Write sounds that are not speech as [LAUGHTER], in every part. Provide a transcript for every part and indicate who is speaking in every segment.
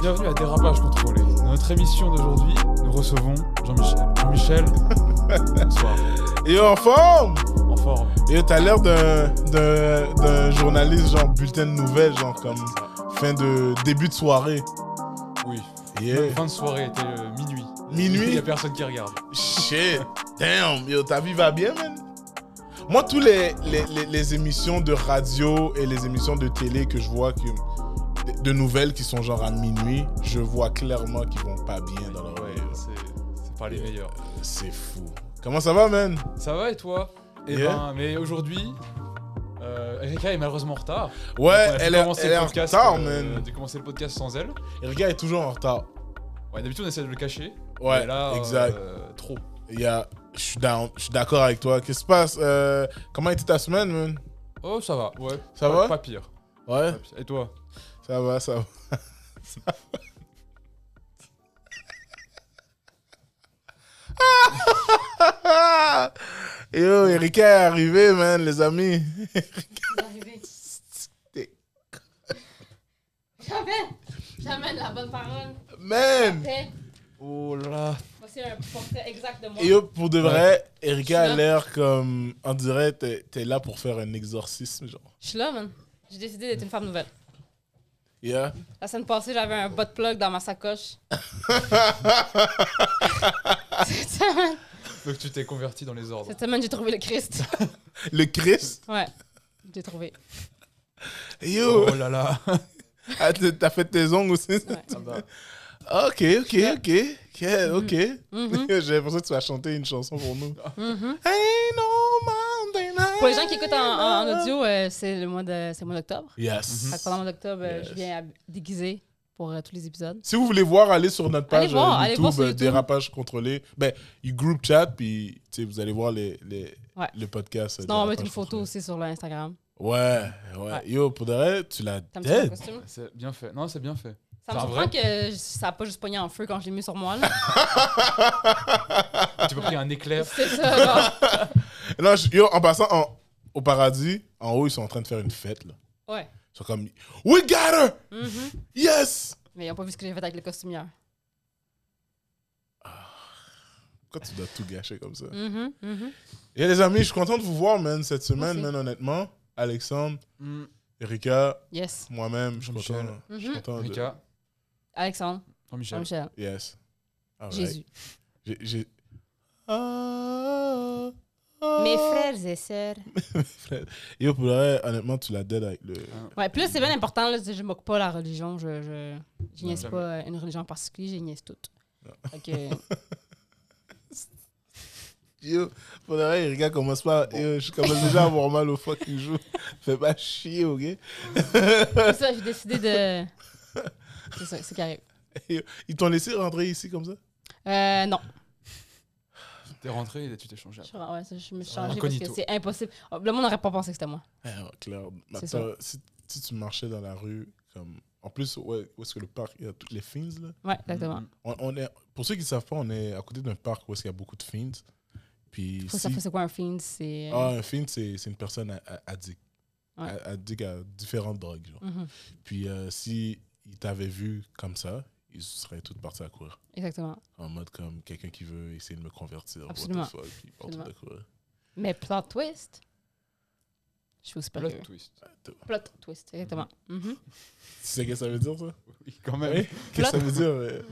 Speaker 1: bienvenue à Dérapage Contrôlé. Dans notre émission d'aujourd'hui, nous recevons Jean-Michel.
Speaker 2: [LAUGHS]
Speaker 1: Jean-Michel, bonsoir.
Speaker 2: Et en forme
Speaker 1: En forme.
Speaker 2: Et t'as l'air d'un- d'un d'un journaliste, genre bulletin de nouvelles, genre comme fin de début de soirée.
Speaker 1: Oui.
Speaker 2: Yeah.
Speaker 1: Fin de soirée, était euh, minuit. Il y
Speaker 2: Minuit
Speaker 1: a personne qui regarde.
Speaker 2: Shit Damn Yo, ta vie va bien, man Moi, tous les, les, les- les émissions de radio et les émissions de télé que je vois, que, de, de nouvelles qui sont genre à minuit, je vois clairement qu'ils vont pas bien dans leur
Speaker 1: Ouais,
Speaker 2: vie.
Speaker 1: c'est c'est pas les meilleurs.
Speaker 2: C'est fou. Comment ça va, man
Speaker 1: Ça va et toi Eh
Speaker 2: Yeah.
Speaker 1: ben, mais aujourd'hui, euh, Erika est malheureusement en retard. On
Speaker 2: Ouais,
Speaker 1: a dû
Speaker 2: Eh, elle, est,
Speaker 1: commencer
Speaker 2: elle
Speaker 1: le
Speaker 2: est en
Speaker 1: podcast,
Speaker 2: retard,
Speaker 1: euh,
Speaker 2: man.
Speaker 1: de commencer le podcast sans elle.
Speaker 2: Erika est toujours en retard.
Speaker 1: Ouais, d'habitude on essaie de le cacher.
Speaker 2: Ouais,
Speaker 1: mais là,
Speaker 2: exact.
Speaker 1: euh, trop.
Speaker 2: Il y a- Je suis down, je suis d'accord avec toi. Qu'est-ce qui se passe Euh, Comment était ta semaine, man
Speaker 1: Oh, ça va, ouais.
Speaker 2: Ça
Speaker 1: Pas-
Speaker 2: va
Speaker 1: Pas pire.
Speaker 2: Ouais,
Speaker 1: Pas pire. Et toi
Speaker 2: ça va, ça va. Ça va. Yo, Erika est arrivée, man, les amis.
Speaker 3: arrivé. J'amène, j'amène la bonne parole.
Speaker 2: Man
Speaker 3: Paix.
Speaker 1: Oh là.
Speaker 3: Voici un portrait exact de moi.
Speaker 2: Et yo, pour de vrai, Erika
Speaker 3: Je
Speaker 2: a
Speaker 3: suis là.
Speaker 2: l'air comme. On dirait, t'es t'es là pour faire un exorcisme, genre.
Speaker 3: Je suis là, man. J'ai décidé d'être une femme nouvelle.
Speaker 2: Yeah.
Speaker 3: La semaine passée, j'avais un butt plug dans ma
Speaker 2: [LAUGHS]
Speaker 3: sacoche. Cette semaine,
Speaker 1: Donc tu t'es converti dans les ordres.
Speaker 3: cette semaine, j'ai trouvé le Christ.
Speaker 2: Le Christ
Speaker 3: Ouais, j'ai trouvé.
Speaker 2: Yo,
Speaker 1: Oh là là.
Speaker 2: Ah, t'as t'as fait tes ongles aussi
Speaker 3: Ouais.
Speaker 2: Ok, ok, ok, ok, ok.
Speaker 3: Mhm.
Speaker 2: [LAUGHS] J'ai l'impression que tu vas chanter une chanson pour
Speaker 3: [LAUGHS]
Speaker 2: nous.
Speaker 3: Mhm.
Speaker 2: Ain't no mountain high
Speaker 3: Pour les gens qui écoutent en, en- en
Speaker 2: enough.
Speaker 3: audio, euh, c'est le mois de- c'est le mois d'octobre.
Speaker 2: Yes.
Speaker 3: Fait que Pendant le mois d'octobre, euh, je
Speaker 2: Yes.
Speaker 3: viens hab- déguisée pour euh, tous les épisodes.
Speaker 2: Si vous voulez voir, allez sur notre page
Speaker 3: Allez
Speaker 2: euh,
Speaker 3: voir, allez
Speaker 2: YouTube,
Speaker 3: voir sur
Speaker 2: euh,
Speaker 3: YouTube.
Speaker 2: Dérapage Contrôlé. Ben, il group chat, puis tu sais, vous allez voir les, les,
Speaker 3: Ouais.
Speaker 2: le podcast. euh,
Speaker 3: Sinon, on va
Speaker 2: Dérapage
Speaker 3: mettre une photo
Speaker 2: Contrôlé.
Speaker 3: aussi sur l'Instagram.
Speaker 2: Ouais, ouais,
Speaker 3: Ouais.
Speaker 2: Yo, pour de vrai, tu l'as
Speaker 3: T'aimes ça mon
Speaker 2: dead.
Speaker 3: costume?
Speaker 1: C'est bien fait. Non, c'est bien fait.
Speaker 3: Ça me
Speaker 1: C'est un
Speaker 3: surprend que je- ça a pas juste pogné en feu quand je l'ai mis sur moi. là.
Speaker 1: Ah, Tu peux prendre un éclair.
Speaker 3: [LAUGHS] C'est ça, genre.
Speaker 2: Non, je- yo, en passant en- au paradis, en haut, ils sont en train de faire une fête. Là.
Speaker 3: Ouais.
Speaker 2: Ils sont comme, We got her!
Speaker 3: Mhm.
Speaker 2: Yes!
Speaker 3: Mais ils n'ont pas vu ce que j'ai fait avec le costume hier.
Speaker 2: Pourquoi tu dois tout gâcher comme ça?
Speaker 3: Mhm, mhm.
Speaker 2: Et les amis, je suis content de vous voir, man, cette semaine,
Speaker 3: Merci.
Speaker 2: man, honnêtement. Alexandre,
Speaker 1: Hmm,
Speaker 2: Erika,
Speaker 3: Yes.
Speaker 2: moi-même, je suis content.
Speaker 1: Jean-Michel.
Speaker 2: Je suis
Speaker 3: Mhm.
Speaker 2: content de...
Speaker 1: Rika,
Speaker 3: Alexandre,
Speaker 1: Jean-Michel.
Speaker 3: Jean-Michel,
Speaker 2: Yes. Alright.
Speaker 3: Jésus.
Speaker 2: J'ai- j'ai- Ah,
Speaker 3: Mes
Speaker 2: ah.
Speaker 3: frères et sœurs.
Speaker 2: Yo, pour le vrai, honnêtement, tu l'as dead avec le...
Speaker 3: Ouais, plus c'est bien important, là, je moque pas la religion. Je, je, je
Speaker 1: Non,
Speaker 3: niaise
Speaker 1: jamais.
Speaker 3: pas euh, une religion en particulier, je niaise toutes. Fait que,
Speaker 2: Yo, pour le vrai, Erika commence pas... Yo, je commence déjà à avoir mal au fucking joue. [LAUGHS] Fais pas chier, ok?
Speaker 3: c'est ça, j'ai décidé de. C'est ça, c'est carré.
Speaker 2: Yo, Ils t'ont laissé rentrer ici comme ça?
Speaker 3: Euh, non.
Speaker 1: T'es rentré et tu t'es changé.
Speaker 3: Je, suis- ouais, ça, je me suis changée parce
Speaker 1: Incognito.
Speaker 3: que c'est impossible. Oh, Le monde n'aurait pas pensé que c'était moi.
Speaker 2: Ah, clair.
Speaker 3: C'est
Speaker 2: Maintenant, si, si tu marchais dans la rue, comme... En plus, ouais, où est-ce que le parc, il y a toutes les fins, là?
Speaker 3: Ouais, exactement.
Speaker 1: Hmm,
Speaker 2: On, on est, pour ceux qui ne savent pas, on est à côté d'un parc où il y a beaucoup de fiends. Puis
Speaker 3: Faut
Speaker 2: si-
Speaker 3: savoir c'est quoi un fiend, c'est. euh,
Speaker 2: ah, un fiend, c'est c'est une personne a- a- addict.
Speaker 3: Ouais.
Speaker 2: A- Addict à différentes drogues. genre.
Speaker 3: Mhm,
Speaker 2: Puis euh, si ils t'avaient vu comme ça, ils seraient tous partis à courir.
Speaker 3: Exactement.
Speaker 2: En mode comme quelqu'un qui veut essayer de me convertir. what the
Speaker 3: Absolument.
Speaker 2: fuck, puis ils partent tous à
Speaker 3: Absolument.
Speaker 2: courir.
Speaker 3: Mais plot twist. Je suis aussi pas
Speaker 1: Plot
Speaker 3: curieux.
Speaker 1: twist.
Speaker 3: Plot twist, exactement. Mhm.
Speaker 2: Tu sais ce que ça veut dire, ça?
Speaker 1: Oui, quand même.
Speaker 2: Qu'est-ce que ça veut dire? euh?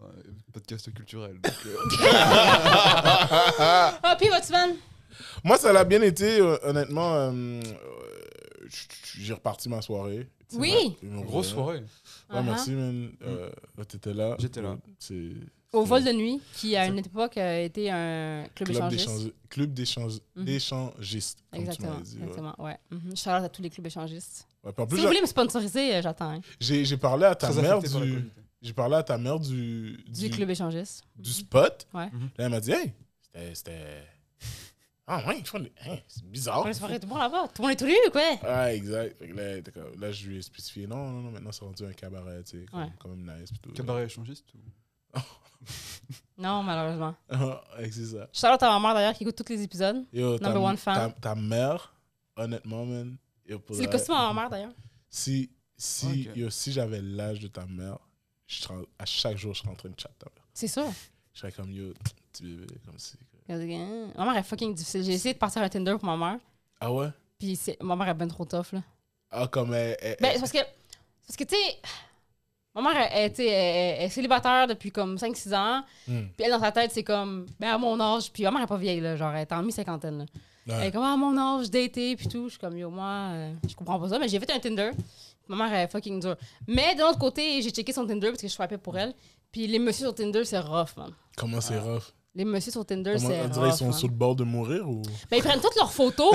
Speaker 1: Ouais, Podcast
Speaker 2: [LAUGHS]
Speaker 1: culturel. donc, euh,
Speaker 3: Ah, puis votre semaine?
Speaker 2: Moi, ça l'a bien été, euh, honnêtement. euh, euh, J'ai reparti ma soirée.
Speaker 3: Oui.
Speaker 2: Mon
Speaker 1: Grosse soirée.
Speaker 2: voyage.
Speaker 1: Mm.
Speaker 2: Ouais,
Speaker 3: Uh-huh.
Speaker 2: merci, man. Euh, ouais, T'étais là.
Speaker 1: J'étais là.
Speaker 2: C'est
Speaker 3: ah. Au vol de nuit, qui à une époque a été un club,
Speaker 2: club
Speaker 3: échangiste.
Speaker 2: d'échange- club d'échange-
Speaker 3: Mhm.
Speaker 2: d'échangistes. comme tu
Speaker 3: Exactement,
Speaker 2: m'avais dit, ouais.
Speaker 3: exactement, ouais. Mhm. Shout-out à tous les clubs échangistes.
Speaker 2: Ouais, puis en
Speaker 3: Si
Speaker 2: plus,
Speaker 3: vous voulez me sponsoriser, euh, j'attends. hein.
Speaker 2: j'ai j'ai parlé à ta
Speaker 1: Très
Speaker 2: mère
Speaker 1: affecté par la
Speaker 2: du.
Speaker 1: communauté.
Speaker 2: J'ai parlé à ta mère du.
Speaker 3: Du club échangiste.
Speaker 2: du spot.
Speaker 3: Ouais.
Speaker 1: Mhm.
Speaker 2: Là, elle m'a dit, hey, c'était- c'était. Ah ouais, ils font des- hein, c'est bizarre.
Speaker 3: On est soirée tout bon là-bas. Tout le monde est tout nu, quoi.
Speaker 2: Ah, exact. Fait que là, t'es comme- là, je lui ai spécifié, non, non, non, maintenant c'est rendu un cabaret, tu sais, comme-
Speaker 3: Ouais.
Speaker 2: quand même nice. plutôt.
Speaker 1: Cabaret échangiste ou-
Speaker 3: Non, malheureusement.
Speaker 2: [LAUGHS] Ouais, c'est ça.
Speaker 3: Shout-out à ma mère d'ailleurs qui écoute tous les épisodes.
Speaker 2: Yo, ta,
Speaker 3: Number one fan.
Speaker 2: ta- ta mère, honnêtement, man. yo, pour
Speaker 3: C'est le
Speaker 2: vrai,
Speaker 3: costume à ma mère d'ailleurs.
Speaker 2: Si, si,
Speaker 1: Ok.
Speaker 2: yo, si j'avais l'âge de ta mère, je serais en- à chaque jour, je serais en train de chat. ta mère.
Speaker 3: C'est sûr.
Speaker 2: Je serais comme yo, petit bébé, comme si.
Speaker 3: Ma mère est fucking difficile. J'ai essayé de partir à Tinder pour ma mère.
Speaker 2: Ah ouais?
Speaker 3: Puis c'est- ma mère est ben trop tough, là.
Speaker 2: Ah, comme. elle- elle-
Speaker 3: Ben,
Speaker 2: elle-
Speaker 3: c'est parce que, c'est parce que tu sais, ma mère elle, tu sais, elle- elle est célibataire depuis comme 5-6 ans.
Speaker 2: Hmm.
Speaker 3: Puis elle, dans sa tête, c'est comme, ben à mon âge, puis ma mère est pas vieille, là, genre, elle est en mi-cinquantaine. là. Elle est
Speaker 2: hmm, Ouais.
Speaker 3: comme, ah, à mon âge, dater, puis tout. Je suis comme, yo, moi, euh, je comprends pas ça, mais j'ai fait un Tinder. Ma mère est fucking dure. Mais de l'autre côté, j'ai checké son Tinder parce que je frappais pour elle. Puis les messieurs sur Tinder, c'est rough, man.
Speaker 2: Comment c'est rough?
Speaker 3: Les messieurs sur Tinder,
Speaker 2: Comment,
Speaker 3: c'est
Speaker 2: on
Speaker 3: rough. hein.
Speaker 2: dirait qu'ils sont
Speaker 3: man.
Speaker 2: sur le bord de mourir ou. [LAUGHS]
Speaker 3: Ben, ils prennent toutes leurs photos.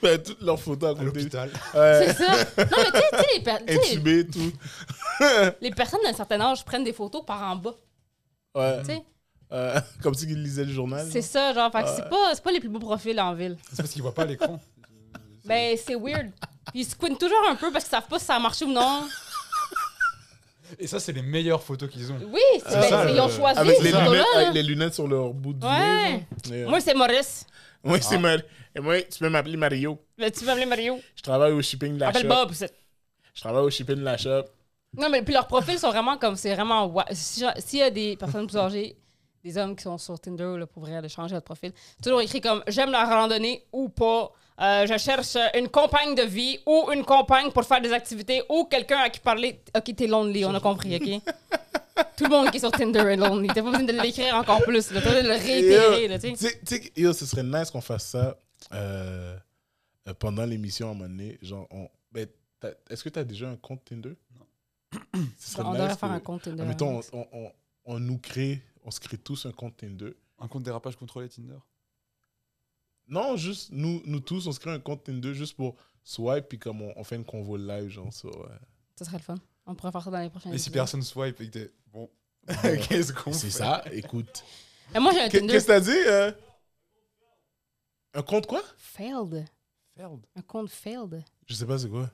Speaker 2: Ben, toutes leurs photos à
Speaker 4: à
Speaker 2: côté.
Speaker 4: l'hôpital.
Speaker 2: Ouais,
Speaker 3: c'est ça. Non, mais tu sais- tu sais, les, per- [LAUGHS] tu sais, les-
Speaker 2: intubé, tout.
Speaker 3: les personnes d'un certain âge prennent des photos par en bas.
Speaker 2: Ouais.
Speaker 3: Tu sais,
Speaker 2: Euh, [LAUGHS] comme si ils lisaient le journal.
Speaker 3: c'est ça, genre. Fait que c'est
Speaker 2: Hein, Ouais.
Speaker 3: pas, c'est pas les plus beaux profils en ville.
Speaker 1: [LAUGHS] C'est parce qu'ils voient pas l'écran.
Speaker 3: Ben,
Speaker 2: [LAUGHS]
Speaker 3: c'est weird. Puis ils squintent toujours un peu parce qu'ils savent pas si ça a marché ou non.
Speaker 1: Et ça, c'est les meilleures photos qu'ils ont.
Speaker 3: Oui, c'est-
Speaker 2: Ah,
Speaker 3: ben,
Speaker 1: ça,
Speaker 3: c'est-
Speaker 1: euh,
Speaker 3: ils ont choisi
Speaker 2: Avec
Speaker 3: ces
Speaker 2: les,
Speaker 3: photos-là.
Speaker 2: lunettes,
Speaker 3: là.
Speaker 2: avec les lunettes sur leur bout de
Speaker 3: Ouais.
Speaker 2: nez. genre.
Speaker 3: Moi, c'est Maurice.
Speaker 2: Moi, c'est Mario. Et moi, tu peux m'appeler Mario.
Speaker 3: Mais tu m'appelles Mario.
Speaker 2: Je travaille au shipping de la
Speaker 3: Appelle
Speaker 2: shop.
Speaker 3: Bob. c'est-
Speaker 2: Je travaille au shipping de la shop.
Speaker 3: Non, mais puis leurs profils sont vraiment comme. C'est vraiment. wa- si genre- S'il y a des personnes plus âgées, des hommes qui sont sur Tinder, là, pour vrai, de changer votre profil, toujours écrit comme j'aime la randonnée ou pas. Euh, je cherche une compagne de vie ou une compagne pour faire des activités ou quelqu'un à qui parler. Ok, t'es lonely, on a compris, ok?
Speaker 2: [LAUGHS]
Speaker 3: Tout le monde qui est sur Tinder est lonely. T'as pas besoin de l'écrire encore plus, là. T'as besoin de le réitérer, là, tu
Speaker 2: Tu
Speaker 3: sais.
Speaker 2: sais- tu sais, yo, ce serait nice qu'on fasse ça euh, euh, pendant l'émission à un moment donné. Genre, on... ben, t'as- est-ce que tu as déjà un compte Tinder? Non.
Speaker 3: On devrait faire un compte Tinder. hein.
Speaker 2: Mettons, on, on, on- on nous crée, on se crée tous un compte Tinder.
Speaker 1: Un compte dérapage contrôlé Tinder.
Speaker 2: Non, juste nous, nous tous, on se crée un compte Tinder juste pour swipe, puis comme on, on fait une convo live, genre euh, ça. Ouais.
Speaker 3: Ça serait le fun. On pourrait faire ça dans les prochaines
Speaker 1: Et si
Speaker 3: épisodes.
Speaker 1: personne swipe et que t'es.
Speaker 2: [LAUGHS]
Speaker 1: Bon. Qu'est-ce qu'on
Speaker 2: C'est
Speaker 1: fait
Speaker 2: ça, écoute.
Speaker 3: [LAUGHS] Mais moi, j'ai un
Speaker 2: Qu'est-
Speaker 3: Tinder
Speaker 2: Qu'est-ce que t'as dit euh? Un compte quoi
Speaker 3: failed.
Speaker 1: Merde.
Speaker 3: Un compte failed.
Speaker 2: Je sais pas c'est quoi.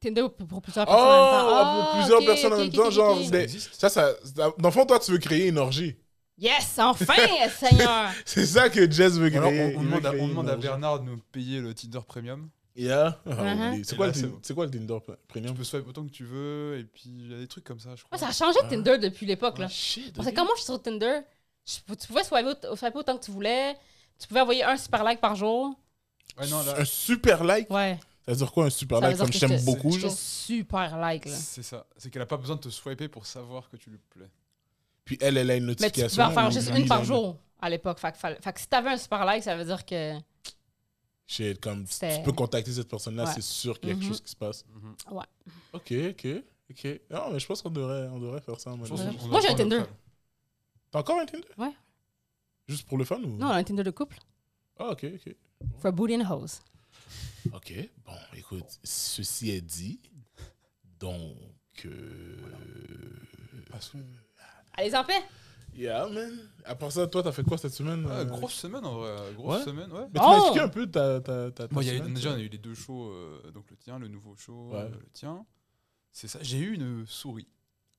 Speaker 3: Tinder pour, pour plusieurs
Speaker 2: Oh,
Speaker 3: personnes en même temps. Ah,
Speaker 2: pour plusieurs
Speaker 3: ok,
Speaker 2: personnes en
Speaker 3: ok,
Speaker 2: même
Speaker 3: ok,
Speaker 2: temps,
Speaker 3: ok,
Speaker 2: genre. ben-
Speaker 3: ok.
Speaker 2: des-
Speaker 1: existe.
Speaker 2: Ça, ça, dans le fond, toi, tu veux créer une orgie. [LAUGHS]
Speaker 3: Yes, enfin, Seigneur!
Speaker 2: C'est ça que Jess veut
Speaker 1: Ou alors, on-
Speaker 2: créer.
Speaker 1: on,
Speaker 2: il veut
Speaker 1: demande à,
Speaker 2: créer
Speaker 1: on
Speaker 2: une
Speaker 1: demande à
Speaker 2: orgie.
Speaker 1: Bernard de nous payer le Tinder Premium.
Speaker 2: Yeah. Ah,
Speaker 3: Uh-huh.
Speaker 2: oublie. C'est
Speaker 1: Et
Speaker 2: quoi,
Speaker 1: là,
Speaker 2: le
Speaker 1: c'est
Speaker 2: Tin-
Speaker 1: bon.
Speaker 2: c'est quoi le Tinder
Speaker 1: Tu
Speaker 2: Premium
Speaker 1: peux swipe autant que tu veux. Et puis, il y a des trucs comme ça, je
Speaker 3: Moi,
Speaker 1: crois.
Speaker 3: ça a changé Tinder depuis
Speaker 1: Ah,
Speaker 3: l'époque. là.
Speaker 2: Shit.
Speaker 3: Parce que
Speaker 2: ok.
Speaker 3: quand moi, je suis sur Tinder, je- tu pouvais swiper, aut- swiper autant que tu voulais. Tu pouvais envoyer un super like par jour.
Speaker 1: Ouais, non, là,
Speaker 2: Un super like
Speaker 3: Ouais.
Speaker 2: Ça veut dire quoi un super
Speaker 3: Ça veut
Speaker 2: like
Speaker 3: dire
Speaker 2: Comme
Speaker 3: que
Speaker 2: je t'aime
Speaker 3: j'étais-
Speaker 2: beaucoup,
Speaker 3: j'étais
Speaker 2: genre.
Speaker 3: super like. Là.
Speaker 1: c'est ça. C'est qu'elle a pas besoin de te swiper pour savoir que tu lui plais.
Speaker 2: Puis elle, elle a une
Speaker 3: Mais tu
Speaker 2: notification.
Speaker 3: pouvais en
Speaker 2: ou
Speaker 3: faire juste
Speaker 2: lui,
Speaker 3: une
Speaker 2: il a
Speaker 3: par jour à l'époque. Fait, que fallait- fait que si t'avais un super like, ça veut dire que.
Speaker 2: Shit, comme tu
Speaker 3: C'était-
Speaker 2: tu peux contacter cette personne-là,
Speaker 3: Ouais.
Speaker 2: c'est sûr qu'il y a quelque
Speaker 3: Mhm.
Speaker 2: chose qui se passe.
Speaker 3: Ouais.
Speaker 2: Ok, ok, ok. Non, mais je pense qu'on devrait, on devrait faire ça. un
Speaker 1: Je
Speaker 2: moment
Speaker 1: pense
Speaker 3: Ouais.
Speaker 2: donné.
Speaker 1: qu'on- on
Speaker 3: Moi, j'ai
Speaker 1: apprend
Speaker 3: un
Speaker 1: le
Speaker 3: Tinder.
Speaker 2: Bah,
Speaker 1: fun.
Speaker 2: T'as encore un Tinder
Speaker 3: Ouais.
Speaker 2: Juste pour le fun ou
Speaker 3: Non, un Tinder de couple.
Speaker 2: Ah, ok, ok.
Speaker 3: For booty and hose.
Speaker 2: Ok, bon, écoute, ceci est dit. Donc. euh,
Speaker 3: Allez en paix!
Speaker 2: Yeah, man. À part ça, toi, t'as fait quoi cette semaine
Speaker 1: Ouais,
Speaker 2: euh,
Speaker 1: grosse semaine en vrai. Grosse
Speaker 2: Ouais.
Speaker 1: semaine, ouais.
Speaker 2: Mais tu m'as
Speaker 3: Oh
Speaker 2: expliqué un peu ta. ta, ta, ta
Speaker 1: Moi, il y a eu-
Speaker 2: semaine,
Speaker 1: déjà, on
Speaker 2: toi.
Speaker 1: a eu les deux shows, euh, donc le tien, le nouveau show,
Speaker 2: Ouais.
Speaker 1: euh, le tien. C'est ça. J'ai eu une souris.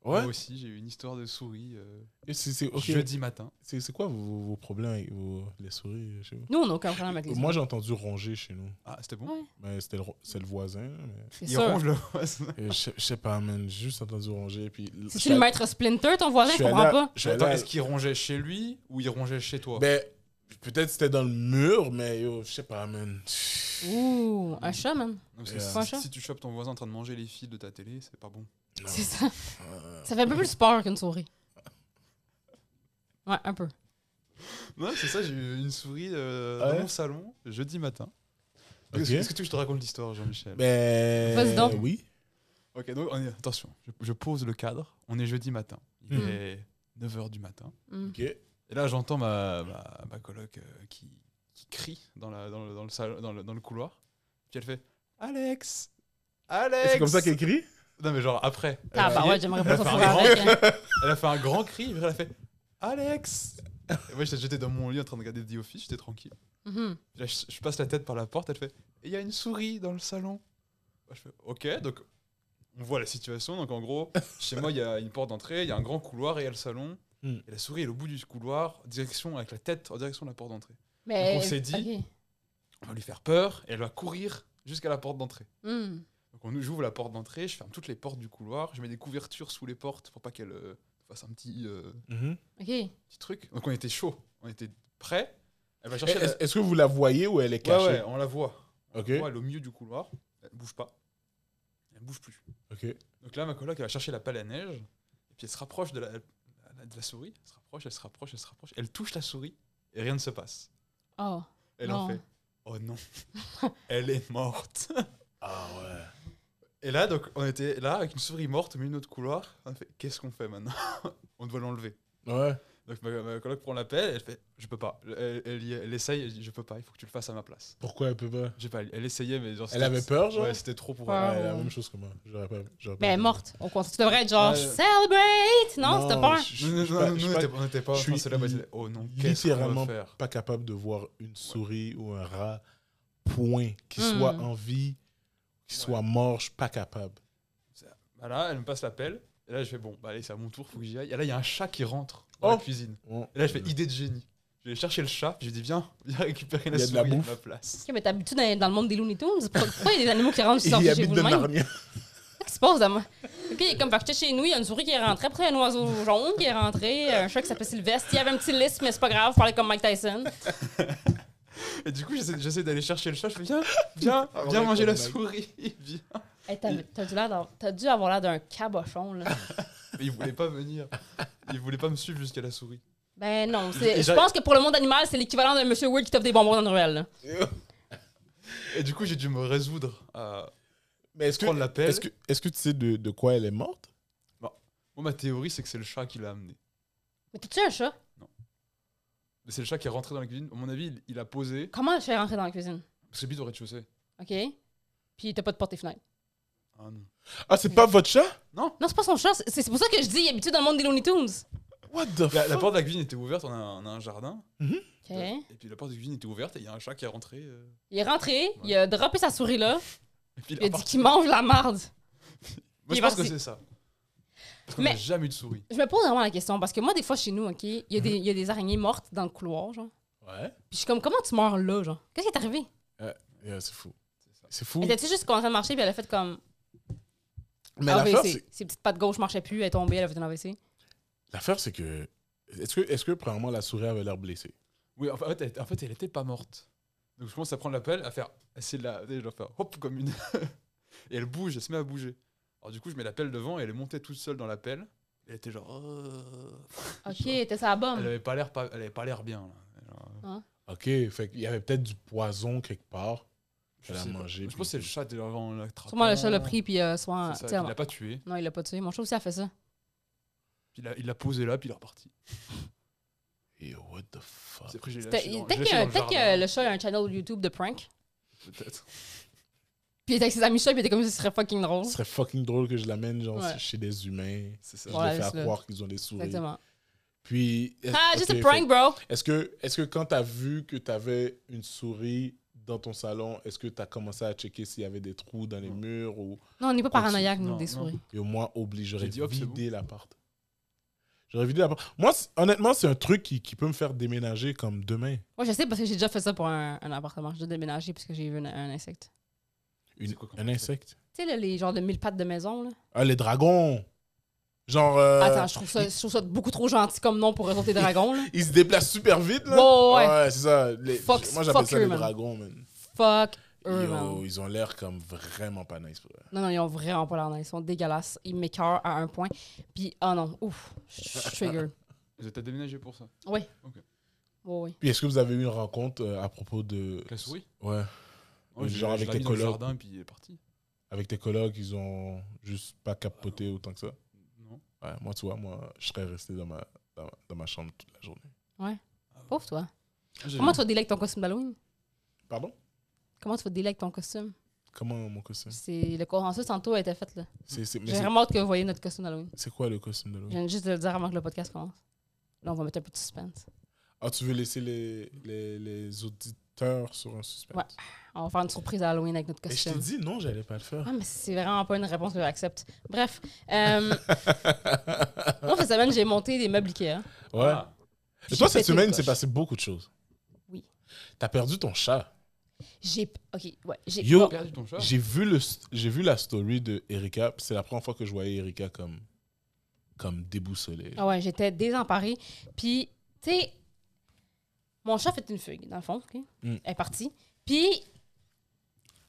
Speaker 1: Moi
Speaker 2: Ouais.
Speaker 1: aussi, j'ai eu une histoire de souris euh,
Speaker 2: Et c'est- C'est ok.
Speaker 1: jeudi matin.
Speaker 2: C'est- c'est quoi vos, vos problèmes avec vos- les souris chez vous
Speaker 3: Nous, on n'a aucun problème avec les
Speaker 2: Moi, j'ai entendu ronger chez nous.
Speaker 1: Ah, c'était bon.
Speaker 3: Ouais.
Speaker 2: Mais c'était le, ro- c'est le voisin. mais-
Speaker 3: C'est
Speaker 1: Il
Speaker 3: sûr.
Speaker 1: ronge le voisin.
Speaker 2: Et Je je sais pas, man. J'ai juste entendu ronger. Puis je suis
Speaker 3: C'est-tu le
Speaker 2: allé-
Speaker 3: maître Splinter, ton voisin?
Speaker 2: je
Speaker 3: Je
Speaker 2: suis
Speaker 3: comprends
Speaker 2: allé-
Speaker 3: pas.
Speaker 2: [LAUGHS] je suis allé
Speaker 1: Attends,
Speaker 2: à-
Speaker 1: est-ce qu'il rongeait chez lui ou il rongeait chez toi
Speaker 2: Ben, peut-être c'était dans le mur, mais yo, je sais pas, man.
Speaker 3: Ouh, un chat, man.
Speaker 1: Non, Parce
Speaker 2: Yeah.
Speaker 1: que
Speaker 3: Pas
Speaker 1: si,
Speaker 3: cher.
Speaker 1: si tu chopes ton voisin en train de manger les fils de ta télé, c'est pas bon.
Speaker 2: Non.
Speaker 3: C'est ça.
Speaker 2: Euh,
Speaker 3: Ça fait un peu plus peur qu'une souris. Ouais, un peu.
Speaker 1: Ouais, c'est ça, j'ai eu une souris euh,
Speaker 2: Ah Ouais.
Speaker 1: dans mon salon jeudi matin.
Speaker 2: Ok.
Speaker 1: Est-ce que- est-ce que tu veux que je te raconte l'histoire, Jean-Michel
Speaker 2: Ben.
Speaker 3: Vas-y donc.
Speaker 2: Oui.
Speaker 1: Ok, donc on est- attention, je, je pose le cadre. On est jeudi matin. Il
Speaker 2: Hmm.
Speaker 3: Mhm.
Speaker 1: est 9h du matin.
Speaker 3: Mm.
Speaker 2: Ok.
Speaker 1: Et là, j'entends ma, ma, ma coloc euh, qui, qui crie dans, la, dans, le, dans, le salon- dans, le, dans le couloir. Puis elle fait Alex Alex
Speaker 2: C'est comme ça qu'elle crie
Speaker 1: Non, mais genre après. Elle
Speaker 3: Ah
Speaker 1: a
Speaker 3: bah
Speaker 1: crié,
Speaker 3: ouais, j'aimerais pas
Speaker 1: elle a fait
Speaker 3: sortir
Speaker 1: un
Speaker 3: avec. hein.
Speaker 1: Elle a fait un grand cri, puis elle a fait Alex Et Moi, j'étais j'étais dans mon lit en train de regarder The Office, j'étais tranquille.
Speaker 3: [LAUGHS] Mhm.
Speaker 1: Puis là, je, je passe la tête par la porte, elle fait Et il y a une souris dans le salon. Moi, je fais Ok, donc on voit la situation. Donc en
Speaker 2: [LAUGHS]
Speaker 1: gros, chez moi, il y a une porte d'entrée, il y a un grand couloir et il y a le salon.
Speaker 2: Hmm.
Speaker 1: Et la souris est au bout du couloir, direction avec la tête en direction de la porte d'entrée.
Speaker 3: Mais
Speaker 1: Donc on s'est dit-
Speaker 3: ok.
Speaker 1: On va lui faire peur et elle va courir jusqu'à la porte d'entrée.
Speaker 3: Mm.
Speaker 1: Donc on nous ouvre la porte d'entrée, je ferme toutes les portes du couloir, je mets des couvertures sous les portes pour pas qu'elles euh, fassent un petit, euh,
Speaker 2: Eh,
Speaker 3: Ok.
Speaker 1: petit truc. Donc on était chaud, on était prêt. Elle va chercher. la-
Speaker 2: Est-ce est-ce que vous la voyez ou elle est
Speaker 1: Ouais,
Speaker 2: cachée
Speaker 1: ouais, on la voit. On
Speaker 2: Ok.
Speaker 1: la voit, elle est au milieu du couloir. Elle bouge pas. Elle bouge plus.
Speaker 2: Ok.
Speaker 1: Donc là, ma coloc, elle va chercher la pelle à neige. Et puis elle se rapproche de la, la- de la souris. Elle se rapproche, elle se rapproche, elle se rapproche. Elle touche la souris et rien ne se passe.
Speaker 3: Oh.
Speaker 1: Elle en
Speaker 3: Non.
Speaker 1: fait. Oh non. [LAUGHS] elle est morte. [LAUGHS]
Speaker 2: Ah ouais.
Speaker 1: Et là, donc, on était là avec une souris morte au milieu de notre couloir. On a fait Qu'est-ce qu'on fait maintenant [LAUGHS] On doit l'enlever.
Speaker 2: Ouais.
Speaker 1: Donc ma, ma coloc prend la pelle. Elle fait Je peux pas. Elle, elle y- elle essaye. Elle dit Je peux pas. Il faut que tu le fasses à ma place.
Speaker 2: Pourquoi elle peut pas
Speaker 1: J'ai pas. Elle essayait, mais genre.
Speaker 2: Elle
Speaker 1: c'était-
Speaker 2: avait peur, genre
Speaker 1: Ouais, c'était trop pour
Speaker 3: Ouais.
Speaker 1: elle.
Speaker 2: Ouais, elle a la
Speaker 3: ouais.
Speaker 2: même chose que moi. J'aurais pas. j'aurais pas
Speaker 3: Ben, elle est
Speaker 2: dit.
Speaker 3: morte. Au contraire, tu devrais être genre
Speaker 1: Ouais.
Speaker 3: celebrate. Non, c'était pas.
Speaker 2: je- je-
Speaker 1: Non, non,
Speaker 2: je-
Speaker 1: non,
Speaker 2: pas-
Speaker 1: nous,
Speaker 2: je-
Speaker 1: on
Speaker 2: pas-
Speaker 1: était- on n'était pas.
Speaker 2: je suis
Speaker 1: enfin, c'est là, bah, c'est- oh non, qu'est-ce qu'on
Speaker 2: littéralement
Speaker 1: va faire
Speaker 2: pas capable de voir une souris ou un rat, point, qui
Speaker 3: Hmm.
Speaker 2: soit en vie, qui
Speaker 1: Ouais.
Speaker 2: soit mort, je suis pas capable.
Speaker 1: Bah Là, elle me passe l'appel. Et là, je fais bon, bah allez, c'est à mon tour, faut que j'y aille. Et là, il y a un chat qui rentre dans
Speaker 2: Oh.
Speaker 1: la cuisine. Et là, je fais
Speaker 2: euh,
Speaker 1: idée de génie. Je vais chercher le chat, puis je dis viens, viens récupérer la
Speaker 2: Il y a de la
Speaker 1: souris à
Speaker 2: bouffe.
Speaker 1: ma place.
Speaker 3: Ok, mais t'habites tout dans, dans le monde des Looney Tunes? Pourquoi pourquoi il y a des animaux
Speaker 1: [LAUGHS]
Speaker 3: qui rentrent
Speaker 2: Il
Speaker 3: sortent chez
Speaker 2: habite
Speaker 3: vous
Speaker 2: de
Speaker 3: le même?
Speaker 2: Narnia.
Speaker 3: Qu'est-ce qui se passe à moi? Ok, comme parce que chez nous, il y a une souris qui est rentrée, après il y a un oiseau jaune qui est rentré, un chat qui s'appelle Sylvestre. Il y avait un petit liste, mais c'est pas grave, parlait comme Mike Tyson.
Speaker 1: Et du coup, j'essaie j'essaie d'aller chercher le chat, je fais
Speaker 2: [LAUGHS]
Speaker 1: viens, viens,
Speaker 2: Ah,
Speaker 1: viens
Speaker 2: ouais,
Speaker 1: manger
Speaker 2: comme
Speaker 1: la
Speaker 2: Mike.
Speaker 1: souris. [LAUGHS] viens.
Speaker 3: Hey, t'as, t'as dû l'air d'avoir- t'as dû avoir l'air d'un cabochon, là.
Speaker 1: Mais il voulait pas venir. Il voulait pas me suivre jusqu'à la souris.
Speaker 3: Ben non, c'est-
Speaker 1: Et
Speaker 3: je
Speaker 1: j'a-
Speaker 3: pense que pour le monde animal, c'est l'équivalent de Monsieur Wood qui t'offre des bonbons dans une ruelle. là.
Speaker 1: Et du coup, j'ai dû me résoudre à
Speaker 2: Mais est-ce que,
Speaker 1: prendre l'appel.
Speaker 2: est-ce que, est-ce que tu sais de, de quoi elle est morte
Speaker 1: Moi, ma théorie, c'est que c'est le chat qui l'a amené.
Speaker 3: Mais t'es-tu un chat?
Speaker 1: Mais C'est le chat qui est rentré dans la cuisine. À mon avis, il, il a posé.
Speaker 3: Comment le chat est rentré dans la cuisine?
Speaker 1: Parce que lui, il aurait chaussée
Speaker 3: OK? Puis t'as pas de porte et fenêtre.
Speaker 1: Ah non.
Speaker 2: Ah, c'est pas votre chat
Speaker 3: Non, c'est pas son chat. c'est- C'est pour ça que je dis, il est habitué dans le monde des Looney Tunes.
Speaker 2: What the
Speaker 1: La,
Speaker 2: fuck
Speaker 1: la porte de la cuisine était ouverte, on a, un- on a un jardin.
Speaker 3: OK?
Speaker 1: Et puis la porte de la cuisine était ouverte et il y a un chat qui est rentré. euh,
Speaker 3: Il est rentré, il a droppé sa souris là,
Speaker 1: et puis il est
Speaker 3: il a dit
Speaker 1: parti.
Speaker 3: qu'il mange la marde.
Speaker 1: Moi
Speaker 3: il
Speaker 1: je
Speaker 3: est
Speaker 1: pense que
Speaker 3: parti.
Speaker 1: c'est ça. Parce qu'on
Speaker 3: Mais-
Speaker 1: n'a jamais eu de souris.
Speaker 3: Je me pose vraiment la question parce que moi, des fois chez nous, OK, il y, a des- il y a des araignées mortes dans le couloir, genre.
Speaker 2: Ouais.
Speaker 3: Puis je suis comme, comment tu meurs là, genre? Qu'est-ce qui est arrivé?
Speaker 2: Yeah, c'est fou.
Speaker 1: C'est ça.
Speaker 2: C'est fou.
Speaker 3: Elle était juste en train de marcher, puis elle a fait comme. Ah
Speaker 2: Mais l'affaire, c'est,
Speaker 3: AVC. Ses petites pattes gauche marchaient plus, elle est tombée, elle a fait un AVC.
Speaker 2: l'affaire, c'est que. Est-ce que, est-ce que, premièrement, la souris avait l'air blessée
Speaker 1: Oui, en fait, elle, en fait, elle était pas morte. Donc je commence à prendre l'appel, à faire. à essayer de la. Je dois faire hop comme une. [LAUGHS] et elle bouge, elle se met à bouger. Alors du coup, je mets l'appel devant et elle est montée toute seule dans l'appel. Et Elle était genre. euh,
Speaker 3: OK, t'es sa bombe.
Speaker 1: Elle avait pas l'air pas, elle avait pas l'air bien. Là. Genre, euh,
Speaker 2: Ok, fait qu'il y avait peut-être du poison quelque part.
Speaker 1: je
Speaker 2: Elle a
Speaker 1: sais pas.
Speaker 2: mangé,
Speaker 1: Je
Speaker 2: puis-
Speaker 1: pense que c'est le chat déjà avant l'attrapant.
Speaker 3: Sûrement le chat l'a pris, puis euh, soin.
Speaker 1: C'est ça,
Speaker 3: tu
Speaker 1: puis
Speaker 3: sais,
Speaker 1: il l'a pas tué.
Speaker 3: Non, il l'a pas tué. Mon chat aussi a fait ça.
Speaker 1: Puis il l'a- il l'a posé là, puis il est reparti.
Speaker 2: Et what the fuck
Speaker 1: C'est après, j'ai
Speaker 3: C'était-
Speaker 1: lâché
Speaker 3: il-
Speaker 1: dans-
Speaker 3: Peut-être
Speaker 1: j'ai lâché
Speaker 3: que,
Speaker 1: dans
Speaker 3: peut-être que
Speaker 1: jardin.
Speaker 3: le chat a un channel YouTube de prank.
Speaker 1: Peut-être.
Speaker 3: Puis il était avec ses amis chats, puis il était comme si ce serait fucking drôle.
Speaker 2: Ce serait fucking drôle que je l'amène genre
Speaker 3: Ouais.
Speaker 2: chez des humains.
Speaker 1: C'est
Speaker 2: Je
Speaker 1: ça.
Speaker 3: Ouais.
Speaker 2: les fais à
Speaker 3: laisse-le.
Speaker 2: croire qu'ils ont des souris.
Speaker 3: Exactement.
Speaker 2: Puis.
Speaker 1: Eh,
Speaker 2: est-
Speaker 3: Ah, just
Speaker 2: ok,
Speaker 3: a prank, bro.
Speaker 2: fait- Est-ce que, est que quand t'as vu que t'avais une souris dans ton salon, est-ce que t'as commencé à checker s'il y avait des trous dans les
Speaker 1: Non.
Speaker 2: murs ou.
Speaker 3: Non, on n'est pas
Speaker 2: Ah, tu-
Speaker 3: paranoïaque, nous,
Speaker 1: non,
Speaker 3: des
Speaker 1: non.
Speaker 3: souris.
Speaker 2: Et au moins, obligé, j'aurais
Speaker 1: J'ai dit, hop, c'est
Speaker 2: vidé l'appart. J'aurais vidé l'appart. Moi, c'est- honnêtement, c'est un truc qui, qui peut me faire déménager comme demain.
Speaker 3: Moi, je sais parce que j'ai déjà fait ça pour un, un appartement. J'ai déjà déménagé parce que j'ai vu un, un insecte.
Speaker 2: Une-
Speaker 1: C'est quoi comme
Speaker 2: un
Speaker 1: truc
Speaker 2: insecte.
Speaker 3: Tu sais, là, les genres de mille pattes de maison, là.
Speaker 2: Ah, les dragons. Genre. euh,
Speaker 3: Attends, je trouve, ça, je trouve ça beaucoup trop gentil comme nom pour réseauter
Speaker 1: [LAUGHS]
Speaker 3: dragons, là.
Speaker 2: Ils se déplacent super vite, là.
Speaker 3: Bon, ouais.
Speaker 2: c'est ça. Les-
Speaker 3: Fuck-
Speaker 2: moi, j'appelle
Speaker 3: fuck
Speaker 2: ça les
Speaker 3: eux, man.
Speaker 2: dragons, man.
Speaker 3: Fuck eux, man.
Speaker 2: Yo, ils ont l'air comme vraiment pas nice. pour vrai.
Speaker 3: Non, non, ils ont vraiment pas l'air nice. Ils sont dégueulasses. Ils m'écœurent à un point. Puis, oh non, ouf, je suis
Speaker 1: [LAUGHS]
Speaker 3: trigger.
Speaker 1: Vous êtes déménagé pour ça
Speaker 3: Oui.
Speaker 1: Ok.
Speaker 3: Oui, oui.
Speaker 2: Puis, est-ce que vous avez eu une rencontre euh, à propos de.
Speaker 1: La souris
Speaker 2: Ouais.
Speaker 1: Ouais,
Speaker 2: Genre
Speaker 1: je- je
Speaker 2: avec
Speaker 1: l'ai
Speaker 2: tes
Speaker 1: mis dans le
Speaker 2: colocs.
Speaker 1: jardin puis il est parti.
Speaker 2: Avec tes collègues, ils ont juste pas capoté autant que ça.
Speaker 1: Non.
Speaker 2: Ouais, moi, tu vois, moi, je serais resté dans ma, dans, ma- dans ma chambre toute la journée.
Speaker 3: Pauvre toi.
Speaker 1: Ah, J'ai-
Speaker 3: Comment tu vas délecter ton costume d'Halloween?
Speaker 2: Pardon
Speaker 3: Comment tu vas délecter ton costume? Comment
Speaker 2: Comment mon costume
Speaker 3: C'est le consensus tantôt a été fait, là.
Speaker 2: C'est c'est- mais
Speaker 3: J'ai
Speaker 2: c'est-
Speaker 3: vraiment hâte que vous voyez notre costume d'Halloween.
Speaker 2: c'est quoi le costume de
Speaker 3: Je
Speaker 2: l'autre
Speaker 3: viens juste de le dire avant que le podcast commence. Là, on va mettre un peu de suspense.
Speaker 2: Ah, tu veux laisser les, les, les auditeurs sur un suspense
Speaker 3: Ouais. On va faire une surprise à Halloween avec notre
Speaker 2: Mais je t'ai
Speaker 3: costume.
Speaker 2: dit non, j'allais pas le faire.
Speaker 3: Ah, mais c'est vraiment pas une réponse que j'accepte. Bref. euh,
Speaker 2: [LAUGHS]
Speaker 3: moi, cette semaine, j'ai monté des meubles Ikea.
Speaker 2: Ouais.
Speaker 1: Ah,
Speaker 2: Et toi,
Speaker 3: J'ai pété
Speaker 2: cette semaine,
Speaker 3: une
Speaker 2: il s'est
Speaker 3: coche.
Speaker 2: passé beaucoup de choses.
Speaker 3: Oui.
Speaker 2: T'as perdu ton chat.
Speaker 3: J'ai. Ok, ouais. J'ai.
Speaker 2: Yo,
Speaker 3: bon,
Speaker 1: perdu ton chat.
Speaker 2: J'ai vu, le st- j'ai vu la story de Erika. puis C'est la première fois que je voyais Erika comme, comme déboussolée.
Speaker 3: Ah ouais, j'étais désemparée. Puis, tu sais, mon chat fait une fugue, dans le fond. ok?
Speaker 2: Mm.
Speaker 3: Elle est partie. Puis,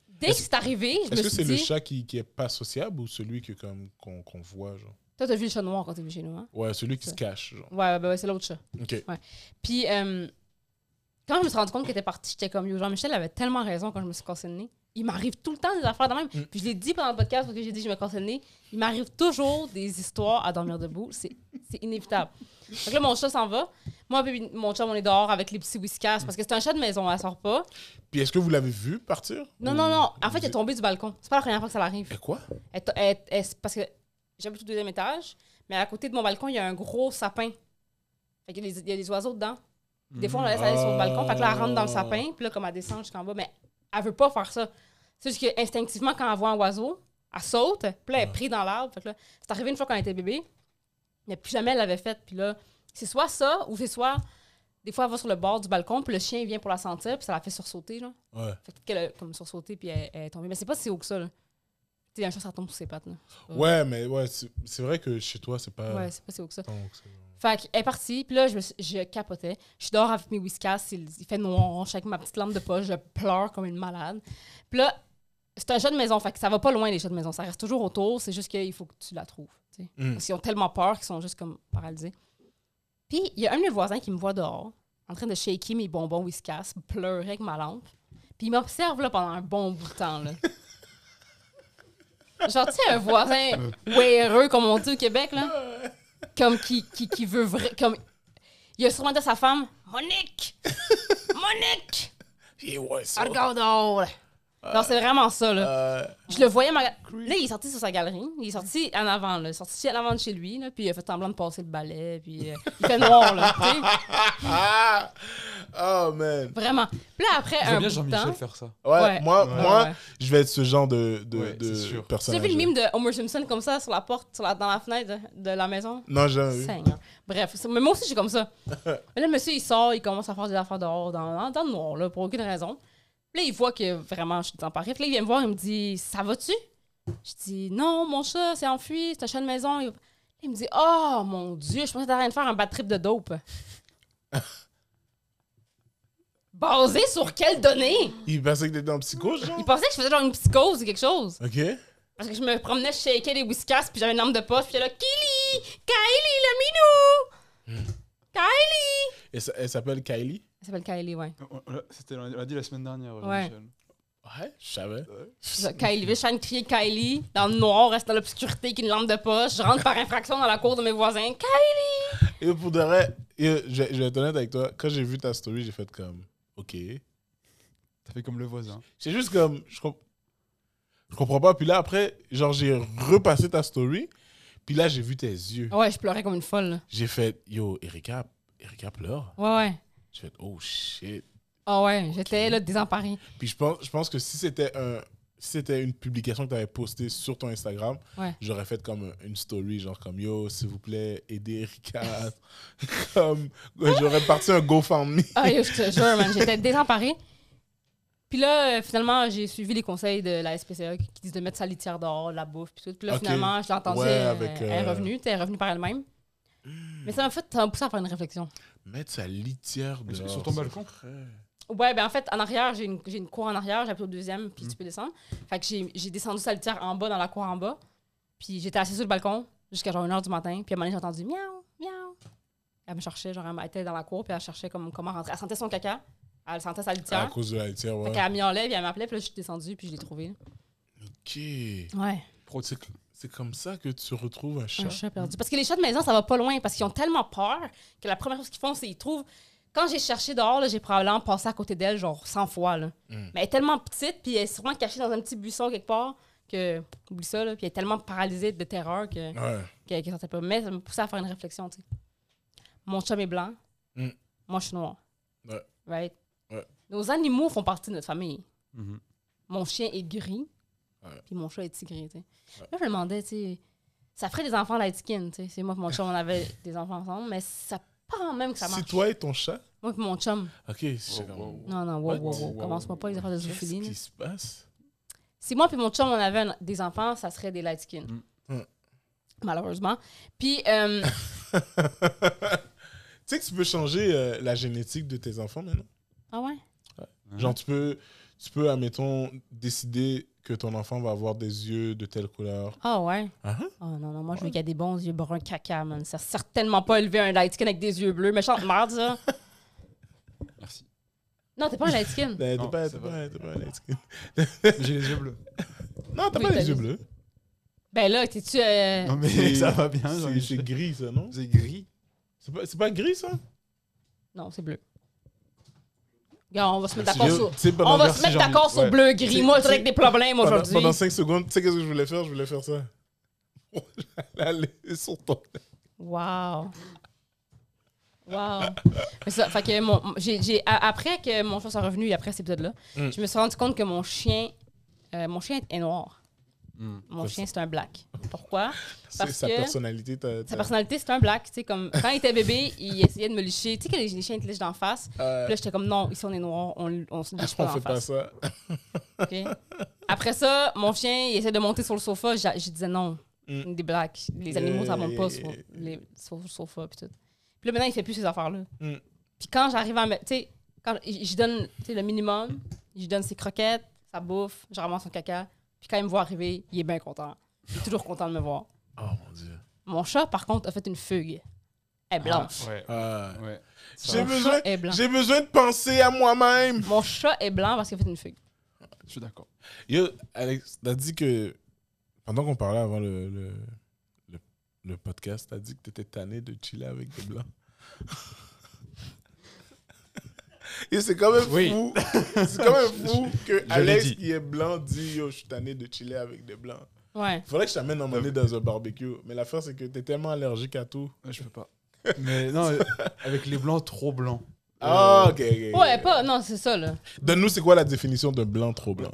Speaker 3: dès
Speaker 2: Est-ce-
Speaker 3: que c'est arrivé, je me
Speaker 2: Est-ce que
Speaker 3: suis
Speaker 2: c'est le
Speaker 3: dit...
Speaker 2: chat qui, qui est pas sociable ou celui que, comme, qu'on, qu'on voit, genre?
Speaker 3: Toi, t'as vu le chat noir quand t'es venu chez nous, hein?
Speaker 2: Ouais, celui qui
Speaker 3: Ça.
Speaker 2: se cache, genre.
Speaker 3: Ouais, ben ouais, ouais, c'est l'autre chat.
Speaker 2: OK.
Speaker 3: Puis, euh, quand je me suis rendu compte qu'elle était partie, j'étais comme, yo, Jean-Michel avait tellement raison quand je me suis cassé le nez. Il m'arrive tout le temps des affaires de même.
Speaker 2: Mm.
Speaker 3: Puis je l'ai dit pendant le podcast parce que j'ai dit que je me cassais le nez. Il m'arrive toujours des histoires à dormir debout. C'est c'est inévitable. Donc là, mon chat s'en va. Moi, puis mon chat, on est dehors avec les petits whiskas parce que c'est un chat de maison, elle sort pas.
Speaker 2: Puis est-ce que vous l'avez vu partir?
Speaker 3: Non,
Speaker 2: Ou-
Speaker 3: non, non. En
Speaker 2: vous
Speaker 3: fait, elle est
Speaker 2: dites-
Speaker 3: tombée du balcon. C'est pas la première fois que ça l'arrive.
Speaker 2: Eh, quoi?
Speaker 3: Elle to- elle- elle- c'est parce que j'habite au deuxième étage, mais à côté de mon balcon, il y a un gros sapin. Fait qu'il y a des- il y a des oiseaux dedans. Des
Speaker 1: Mmh.
Speaker 3: fois, on la laisse aller sur le balcon. Fait que là, elle rentre dans le sapin, puis là, comme elle descend jusqu'en bas, mais elle veut pas faire ça. C'est juste que instinctivement, quand elle voit un oiseau, elle saute, puis là, elle est
Speaker 2: Ouais.
Speaker 3: prise dans l'arbre. Fait que là, c'est arrivé une fois quand elle était bébé, mais plus jamais elle l'avait fait. Puis là, c'est soit ça, ou c'est soit, des fois, elle va sur le bord du balcon, puis le chien vient pour la sentir, puis ça la fait sursauter, genre.
Speaker 2: Ouais.
Speaker 3: Fait que peut-être qu'elle a comme sursauté, puis elle, elle est tombée. Mais c'est pas si haut que ça, là. Tu sais, un chat, ça tombe sous ses pattes, là. Ouais.
Speaker 2: Ouais, mais ouais, c'est, c'est vrai que chez toi, c'est pas...
Speaker 3: Ouais, c'est pas si haut que ça.
Speaker 2: tant que ça.
Speaker 3: Fait qu'elle est partie, puis là, je, me suis- je capotais. Je dors avec mes whiskas, il, il fait noir, je suis avec ma petite lampe de poche, je pleure comme une malade. Puis là, c'est un chat de maison, fait que ça va pas loin, les chats de maison. Ça reste toujours autour, c'est juste qu'il faut que tu la trouves. tu sais.
Speaker 2: Mm.
Speaker 3: Parce qu'ils ont tellement peur qu'ils sont juste comme paralysés. Puis, il y a un de mes voisins qui me voit dehors, en train de shaker mes bonbons whiskas, pleurer avec ma lampe. Puis, il m'observe là, pendant un bon bout de temps. Là. Genre, tu sais, un voisin heureux comme on dit au Québec, là comme qui, qui, qui veut vrai, comme il a sûrement dit à sa femme Monique Monique
Speaker 2: Et ouais, ça.
Speaker 3: Ah, regarde dehors là. non c'est vraiment ça là
Speaker 2: Ah. Euh,
Speaker 3: je le voyais ma... là il est sorti sur sa galerie il est sorti en avant là il est sorti en avant de chez lui là, puis il a fait semblant de passer le balai puis euh, il fait noir là tu sais.
Speaker 2: ah! Oh, man.
Speaker 3: vraiment puis là après
Speaker 1: Je vois
Speaker 3: un
Speaker 1: bien
Speaker 3: bout de temps
Speaker 1: Jean-Michel faire ça.
Speaker 2: Ouais,
Speaker 3: Ouais.
Speaker 2: moi,
Speaker 1: Ouais.
Speaker 2: moi
Speaker 3: Ouais.
Speaker 2: je vais être ce genre de, de,
Speaker 1: Ouais,
Speaker 2: de
Speaker 1: c'est sûr.
Speaker 3: tu as
Speaker 2: personnage.
Speaker 3: vu le mime de Homer Simpson comme ça sur la porte sur la- dans la fenêtre de, de la maison
Speaker 2: Non, j'ai jamais vu.
Speaker 3: Seigneur. Bref, c'est- mais moi aussi, je suis comme ça. Mais là, le monsieur, il sort, il commence à faire des affaires dehors, dans, dans- dans le noir, là, pour aucune raison. Puis là, il voit que vraiment, je suis désemparée. Puis là, il vient me voir, il me dit Ça va-tu Je dis Non, mon chat s'est enfui, c'est un chat de maison. Il, il me dit Oh mon Dieu, je pensais que t'as rien de faire un bad trip de dope. Basé sur quelles données
Speaker 2: Il pensait que t'étais en psycho,
Speaker 3: Il
Speaker 2: genre?
Speaker 3: pensait que je faisais genre une psychose ou quelque chose.
Speaker 2: OK.
Speaker 3: Parce que je me promenais, je shakeais les whiskas, puis j'avais une lampe de poche, puis j'étais là Kylie Kylie, le minou Kylie
Speaker 2: Elle, s- elle s'appelle Kylie?
Speaker 3: Elle s'appelle Kylie, ouais.
Speaker 1: Euh, On, on l'a- c'était- on l'a dit la semaine dernière,
Speaker 3: Ouais.
Speaker 1: Jean-Michel.
Speaker 2: Ouais, je savais.
Speaker 3: C'est ça, Kylie, je suis en train de crier Kylie dans le noir, reste dans l'obscurité avec une lampe de poche. Je rentre par infraction dans la cour de mes voisins. Kylie!
Speaker 2: Et pour de vrai, et je, je vais être honnête avec toi, quand j'ai vu ta story, j'ai fait comme, ok. C'est
Speaker 1: T'as fait comme le voisin.
Speaker 2: juste comme, je, comp- je comprends pas. Puis là, après, genre, j'ai repassé ta story. Puis là, j'ai vu tes yeux.
Speaker 3: Ah Ouais, je pleurais comme une folle. là.
Speaker 2: J'ai fait, yo, Erika, Erika pleure.
Speaker 3: Ouais, ouais.
Speaker 2: J'ai fait, oh shit.
Speaker 3: Ah ouais, j'étais là désemparée.
Speaker 2: Puis je pense, je pense que si c'était un, si c'était une publication que tu avais postée sur ton Instagram,
Speaker 3: Ouais.
Speaker 2: j'aurais fait comme une story, genre comme yo, s'il vous plaît, aidez Erika. [LAUGHS] comme, j'aurais parti un GoFundMe.
Speaker 3: Ah, yo, je te jure, man, j'étais désemparée. Puis là, euh, finalement, j'ai suivi les conseils de la SPCA E qui disent de mettre sa litière dehors, la bouffe, puis tout. Puis là,
Speaker 2: Ok.
Speaker 3: finalement, je l'ai entendue,
Speaker 2: Ouais,
Speaker 3: euh,
Speaker 2: avec,
Speaker 3: elle est
Speaker 2: euh,
Speaker 3: revenue, tu sais, elle est revenue par elle-même. Mais ça m'a fait, ça m'a poussé à faire une réflexion.
Speaker 2: Mettre sa litière
Speaker 1: Mais sur-
Speaker 2: dehors,
Speaker 1: sur ton
Speaker 2: ça.
Speaker 1: balcon
Speaker 3: Ouais, ben en fait, en arrière, j'ai une, j'ai une cour en arrière, j'appuie au deuxième, puis
Speaker 2: Mm.
Speaker 3: tu peux descendre. Fait que j'ai j'ai descendu sa litière en bas, dans la cour en bas. Puis j'étais assise sur le balcon jusqu'à genre 1h du matin. Puis à un moment donné, j'ai entendu miaou, miaou. Elle me cherchait, genre elle était dans la cour, puis elle cherchait comme, comment rentrer. Elle sentait son caca, elle sentait sa
Speaker 2: À
Speaker 3: litière.
Speaker 2: cause de la litière,
Speaker 3: Fait
Speaker 2: ouais.
Speaker 3: qu'elle miaulait, puis elle m'appelait, puis là, je suis descendue, puis je l'ai trouvée.
Speaker 2: Ok.
Speaker 3: Ouais,
Speaker 1: Pro
Speaker 2: C'est, c'est comme ça que tu retrouves un chat.
Speaker 3: un chat perdu. Parce que les chats de maison, ça va pas loin, parce qu'ils ont tellement peur que la première chose qu'ils font, c'est qu'ils trouvent. Quand j'ai cherché dehors, là, j'ai probablement passé à côté d'elle, genre 100 fois. Là.
Speaker 2: Mm.
Speaker 3: Mais elle est tellement petite, puis elle est sûrement cachée dans un petit buisson quelque part, que. Oublie ça, là. Puis elle est tellement paralysée de terreur que.
Speaker 2: Ouais.
Speaker 3: que- qu'elle sortait pas. Mais ça me poussait à faire une réflexion, tu sais. Mon chum est blanc.
Speaker 2: Mm.
Speaker 3: Moi, je suis noir.
Speaker 2: Ouais.
Speaker 3: Right?
Speaker 2: Ouais.
Speaker 3: Nos animaux font partie de notre famille.
Speaker 1: Mhm.
Speaker 3: Mon chien est gris,
Speaker 2: Ouais.
Speaker 3: puis mon chat est tigré, tu sais.
Speaker 2: Ouais.
Speaker 3: Là,
Speaker 2: [LAUGHS]
Speaker 3: je me demandais, tu sais, ça ferait des enfants light skin, tu sais. C'est moi et mon chat, on avait des enfants ensemble, mais ça parents même que ça
Speaker 2: Si
Speaker 3: marche.
Speaker 2: toi et ton chat.
Speaker 3: Moi pis mon chum.
Speaker 2: Ok, c'est comme.
Speaker 3: Non, non, wow,
Speaker 2: What?
Speaker 3: wow, wow.
Speaker 1: Oh, Wow,
Speaker 3: Commence-moi pas les affaires de
Speaker 2: Qu'est-ce
Speaker 3: zoophilie. là.
Speaker 2: qui se passe?
Speaker 3: Si moi puis mon chum, on avait un- des enfants, ça serait des light skin.
Speaker 1: Mm.
Speaker 2: Mm.
Speaker 3: Malheureusement. Puis, euh, [COUGHS]
Speaker 2: Tu sais que tu peux changer euh, la génétique de tes enfants maintenant?
Speaker 3: ah ouais?
Speaker 2: Genre, tu peux, tu peux, admettons, décider que ton enfant va avoir des yeux de telle couleur.
Speaker 3: Ah ouais?
Speaker 2: Ah,
Speaker 3: Oh non, non, moi je veux qu'il y a des bons yeux bruns caca, man. Ça a certainement pas élevé un light skin avec des yeux bleus. Méchante merde, ça.
Speaker 1: Merci. [LAUGHS]
Speaker 3: Non, t'es pas un light
Speaker 2: [LAUGHS]
Speaker 3: skin.
Speaker 2: T'as
Speaker 1: Non,
Speaker 2: Ben, pas,
Speaker 1: c'est
Speaker 2: t'as
Speaker 1: vrai.
Speaker 2: pas, t'as pas les yeux-
Speaker 1: Mais J'ai les yeux bleus.
Speaker 2: Non, t'as
Speaker 3: Oui,
Speaker 2: pas
Speaker 3: t'as
Speaker 2: les yeux
Speaker 3: les-
Speaker 2: bleus.
Speaker 3: Ben là, t'es-tu. euh,
Speaker 1: Non,
Speaker 2: C'est-
Speaker 1: mais ça va bien.
Speaker 2: C'est-
Speaker 1: j'en ai-
Speaker 2: C'est gris, ça, non?
Speaker 1: C'est gris.
Speaker 2: C'est pas, c'est pas gris, ça?
Speaker 3: Non, c'est bleu. Regarde, on va se mettre
Speaker 2: Merci, Léo.
Speaker 3: d'accord sur.
Speaker 2: Tu sais, pendant-
Speaker 3: On va se
Speaker 2: merci,
Speaker 3: mettre
Speaker 2: Jean-Mi.
Speaker 3: d'accord sur
Speaker 2: Ouais.
Speaker 3: bleu gris.
Speaker 2: C'est-
Speaker 3: Moi, j'ai
Speaker 2: c'est-
Speaker 3: avec des problèmes
Speaker 2: Pendant,
Speaker 3: aujourd'hui.
Speaker 2: pendant 5 secondes, tu sais qu'est-ce que je voulais faire? Je voulais faire ça. [LAUGHS] J'allais aller sur ton...
Speaker 3: Wow. Wow. Mais ça, fait que mon, j'ai, j'ai- a- après que mon chien soit revenu, et après cet épisode-là,
Speaker 2: Mm.
Speaker 3: je me suis rendu compte que mon chien, euh, mon chien est noir.
Speaker 1: Mm.
Speaker 3: Mon
Speaker 2: Parce-
Speaker 3: chien, c'est un black. Pourquoi?
Speaker 2: C'est
Speaker 3: Parce
Speaker 2: sa
Speaker 3: que-
Speaker 2: personnalité. t'as-
Speaker 3: Sa
Speaker 2: t'as-
Speaker 3: personnalité, c'est un black. Tu sais, comme quand il était bébé, il essayait de me licher. Tu sais, que les, les chiens, ils te lichent d'en face.
Speaker 2: Euh,
Speaker 3: Puis là, j'étais comme, non, ici, on est noir, on, on se liche
Speaker 2: Ah,
Speaker 3: pas
Speaker 2: on
Speaker 3: d'en
Speaker 2: fait pas
Speaker 3: face.
Speaker 2: ça.
Speaker 3: OK? Après ça, mon chien, il essaie de monter sur le sofa. Je, je disais non.
Speaker 2: Mm. Euh.
Speaker 3: on est Des blacks. Les animaux, ça monte pas sur,
Speaker 2: Yeah.
Speaker 3: les, sur le sofa. Puis tout. Puis là, maintenant, il fait plus ces affaires-là.
Speaker 2: Mm.
Speaker 3: Puis quand j'arrive à mettre. Tu sais, quand je je donne tu sais, le minimum, je donne ses croquettes, sa bouffe, je ramasse son caca. Puis quand il me voit arriver, il est bien content. Il est toujours content de me voir.
Speaker 2: Oh mon dieu.
Speaker 3: Mon chat, par contre, a fait une fugue. Elle est blanche.
Speaker 1: Ouais.
Speaker 2: Ah.
Speaker 1: ouais.
Speaker 2: J'ai
Speaker 1: Ça va.
Speaker 3: Mon
Speaker 2: besoin,
Speaker 3: chat est blanc.
Speaker 2: j'ai besoin de penser à moi-même.
Speaker 3: Mon chat est blanc parce qu'il a fait une fugue.
Speaker 1: Je suis d'accord.
Speaker 2: Yo, Alex, t'as dit que. Pendant qu'on parlait avant le, le, le, le podcast, t'as dit que t'étais tanné de chiller avec des blancs. [LAUGHS] Et c'est quand même
Speaker 1: Oui.
Speaker 2: fou. C'est quand même [LAUGHS] fou que
Speaker 1: l'ai
Speaker 2: Alex,
Speaker 1: dit.
Speaker 2: qui est blanc, dit Yo, je suis tanné de chiller avec des blancs.
Speaker 3: Ouais.
Speaker 2: Faudrait que je t'amène en monnaie dans un barbecue. Mais l'affaire, c'est que t'es tellement allergique à tout.
Speaker 1: Ouais, Je peux [LAUGHS] pas. Mais non, euh, avec les blancs trop blancs.
Speaker 2: Ah, ok, ok, ok.
Speaker 3: Ouais, pas. Non, c'est ça, là.
Speaker 2: Donne-nous, c'est quoi la définition de blanc trop blanc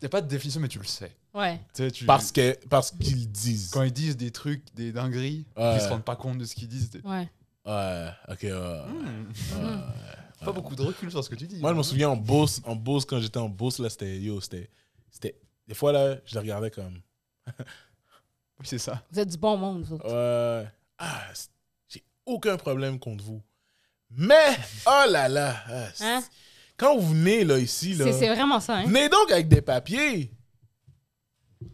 Speaker 1: Il a pas de définition, mais tu le sais.
Speaker 3: Ouais.
Speaker 1: Tu sais, tu-
Speaker 2: Parce que- parce qu'ils disent.
Speaker 1: Quand ils disent des trucs, des dingueries,
Speaker 2: Ouais.
Speaker 1: ils se rendent pas compte de ce qu'ils disent. t'es-
Speaker 3: Ouais. Mm.
Speaker 2: Ouais, ok, ouais.
Speaker 1: Hmm.
Speaker 2: ouais.
Speaker 1: Pas beaucoup de recul sur ce que tu dis.
Speaker 2: Moi, je me souviens en Beauce, en Beauce, quand j'étais en Beauce, là, c'était, yo, c'était, c'était, des fois, là, je les regardais comme,
Speaker 1: Oui, c'est ça.
Speaker 3: Vous êtes du bon monde, vous autres.
Speaker 2: ouais, ah, c'est- j'ai aucun problème contre vous. Mais, oh là là, ah, c'est-
Speaker 3: Hein?
Speaker 2: quand vous venez, là, ici, là,
Speaker 3: C'est c'est vraiment ça, hein?
Speaker 2: venez donc avec des papiers.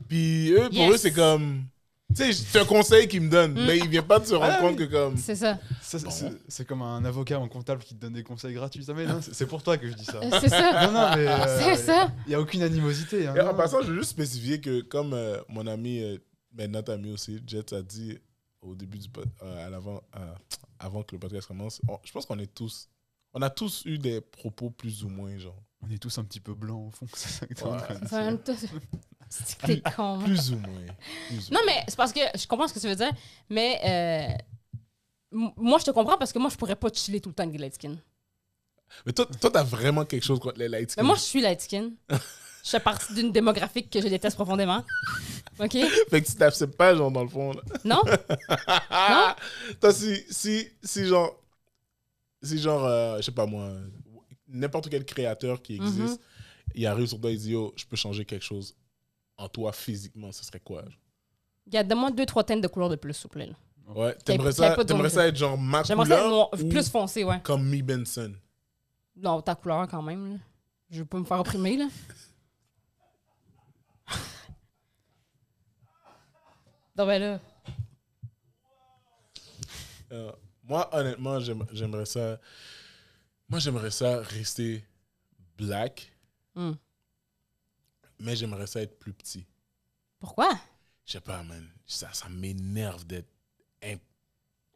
Speaker 2: Puis eux, pour
Speaker 3: Yes. Mm.
Speaker 2: eux, c'est comme, tu sais, c'est un conseil qu'ils me donnent, mais ils viennent pas de se rendre
Speaker 1: Ah,
Speaker 2: compte
Speaker 1: oui.
Speaker 2: que comme,
Speaker 3: C'est ça.
Speaker 1: Ça,
Speaker 2: Bon.
Speaker 1: c'est- C'est comme un avocat ou un comptable qui te donne des conseils gratuits. Ça, mais non, c'est c'est pour toi que je dis ça.
Speaker 3: Euh, [LAUGHS] C'est ça.
Speaker 1: Non, non, mais.
Speaker 3: [LAUGHS]
Speaker 1: euh,
Speaker 3: C'est ça.
Speaker 2: Euh,
Speaker 1: Il n'y a aucune animosité.
Speaker 3: Ah
Speaker 1: hein,
Speaker 2: Et en
Speaker 1: non.
Speaker 2: passant, je veux juste spécifier que comme euh, mon ami, euh, mais notre ami aussi, Jet, a dit au début du pod- euh, à l'avant, euh, avant que le podcast commence, on- je pense qu'on est tous, on a tous eu des propos plus ou moins genre,
Speaker 1: On est tous un petit peu blancs au fond. [LAUGHS] c'est ça que t'es en
Speaker 2: Ouais.
Speaker 1: train de
Speaker 3: Ça
Speaker 1: dire.
Speaker 3: me touche. C'est que t'es con. hein.
Speaker 2: plus ou moins. plus ou
Speaker 3: Non, mais c'est parce que je comprends ce que tu veux dire, mais euh, m- moi, je te comprends parce que moi, je pourrais pas chiller tout le temps avec des light skin.
Speaker 2: moins. Mais toi, toi, t'as vraiment quelque chose contre les light
Speaker 3: Mais
Speaker 2: skin.
Speaker 3: moi, je suis light skin. Je fais partie d'une démographique que je déteste profondément. OK?
Speaker 2: fait que tu t'acceptes pas genre dans le fond. là.
Speaker 3: Non?
Speaker 2: Ah! Toi, si, si, si genre, si genre, euh, je sais pas moi, n'importe quel créateur
Speaker 3: Mhm.
Speaker 2: qui existe, il arrive sur toi et dit, yo, je peux changer quelque chose en toi physiquement, ce serait quoi?
Speaker 3: Regarde, donne-moi deux, trois teintes de couleur de plus, s'il vous plaît. là.
Speaker 2: Ouais, t'aimerais
Speaker 3: qu'il y ait
Speaker 2: ça,
Speaker 3: pas de
Speaker 2: t'aimerais
Speaker 3: danger.
Speaker 2: ça être genre ma
Speaker 3: J'aimerais ça être noir-
Speaker 2: couleur ou
Speaker 3: plus foncé, ouais.
Speaker 2: comme Mi Benson.
Speaker 3: Non, ta couleur quand même. Là. Je veux pas me faire opprimer, là. [LAUGHS] non, ben là.
Speaker 2: Euh, moi, honnêtement, j'aime- j'aimerais ça... Moi, j'aimerais ça rester black,
Speaker 3: Hmm.
Speaker 2: mais j'aimerais ça être plus petit.
Speaker 3: Pourquoi?
Speaker 2: Je sais pas, man. Ça, ça m'énerve d'être imp-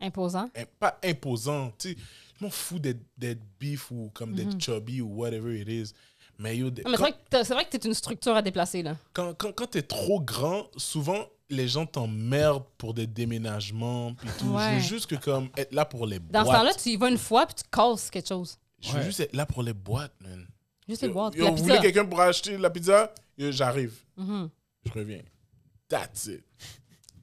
Speaker 3: Imposant.
Speaker 2: im- pas imposant. Tu sais, je m'en fous d'être d'être beef ou comme d'être chubby ou whatever it is. Mais yo, des-
Speaker 3: Mhm. Non, mais
Speaker 2: quand,
Speaker 3: c'est vrai que t'as- c'est vrai que t'es une structure à déplacer, là.
Speaker 2: quand, quand, quand t'es trop grand, souvent les gens t'emmerdent pour des déménagements puis tout. Je
Speaker 3: Ouais.
Speaker 2: veux juste que comme être là pour les
Speaker 3: Dans
Speaker 2: boîtes.
Speaker 3: ce temps-là, tu y vas une fois puis tu casses quelque chose.
Speaker 2: Je veux
Speaker 1: Ouais.
Speaker 2: juste être là pour les boîtes, man.
Speaker 3: Juste les
Speaker 2: Yo,
Speaker 3: boîtes. puis
Speaker 2: yo,
Speaker 3: La
Speaker 2: vous
Speaker 3: pizza.
Speaker 2: voulez quelqu'un pour acheter la pizza? Yo, J'arrive,
Speaker 3: Mhm.
Speaker 2: je reviens. That's it.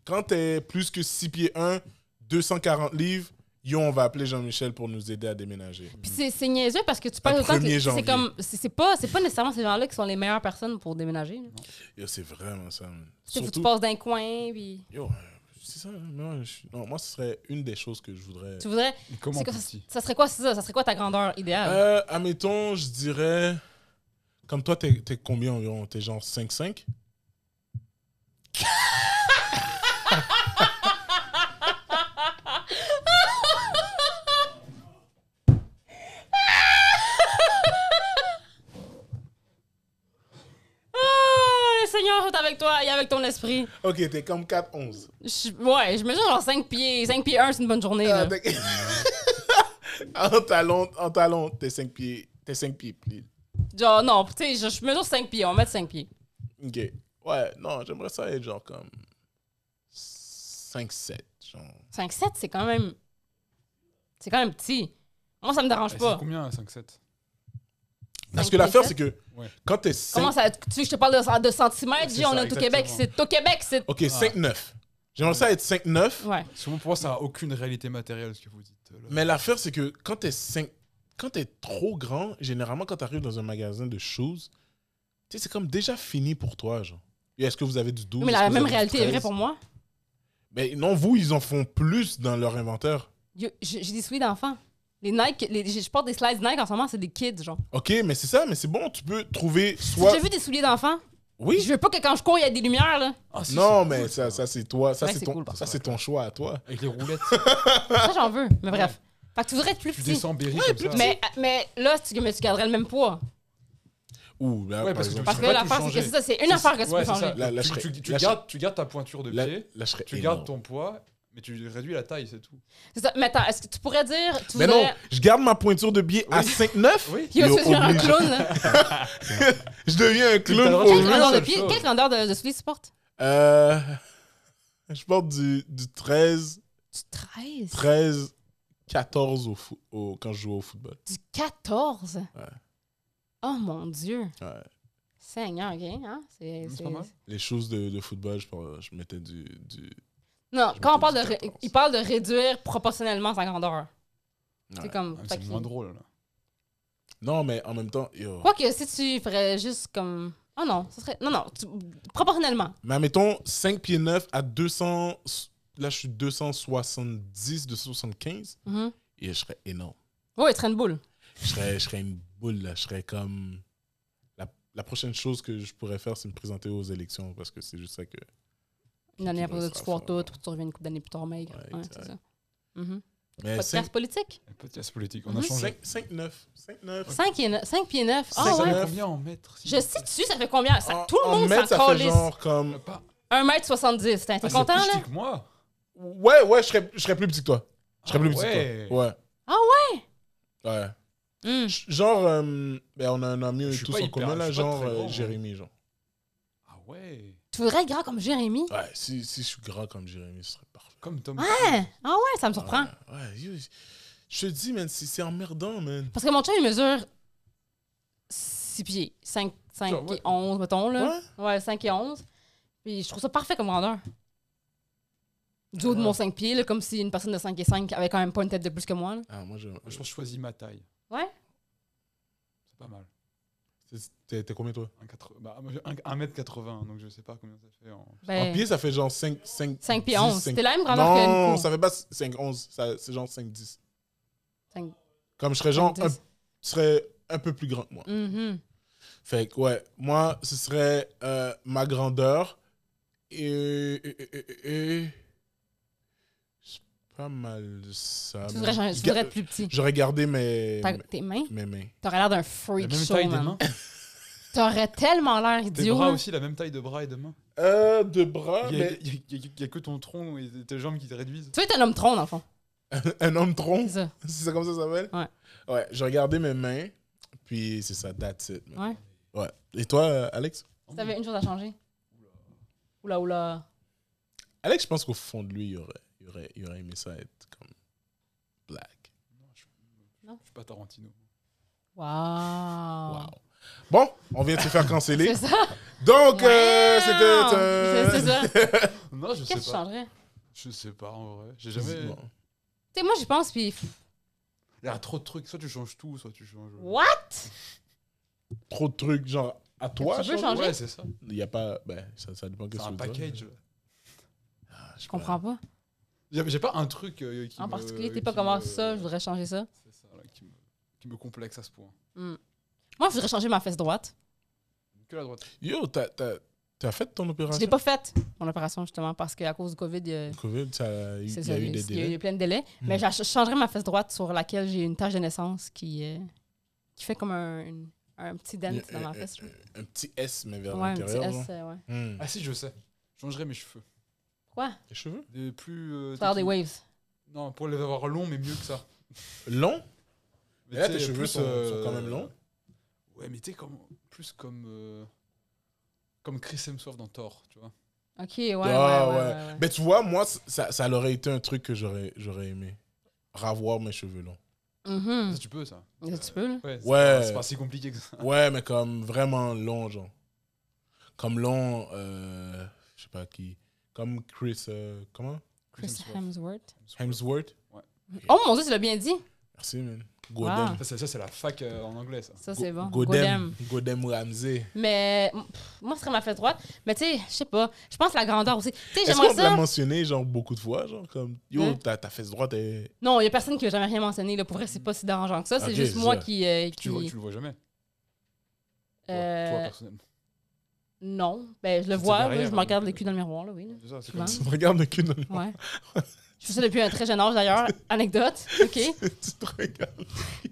Speaker 2: Quand t'es plus que 6 pieds 1, 240 livres, Yo, on va appeler Jean-Michel pour nous aider à déménager.
Speaker 3: Puis c'est- c'est niaiseux parce que tu parles autant
Speaker 2: 1er
Speaker 3: que c'est
Speaker 2: janvier.
Speaker 3: comme c'est c'est pas c'est pas nécessairement ces gens-là qui sont les meilleures personnes pour déménager. là.
Speaker 2: Yo, c'est vraiment ça. man.
Speaker 3: Tu sais, faut que tu
Speaker 2: Surtout-
Speaker 3: passes d'un coin puis
Speaker 2: Yo, euh, c'est ça. Moi, je- non, moi, ce serait une des choses que je voudrais.
Speaker 3: tu voudrais
Speaker 1: Et comment
Speaker 3: c'est quoi- ça,
Speaker 1: petit
Speaker 3: ça serait quoi c'est ça ça serait quoi ta grandeur idéale
Speaker 2: Euh, admettons, je dirais. Comme toi, t'es t'es combien environ T'es genre 5-5
Speaker 3: Oh, le Seigneur est avec toi et avec ton esprit.
Speaker 2: Ok, t'es comme 4-11.
Speaker 3: Je- ouais, je mesure genre 5 pieds. 5 pieds 1, c'est une bonne journée.
Speaker 2: Ah,
Speaker 3: Là.
Speaker 2: t'es- [LAUGHS] Ah, en talon, en talon, t'es 5 pieds. T'es 5 pieds plis.
Speaker 3: Genre, non, tu sais, je, je mesure 5 pieds. On va mettre 5 pieds.
Speaker 2: Ok. Ouais, non, j'aimerais ça être genre comme 5-7. Genre.
Speaker 3: 5, 7, c'est quand même. C'est quand même petit. Moi, ça me dérange
Speaker 1: Ben, C'est
Speaker 3: pas.
Speaker 1: combien 5-7
Speaker 2: Parce
Speaker 3: Cinq
Speaker 2: que
Speaker 3: pieds
Speaker 2: l'affaire,
Speaker 3: sept?
Speaker 2: c'est que
Speaker 1: Ouais.
Speaker 2: quand t'es 5.
Speaker 3: Comment ça. Tu veux que je te parle de, de centimètres?
Speaker 1: C'est
Speaker 3: Dis, on
Speaker 1: ça,
Speaker 3: est au Québec.
Speaker 1: exactement.
Speaker 3: C'est au Québec, c'est.
Speaker 2: Ok, 5-9. J'aimerais ça être 5-9.
Speaker 3: Ouais.
Speaker 1: Souvent pour moi, ça n'a aucune réalité matérielle ce que vous dites. là.
Speaker 2: Mais l'affaire, c'est que quand t'es 5... quand t'es trop grand, généralement, quand t'arrives dans un magasin de choses, tu sais, c'est comme déjà fini pour toi, genre. Et Est-ce que vous avez du 12
Speaker 3: Mais
Speaker 2: est-ce
Speaker 3: la
Speaker 2: que vous
Speaker 3: même
Speaker 2: avez du
Speaker 3: réalité est
Speaker 2: 13?
Speaker 3: vraie pour moi.
Speaker 2: Mais non, vous, ils en font plus dans leur inventaire.
Speaker 3: Yo, J'ai j'ai des souliers d'enfants. Les Nike, les- je je porte des slides Nike en ce moment, c'est des kids, genre.
Speaker 2: Ok, mais c'est ça, mais c'est bon, tu peux trouver
Speaker 3: Tu as
Speaker 2: soit.
Speaker 3: déjà vu des souliers d'enfants?
Speaker 2: Oui.
Speaker 3: Je veux pas que quand je cours, il y a des
Speaker 2: [LAUGHS]
Speaker 3: lumières, là.
Speaker 1: Ah, si,
Speaker 2: Non,
Speaker 1: c'est
Speaker 2: mais
Speaker 1: cool,
Speaker 2: ça, ça c'est toi, ça
Speaker 3: Ouais,
Speaker 2: c'est
Speaker 3: c'est
Speaker 2: ton,
Speaker 3: cool, par
Speaker 2: ça c'est ton choix à toi.
Speaker 1: Avec les
Speaker 3: [LAUGHS]
Speaker 1: roulettes,
Speaker 3: Ça, j'en veux. Mais bref. Fait que tu voudrais être plus
Speaker 1: tu
Speaker 3: petit.
Speaker 1: descends Berry
Speaker 2: plus
Speaker 1: comme ça.
Speaker 3: Mais, mais là, tu, mais tu garderais le même poids.
Speaker 2: Ou là,
Speaker 1: Ouais,
Speaker 2: par
Speaker 1: parce que
Speaker 2: exemple,
Speaker 3: Parce
Speaker 1: Tu
Speaker 3: que
Speaker 1: peux
Speaker 3: là,
Speaker 1: pas
Speaker 3: l'affaire,
Speaker 1: tout
Speaker 3: c'est que
Speaker 1: changer.
Speaker 3: c'est ça, c'est une affaire que tu peux
Speaker 1: Ouais, c'est ça.
Speaker 3: changer.
Speaker 2: Là, là,
Speaker 1: Tu-
Speaker 2: je serais-
Speaker 1: tu- Tu
Speaker 2: là, je-
Speaker 1: gardes tu gardes ta pointure de
Speaker 2: là,
Speaker 1: pied,
Speaker 2: là, je serais
Speaker 1: tu
Speaker 2: énorme.
Speaker 1: gardes ton poids, mais tu réduis la taille, c'est tout.
Speaker 3: C'est ça. Mais attends, est-ce que tu pourrais dire. Tu
Speaker 2: Mais non,
Speaker 3: voudrais...
Speaker 2: je garde ma pointure de biais à
Speaker 1: Oui.
Speaker 2: 5-9.
Speaker 1: Oui.
Speaker 2: Yo,
Speaker 3: Yo, tu veux devenir un
Speaker 2: obligé.
Speaker 1: [LAUGHS]
Speaker 3: clown, là.
Speaker 2: Je deviens un
Speaker 1: t'as
Speaker 2: clown
Speaker 1: le droit
Speaker 2: pour
Speaker 1: de
Speaker 3: Quelle
Speaker 1: Oui,
Speaker 3: grandeur de
Speaker 1: seule
Speaker 3: pied,
Speaker 1: chose.
Speaker 3: quelle grandeur de, de souliers tu portes
Speaker 2: Euh, [LAUGHS] je porte du, du 13,
Speaker 3: Du 13.
Speaker 2: 13, 14 au fo- au- quand je joue au football.
Speaker 3: Du 14.
Speaker 2: Ouais.
Speaker 3: Oh mon Dieu.
Speaker 2: Ouais.
Speaker 3: Seigneur, ok. Hein? C'est,
Speaker 1: C'est
Speaker 3: c'est-
Speaker 1: pas mal.
Speaker 2: Les choses de, de football, je, porte- je mettais du, du...
Speaker 3: Non,
Speaker 2: Je
Speaker 3: quand on
Speaker 2: m'étais
Speaker 3: parle de.
Speaker 2: dit
Speaker 3: ré-
Speaker 2: 14.
Speaker 3: Il parle de réduire proportionnellement sa grandeur.
Speaker 2: Ouais.
Speaker 3: C'est comme.
Speaker 1: Ah,
Speaker 3: fait
Speaker 1: C'est
Speaker 3: que-
Speaker 1: moins drôle. là.
Speaker 2: Non, mais en même temps, yo.
Speaker 3: Quoique, si tu ferais juste comme. Oh non, ça serait. Non, non, tu- proportionnellement.
Speaker 2: Mais mettons 5 pieds 9 à 200. Là, je suis 270, 275.
Speaker 3: Mhm.
Speaker 2: Et je serais énorme.
Speaker 3: Ouais, traîne boule.
Speaker 2: Je serais, je serais une boule, là. Je serais comme. La, la prochaine chose que je pourrais faire, c'est me présenter aux élections parce que c'est juste ça que.
Speaker 3: Une année
Speaker 2: Qui
Speaker 3: après,
Speaker 2: restera
Speaker 3: tu foires tout,
Speaker 2: fort.
Speaker 3: tu reviens une couple d'années plus tard maigre.
Speaker 2: Ouais,
Speaker 3: Ouais,
Speaker 2: exact. Eh,
Speaker 3: c'est ça. Mhm.
Speaker 2: Mais
Speaker 3: Podcast
Speaker 2: 5,
Speaker 3: politique.
Speaker 1: Un podcast politique, on a
Speaker 3: Mhm.
Speaker 2: 5,
Speaker 1: changé.
Speaker 2: 9. 5, 9.
Speaker 3: 5, pieds 9. Ah
Speaker 1: Ça
Speaker 2: Cinq
Speaker 3: ouais.
Speaker 1: fait
Speaker 2: neuf.
Speaker 1: combien en mètres s'il
Speaker 3: Je
Speaker 1: vous plaît
Speaker 3: situe, ça fait combien? Ça- tout le monde s'en
Speaker 2: ça fait
Speaker 3: calisse.
Speaker 2: genre comme.
Speaker 1: Pas-
Speaker 3: 1m70. T'es
Speaker 1: Ah, c'est
Speaker 3: content,
Speaker 1: plus
Speaker 3: là?
Speaker 1: petit que moi.
Speaker 2: Ouais, ouais, je serais, je serais plus petit que toi. Je serais
Speaker 1: Ah
Speaker 2: plus petit que
Speaker 1: ouais.
Speaker 2: toi. Ouais.
Speaker 3: Ah
Speaker 2: ouais? Ouais.
Speaker 3: Hmm.
Speaker 2: Ch- Genre, euh, ben, on a un ami
Speaker 1: Je suis
Speaker 2: tous
Speaker 1: pas
Speaker 2: en
Speaker 1: hyper-
Speaker 2: commun, là,
Speaker 1: je suis pas
Speaker 2: genre
Speaker 1: très
Speaker 2: euh,
Speaker 1: grand, hein. moi.
Speaker 2: Jérémy, genre.
Speaker 1: Ah ouais.
Speaker 3: Tu voudrais être grand comme Jérémy?
Speaker 2: Ouais, si, si je suis gras comme Jérémy, ce serait parfait.
Speaker 1: Comme Tom.
Speaker 3: Ouais. Ah ouais, ça me surprend.
Speaker 2: Ouais, ouais, yo, je te dis, man, c'est c'est emmerdant, man.
Speaker 3: Parce que mon chum, il mesure 6 pieds. 5, 5
Speaker 1: Ouais.
Speaker 3: et 11, mettons, là.
Speaker 2: Ouais?
Speaker 3: Ouais. 5 et 11. Puis je trouve ça parfait comme grandeur. Du haut de
Speaker 2: Ouais.
Speaker 3: mon 5 pieds, là, comme si une personne de 5 et 5 avait quand même pas une tête de plus que moi. là.
Speaker 2: Ah, moi, je.
Speaker 1: Moi, je pense que je choisis ma taille.
Speaker 3: Ouais.
Speaker 1: C'est pas mal.
Speaker 2: c'est- T'es t'es combien, toi?
Speaker 1: 1,80 bah, moi, j'ai un- 1m80, donc je sais pas combien ça fait en.
Speaker 3: Ben,
Speaker 2: En pied, ça fait genre 5. 5,
Speaker 3: 5 pieds 11. C'était la même grandeur que
Speaker 2: Non,
Speaker 3: Nico.
Speaker 2: ça fait pas 5, 11. ça- C'est genre 5, 10.
Speaker 3: Cinq-
Speaker 2: Comme je serais genre. Un,
Speaker 3: 10.
Speaker 2: tu serais un peu plus grand que moi.
Speaker 3: Mhm.
Speaker 2: Fait que, ouais, moi, ce serait euh, ma grandeur. Et. et- et- et- et- C'est pas mal ça.
Speaker 3: Tu
Speaker 2: mais-
Speaker 3: voudrais, changer- tu
Speaker 2: Ga-
Speaker 3: voudrais être plus petit.
Speaker 2: J'aurais gardé mes,
Speaker 3: Ta- Tes mains,
Speaker 2: mes mains.
Speaker 3: t'aurais l'air d'un
Speaker 1: La
Speaker 3: freak
Speaker 1: même
Speaker 3: show,
Speaker 1: taille des
Speaker 3: man.
Speaker 1: mains.
Speaker 3: T'aurais tellement l'air
Speaker 1: Tes
Speaker 3: idiot.
Speaker 1: bras
Speaker 3: là.
Speaker 1: aussi, la même taille de bras et de mains.
Speaker 2: Euh, de bras,
Speaker 1: Il y a-
Speaker 2: mais.
Speaker 1: il y a- il y a- il y a que ton tronc et tes jambes qui te réduisent.
Speaker 3: Tu veux être un homme tronc, dans le fond.
Speaker 2: Un homme
Speaker 3: C'est
Speaker 2: tronc, [LAUGHS]
Speaker 3: ça.
Speaker 2: c'est ça comme ça ça s'appelle?
Speaker 3: Ouais.
Speaker 2: Ouais, j'ai regardé mes mains, puis c'est ça, that's it. man.
Speaker 3: Ouais.
Speaker 2: Ouais. Et toi, euh, Alex?
Speaker 3: Si
Speaker 1: Oh.
Speaker 3: t'avais une chose à changer. Oula, oula.
Speaker 2: Alex, je pense qu'au fond de lui, il aurait, il aurait, il aurait aimé ça être comme. Black.
Speaker 1: Je suis pas Tarantino.
Speaker 3: Waouh. Ah.
Speaker 2: Wow. Bon, on vient de se faire canceller.
Speaker 3: C'est ça.
Speaker 2: Donc, euh,
Speaker 3: Wow.
Speaker 2: c'était. euh,
Speaker 3: C'est c'est ça.
Speaker 1: Non, je sais
Speaker 3: Qu'est-ce que tu
Speaker 1: pas.
Speaker 3: changerais?
Speaker 1: Je sais pas en vrai. J'ai jamais.
Speaker 2: Bon.
Speaker 3: Tu sais, moi, j'y pense, puis. pff,
Speaker 1: Il y a trop de trucs. Soit tu changes tout, soit tu changes. euh,
Speaker 3: What?
Speaker 2: Trop de trucs, genre, à toi,
Speaker 3: tu peux
Speaker 2: genre,
Speaker 3: changer.
Speaker 1: Ouais, c'est ça.
Speaker 2: Il n'y a pas. Ben, ça, ça dépend
Speaker 1: C'est
Speaker 2: qu'est-ce que
Speaker 1: un
Speaker 2: tu veux
Speaker 1: package.
Speaker 2: dire. Ah,
Speaker 3: Je comprends pas.
Speaker 1: J'ai j'ai pas un truc euh, qui
Speaker 3: En
Speaker 1: me-
Speaker 3: particulier, t'es
Speaker 1: qui
Speaker 3: pas comment
Speaker 1: me-
Speaker 3: ça, je voudrais changer ça.
Speaker 1: C'est ça, là, qui me, qui me complexe à ce point.
Speaker 3: Moi, je voudrais changer ma fesse droite.
Speaker 1: Que la droite.
Speaker 2: Yo, t'as- t'as t'as fait ton
Speaker 3: Je
Speaker 2: opération
Speaker 3: l'ai pas faite, mon opération, justement, parce qu'à cause du COVID, il y a,
Speaker 2: Covid, ça a eu-
Speaker 3: c'est
Speaker 2: il y
Speaker 3: ça,
Speaker 2: a eu
Speaker 3: il-
Speaker 2: des
Speaker 3: il y a eu
Speaker 2: délais. Hmm.
Speaker 3: plein de délais. Mais je je changerais ma fesse droite sur laquelle j'ai une tache de naissance qui, euh, qui fait comme un, une- un petit dent
Speaker 2: Il y a-
Speaker 3: dans
Speaker 2: euh,
Speaker 3: ma fesse.
Speaker 2: euh, Un petit S, mais vers
Speaker 3: Ouais, un petit
Speaker 2: l'intérieur. genre.
Speaker 3: S, euh, ouais.
Speaker 2: Hmm.
Speaker 1: Ah si, je sais. Je changerais mes cheveux.
Speaker 3: Quoi?
Speaker 2: Les cheveux
Speaker 1: Des plus. euh,
Speaker 3: Faire des
Speaker 1: des-
Speaker 3: waves.
Speaker 1: Non, pour les avoir longs, mais mieux que ça.
Speaker 2: Longs
Speaker 1: Mais
Speaker 2: Et là,
Speaker 1: tu sais,
Speaker 2: Eh, tes cheveux
Speaker 1: plus,
Speaker 2: sont,
Speaker 1: euh,
Speaker 2: sont quand même longs.
Speaker 1: Ouais, mais tu sais, comme, plus comme. euh, Comme Chris Hemsworth dans Thor, tu vois.
Speaker 3: Ok, ouais, ouais,
Speaker 2: Ah,
Speaker 3: ouais,
Speaker 2: ouais.
Speaker 3: ouais, ouais.
Speaker 2: Mais tu vois, moi, c- ça, ça aurait été un truc que j'aurais j'aurais aimé. Ravoir mes cheveux longs.
Speaker 3: Mhm.
Speaker 1: Ça, tu peux, ça.
Speaker 3: Ça, tu peux, là?
Speaker 1: Ouais. c'est
Speaker 2: Ouais.
Speaker 1: pas- C'est pas si compliqué que ça.
Speaker 2: Ouais, mais comme vraiment long, genre. Comme long, euh, je sais pas qui. Comme Chris, euh, comment
Speaker 3: Chris Hemsworth.
Speaker 2: Hemsworth.
Speaker 3: Oh mon dieu, tu l'as bien dit!
Speaker 2: Merci, man. Godem.
Speaker 1: Ça, c'est- ça, c'est la fac euh, en anglais, ça.
Speaker 3: Ça,
Speaker 2: Go-
Speaker 3: c'est bon.
Speaker 2: Godem. Godem Ramsey.
Speaker 3: Mais pff, moi, ce serait ma fesse droite. Mais tu sais, je sais pas. Je pense la grandeur aussi. Tu sais,
Speaker 2: Est-ce
Speaker 3: j'aimerais
Speaker 2: qu'on l'a
Speaker 3: ça.
Speaker 2: mentionné, genre, beaucoup de fois, genre, comme, yo,
Speaker 3: Hein?
Speaker 2: ta, ta fesse droite est...
Speaker 3: Non, il y a personne qui a jamais rien mentionné. Là. Pour vrai, c'est pas si dérangeant que ça. C'est
Speaker 2: Ok,
Speaker 3: juste
Speaker 2: c'est
Speaker 3: moi
Speaker 2: ça.
Speaker 3: qui. euh,
Speaker 1: Tu,
Speaker 3: qui
Speaker 1: le vois- tu le vois jamais. Toi,
Speaker 3: euh,
Speaker 1: toi, personnellement.
Speaker 3: non. Ben, je le
Speaker 1: C'est
Speaker 3: vois.
Speaker 1: derrière,
Speaker 3: là, je me
Speaker 1: hein,
Speaker 3: regarde
Speaker 1: donc,
Speaker 3: le cul dans le miroir, là, oui. là.
Speaker 1: C'est ça, c'est
Speaker 3: Souvent.
Speaker 1: comme ça.
Speaker 2: Tu me regardes le cul dans le... [LAUGHS]
Speaker 3: Ouais. je fais ça depuis un très jeune âge, d'ailleurs. Anecdote. OK.
Speaker 2: tu te regardes le cul.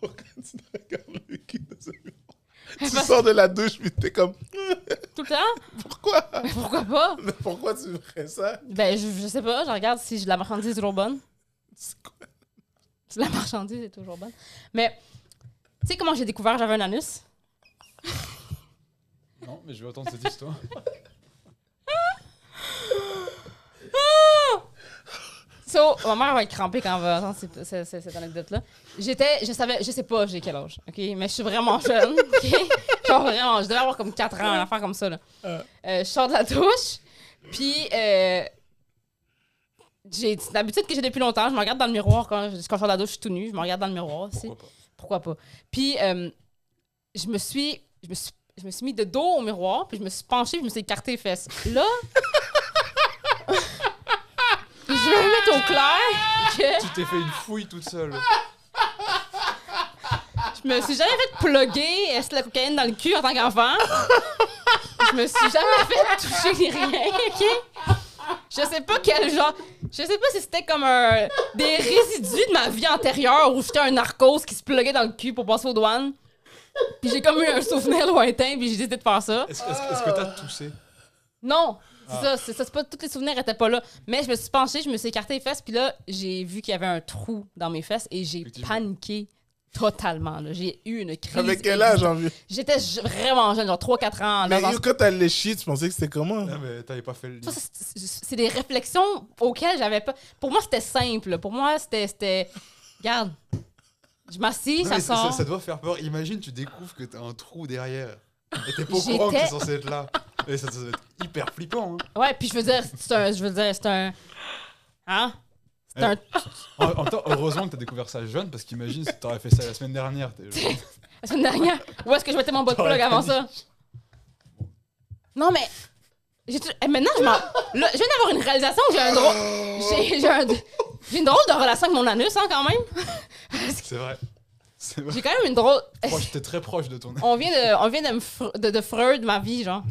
Speaker 2: Pourquoi tu te regardes le cul dans
Speaker 3: [LAUGHS]
Speaker 2: le miroir? Tu
Speaker 3: Parce-
Speaker 2: sors de la douche, puis t'es comme,
Speaker 3: Tout le temps?
Speaker 2: pourquoi?
Speaker 3: Pourquoi pas?
Speaker 2: Mais pourquoi tu ferais ça?
Speaker 3: Ben, je, je sais pas. Je regarde si j'ai de la marchandise est toujours bonne.
Speaker 2: C'est quoi?
Speaker 3: Si La marchandise est toujours bonne. Mais, tu sais comment j'ai découvert que j'avais un anus?
Speaker 1: Non, mais je vais entendre cette histoire.
Speaker 3: So, ma mère va être crampée quand elle va entendre cette, cette- cette- cette anecdote-là. J'étais, je savais, je sais pas j'ai quel âge, ok? Mais je suis vraiment jeune, ok? Genre vraiment, je devais avoir comme 4 ans, une affaire comme ça, là.
Speaker 2: Euh.
Speaker 3: Euh, je sors de la douche, puis euh, j'ai c'est une habitude que j'ai depuis longtemps. Je me regarde dans le miroir quand je, quand je sors de la douche, je suis tout nu, je me regarde dans le miroir aussi.
Speaker 1: Pourquoi pas
Speaker 3: Pourquoi pas? Puis euh, je me suis. Je me suis je me suis mis de dos au miroir, puis je me suis penchée, puis je me suis écartée les fesses. Là, je vais me mettre au clair
Speaker 1: [LAUGHS] Tu t'es fait une fouille toute seule.
Speaker 3: que je me suis jamais fait plugger est-ce que la cocaïne dans le cul en tant qu'enfant. Je me suis jamais fait toucher ni rien, OK? Je sais pas quel genre... Je sais pas si c'était comme un... des résidus de ma vie antérieure où j'étais un narcose qui se pluguait dans le cul pour passer aux douanes. Puis j'ai comme eu un souvenir lointain, puis j'ai décidé de faire ça.
Speaker 1: Est-ce est-ce- est-ce que t'as toussé
Speaker 3: Non, c'est ça, c'est ça, c'est pas tous les souvenirs étaient pas là, mais je me suis penchée, je me suis écartée les fesses, puis là j'ai vu qu'il y avait un trou dans mes fesses et j'ai
Speaker 1: Effectivement.
Speaker 3: paniqué totalement. là. J'ai eu une crise.
Speaker 2: Avec quel âge, envie?
Speaker 3: J'étais j- vraiment jeune, genre 3-4 ans.
Speaker 2: Mais
Speaker 3: dans-
Speaker 2: yo, quand t'as les chiens, tu pensais que c'était comment?
Speaker 1: Non, mais t'avais pas fait le
Speaker 3: Ça,
Speaker 1: lien.
Speaker 3: c'est- c'est c'est des réflexions auxquelles j'avais pas. Pour moi c'était simple. Pour moi c'était, c'était, regarde, je m'assis,
Speaker 1: Non,
Speaker 3: ça
Speaker 1: mais
Speaker 3: sort.
Speaker 1: ça doit faire peur. Imagine, tu découvres que t'as un trou derrière. Et t'es pas au courant que
Speaker 3: J'étais-
Speaker 1: t'es censé être là. Et ça, ça doit être hyper flippant. hein.
Speaker 3: Ouais, puis je veux dire, c'est un, je veux dire, c'est un, hein, c'est un,
Speaker 1: En, en même temps, heureusement que t'as découvert ça jeune, parce qu'imagine si t'aurais fait ça la semaine dernière. t'es genre-
Speaker 3: La semaine dernière, où est-ce que je mettais mon bot
Speaker 2: T'aurais
Speaker 3: plug avant ça? Non, mais. j'ai tout- eh, Maintenant, je m'en. Là, je viens d'avoir une réalisation que j'ai un drôle. J'ai, j'ai un- j'ai une drôle de relation avec mon anus, hein, quand même.
Speaker 1: C'est vrai. C'est vrai.
Speaker 3: [LAUGHS] J'ai quand même une drôle.
Speaker 1: Proche, t'es très proche de ton.
Speaker 3: On vient de, on vient de, me fr- de, de Freud, ma vie, genre.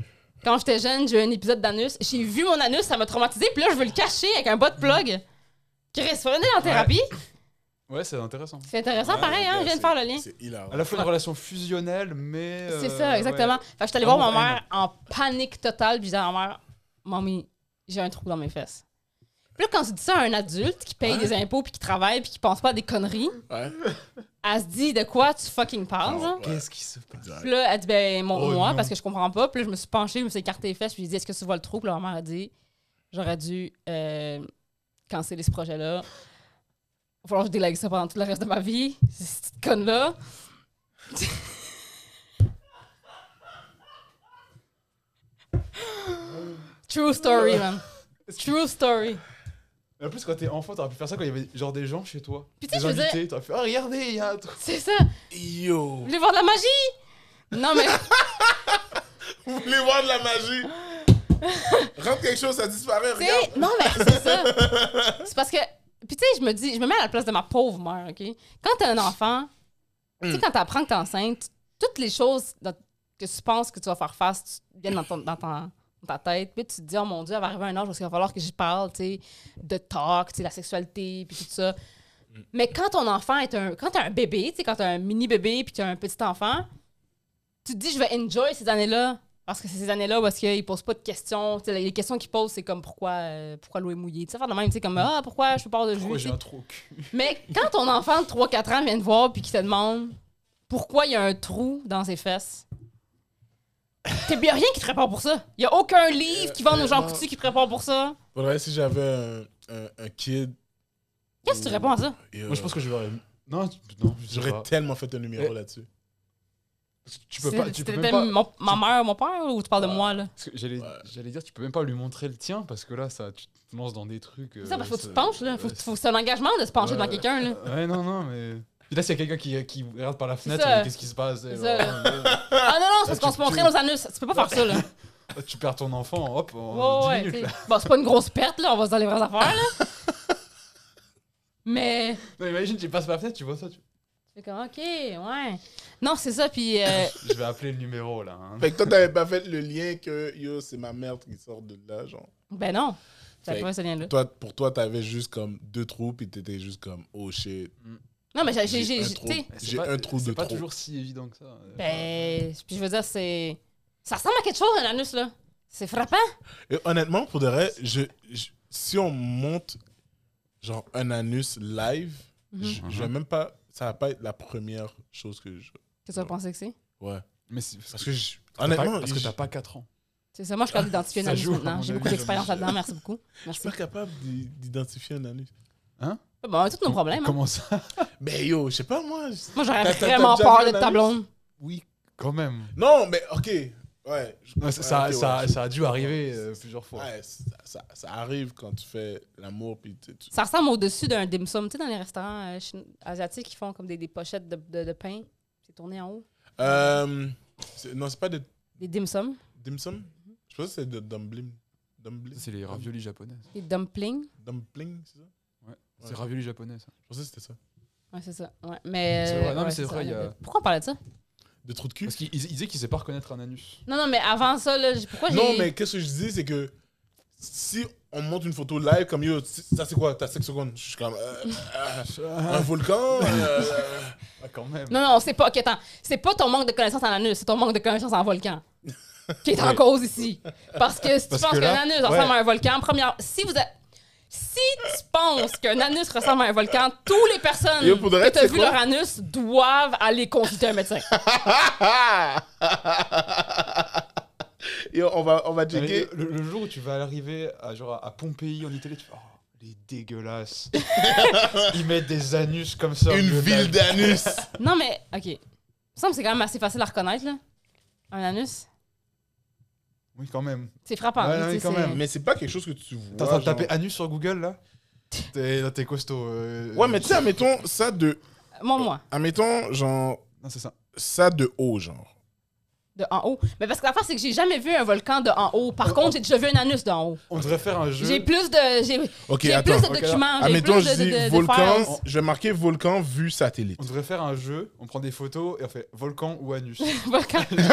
Speaker 3: Quand j'étais jeune, j'ai eu un épisode d'anus. J'ai vu mon anus, ça m'a traumatisé, puis là, je veux le cacher avec un bot plug. Chris, venez en thérapie.
Speaker 1: Ouais, c'est intéressant.
Speaker 3: C'est intéressant, pareil, hein. Je viens de faire le lien.
Speaker 2: C'est hilarant.
Speaker 1: À la fois une relation fusionnelle, mais. euh,
Speaker 3: C'est ça, exactement. Fait que je suis allée voir
Speaker 1: Amour,
Speaker 3: ma mère en panique totale, puis je disais à ma mère, Mamie, j'ai un trou dans mes fesses. Puis là, quand tu dis ça à un adulte qui paye des impôts, puis qui travaille, puis qui pense pas à des conneries,
Speaker 2: Ouais.
Speaker 3: elle se dit de quoi tu fucking parles, genre?
Speaker 1: ouais. Qu'est-ce qui se passe
Speaker 2: Exact.
Speaker 3: Puis là, elle dit, ben,
Speaker 1: Oh,
Speaker 3: montre-moi,
Speaker 1: non.
Speaker 3: parce que je comprends pas. Puis là, je me suis penchée, je me suis écartée les fesses, puis j'ai dit, est-ce que tu vois le trou? Puis là, ma mère a dit, j'aurais dû euh, canceller ce projet-là. Il va falloir que je délègue ça pendant tout le reste de ma vie, cette petite conne-là. True story, man. True story.
Speaker 1: En plus, quand t'es enfant, t'aurais pu faire ça quand il y avait genre des gens chez toi.
Speaker 3: Puis tu sais,
Speaker 1: des
Speaker 3: je veux dire-
Speaker 1: invités, t'aurais fait Ah, regardez, il y a un truc.
Speaker 3: C'est ça. Vous
Speaker 2: Yo.
Speaker 3: voulez voir de la magie? Non, mais
Speaker 2: Vous voulez voir de la magie
Speaker 3: [LAUGHS]
Speaker 2: Rentre quelque chose, ça disparaît.
Speaker 3: tu
Speaker 2: Regarde.
Speaker 3: sais, non, mais c'est ça. C'est parce que. Puis tu sais, je me dis, je me mets à la place de ma pauvre mère, OK? Quand t'es un enfant, tu sais, quand t'apprends que t'es enceinte, toutes les choses dont- que tu penses que tu vas faire face tu- viennent dans, ton- dans ton- dans ta tête. Puis tu te dis, oh mon Dieu, elle va arriver un âge où il va falloir que j'y parle, tu sais, de talk, tu sais, la sexualité, puis tout ça.
Speaker 1: Mm.
Speaker 3: Mais quand ton enfant est un. Quand t'as un bébé, tu sais, quand t'as un mini bébé, puis t'as un petit enfant, tu te dis, je vais enjoy ces années-là. Parce que c'est ces années-là où est-ce qu'ils posent pas de questions. Tu sais, les questions qu'ils posent, c'est comme pourquoi, euh, pourquoi l'eau est mouillée. Tu sais, faire de même, tu sais, comme, ah, pourquoi je peux pas avoir de jus.
Speaker 1: Mm. Pourquoi
Speaker 3: tu sais.
Speaker 1: j'ai un trou au cul
Speaker 2: Euh,
Speaker 3: Mais quand ton enfant de 3-4 ans vient te voir puis qu'il te demande pourquoi il y a un trou dans ses fesses, t'as bien rien qui te prépare pour ça. Il y a aucun livre qui vend aux gens
Speaker 2: Euh,
Speaker 3: coutus qui te prépare pour ça.
Speaker 2: Pour vrai, si j'avais un, un, un kid.
Speaker 3: Qu'est-ce que tu réponds à ça?
Speaker 2: Yo.
Speaker 1: Moi, je pense que je vais. Non, tu- non, je sais
Speaker 2: J'aurais
Speaker 1: pas.
Speaker 2: tellement fait un numéro
Speaker 1: Eh.
Speaker 2: là-dessus.
Speaker 1: Parce que Tu peux
Speaker 3: C'est-
Speaker 1: pas. Tu peux
Speaker 3: c'était
Speaker 1: même pas. Euh,
Speaker 3: mon- ma mère, mon père ou tu parles de moi là?
Speaker 1: parce que J'allais
Speaker 2: Ouais.
Speaker 1: j'allais dire, tu peux même pas lui montrer le tien parce que là, ça, tu te lances dans des trucs.
Speaker 3: C'est
Speaker 1: euh,
Speaker 3: ça, parce qu'il faut que tu te
Speaker 1: ça-
Speaker 3: penches là. Faut,
Speaker 1: ouais,
Speaker 3: faut- c'est un engagement de se pencher
Speaker 1: Ouais.
Speaker 3: devant
Speaker 1: [LAUGHS]
Speaker 3: quelqu'un là.
Speaker 1: Ouais, non, non, mais. Puis là, s'il y a quelqu'un qui, qui regarde par la fenêtre,
Speaker 3: ça.
Speaker 1: euh, qu'est-ce qui se passe eh,
Speaker 3: C'est ça.
Speaker 1: genre, euh,
Speaker 3: Ah non, non, c'est parce
Speaker 1: tu-
Speaker 3: qu'on se montrait
Speaker 1: tu-
Speaker 3: nos anus. Tu peux pas faire
Speaker 1: [LAUGHS]
Speaker 3: ça là.
Speaker 1: euh, Tu perds ton enfant, hop, en
Speaker 3: Ouais,
Speaker 1: 10
Speaker 3: ouais,
Speaker 1: minutes.
Speaker 3: t'sais.
Speaker 1: là.
Speaker 3: Bon, c'est pas une grosse perte là, on va se dans les vraies affaires là.
Speaker 1: [LAUGHS]
Speaker 3: Mais.
Speaker 1: Non, imagine, tu passes par la fenêtre, tu vois ça. tu-
Speaker 3: C'est comme, ok, ouais. Non, c'est ça, puis. euh,
Speaker 1: Je vais appeler le numéro là. hein.
Speaker 2: Fait que toi, t'avais pas fait le lien que yo, c'est ma mère qui sort de là, genre.
Speaker 3: Ben non. Ça
Speaker 2: Fait-
Speaker 3: fait pas ce lien-là.
Speaker 2: Toi, pour toi, t'avais juste comme deux trous, puis t'étais juste comme, oh shit.
Speaker 3: Non, mais j'ai. j'ai, j'ai-
Speaker 2: un
Speaker 3: j'ai-
Speaker 2: trou.
Speaker 3: t'sais,
Speaker 1: Mais c'est
Speaker 2: J'ai
Speaker 1: pas-
Speaker 2: un trou de
Speaker 1: C'est pas
Speaker 2: trop.
Speaker 1: toujours si évident que ça.
Speaker 3: Ben. Puis je veux dire, c'est. Ça ressemble à quelque chose, un anus, là. C'est frappant.
Speaker 2: Et honnêtement, pour de vrai, je, je- si on monte genre un anus live,
Speaker 3: Mhm.
Speaker 2: je, je vais même pas. Ça va pas être la première chose que je.
Speaker 3: Qu'est-ce que tu pensais que c'est?
Speaker 2: Ouais.
Speaker 1: Mais c'est-
Speaker 2: Parce que je-
Speaker 1: t'as pas-
Speaker 2: honnêtement,
Speaker 1: parce que
Speaker 2: je-
Speaker 1: t'as pas 4 ans.
Speaker 3: C'est ça, moi, je suis capable d'identifier un
Speaker 1: Ça
Speaker 3: anus
Speaker 1: joue, à
Speaker 3: maintenant.
Speaker 1: mon
Speaker 3: J'ai beaucoup
Speaker 1: avis,
Speaker 3: d'expérience
Speaker 1: Jean-Michel.
Speaker 3: là-dedans, merci beaucoup.
Speaker 2: je
Speaker 3: Merci.
Speaker 2: suis pas capable d'i- d'identifier un anus.
Speaker 3: Bon, tous nos problèmes. hein.
Speaker 1: Comment ça [LAUGHS]
Speaker 2: Mais yo, je sais pas moi. je-
Speaker 3: Moi, j'aurais
Speaker 2: T'as- t'as-
Speaker 3: vraiment
Speaker 2: t'as déjà
Speaker 3: peur
Speaker 2: vu
Speaker 3: de
Speaker 2: un
Speaker 3: ta
Speaker 2: anus?
Speaker 3: blonde.
Speaker 1: Oui, quand même.
Speaker 2: Non, mais ok. Ouais. je-
Speaker 1: Non, ça, ça,
Speaker 2: ouais, ok,
Speaker 1: ça,
Speaker 2: ouais,
Speaker 1: ça a dû arriver euh, plusieurs fois.
Speaker 2: Ouais, ça, ça- ça arrive quand tu fais l'amour, puis tu. tu-
Speaker 3: Ça ressemble au-dessus d'un dim sum. Tu sais, dans les restaurants euh, chino- asiatiques, ils font comme des, des pochettes de, de, de pain. C'est tourné en haut.
Speaker 2: Euh, c'est- non, c'est pas des
Speaker 3: Des dim sum,
Speaker 2: dim sum. Je pense que c'est de dumpling. Dumpling.
Speaker 1: C'est les raviolis japonais.
Speaker 3: des dumplings.
Speaker 2: Dumpling, c'est ça
Speaker 1: C'est raviolis japonais ça.
Speaker 2: Je pensais que c'était ça.
Speaker 3: Ouais, c'est ça. Ouais, mais. euh,
Speaker 1: C'est vrai, non,
Speaker 3: ouais,
Speaker 1: mais c'est
Speaker 3: ça,
Speaker 1: vrai, il y a-
Speaker 3: ouais. Pourquoi on parlait de ça?
Speaker 2: Des trous de cul.
Speaker 1: Parce qu'ils ils disaient qu'ils savaient pas reconnaître un anus.
Speaker 3: Non, non, mais avant ça, là, j'ai- pourquoi j'ai.
Speaker 2: Non, mais qu'est-ce que je dis, c'est que si on monte une photo live comme yo, si- ça c'est quoi T'as 5 secondes. Je suis comme. euh, euh, un volcan euh, euh,
Speaker 1: Ah, quand même.
Speaker 3: Non, non, c'est pas. ok, attends. C'est pas ton manque de connaissance en anus, c'est ton manque de connaissance
Speaker 1: [LAUGHS]
Speaker 3: en volcan qui est en
Speaker 1: Oui.
Speaker 3: cause ici. Parce que si tu
Speaker 1: Parce
Speaker 3: penses
Speaker 1: que
Speaker 3: qu'un
Speaker 1: là,
Speaker 3: anus
Speaker 1: ouais.
Speaker 3: ressemble à un volcan, première. Si vous êtes- Si tu penses qu'un anus ressemble à un volcan, toutes les personnes
Speaker 2: Yo, pour de vrai,
Speaker 3: que tu
Speaker 2: tu sais
Speaker 3: as vu
Speaker 2: quoi?
Speaker 3: leur anus doivent aller consulter un médecin.
Speaker 2: Yo, on va, on va
Speaker 1: Non, Ah, mais
Speaker 2: checker.
Speaker 1: Le, le jour où tu vas arriver à, genre, à- à Pompéi en Italie, tu fais Oh, les dégueulasses.
Speaker 2: [LAUGHS]
Speaker 1: Ils mettent des anus comme ça. au
Speaker 2: Une
Speaker 1: milieu de la- [LAUGHS]
Speaker 2: ville d'anus.
Speaker 3: non, mais. Ok. Il me semble que c'est quand même assez facile à reconnaître, là. Un anus.
Speaker 1: Oui, quand même.
Speaker 3: C'est frappant.
Speaker 1: Ouais,
Speaker 3: là,
Speaker 1: ouais,
Speaker 3: tu sais,
Speaker 1: quand
Speaker 3: c'est-
Speaker 1: même.
Speaker 2: Mais c'est pas quelque chose que tu vois.
Speaker 1: T'es en train de
Speaker 2: genre.
Speaker 1: taper anus sur Google là T'es là, t'es costaud. euh,
Speaker 2: Ouais, mais tu sais, admettons ça de.
Speaker 3: Moi, moi.
Speaker 2: Admettons, genre,
Speaker 1: Non, c'est ça.
Speaker 2: ça de haut, genre.
Speaker 3: De en haut. Mais parce que l'affaire, c'est que j'ai jamais vu un volcan de en haut.
Speaker 1: Oh,
Speaker 3: Par contre, j'ai déjà vu un anus d'en haut.
Speaker 1: On devrait faire un jeu.
Speaker 3: J'ai plus de. J'ai
Speaker 2: Ok,
Speaker 3: j'ai
Speaker 2: attends.
Speaker 3: plus de
Speaker 1: ok,
Speaker 3: documents. J'ai plus
Speaker 2: Admettons,
Speaker 3: de,
Speaker 2: je
Speaker 3: de,
Speaker 2: dis
Speaker 3: de- de
Speaker 2: [LAUGHS] volcan.
Speaker 3: files.
Speaker 2: Je vais marquer volcan vue satellite.
Speaker 1: On devrait faire un jeu, on prend des photos et on fait volcan ou anus.
Speaker 3: volcan.
Speaker 2: Eh,
Speaker 3: Ouais, non,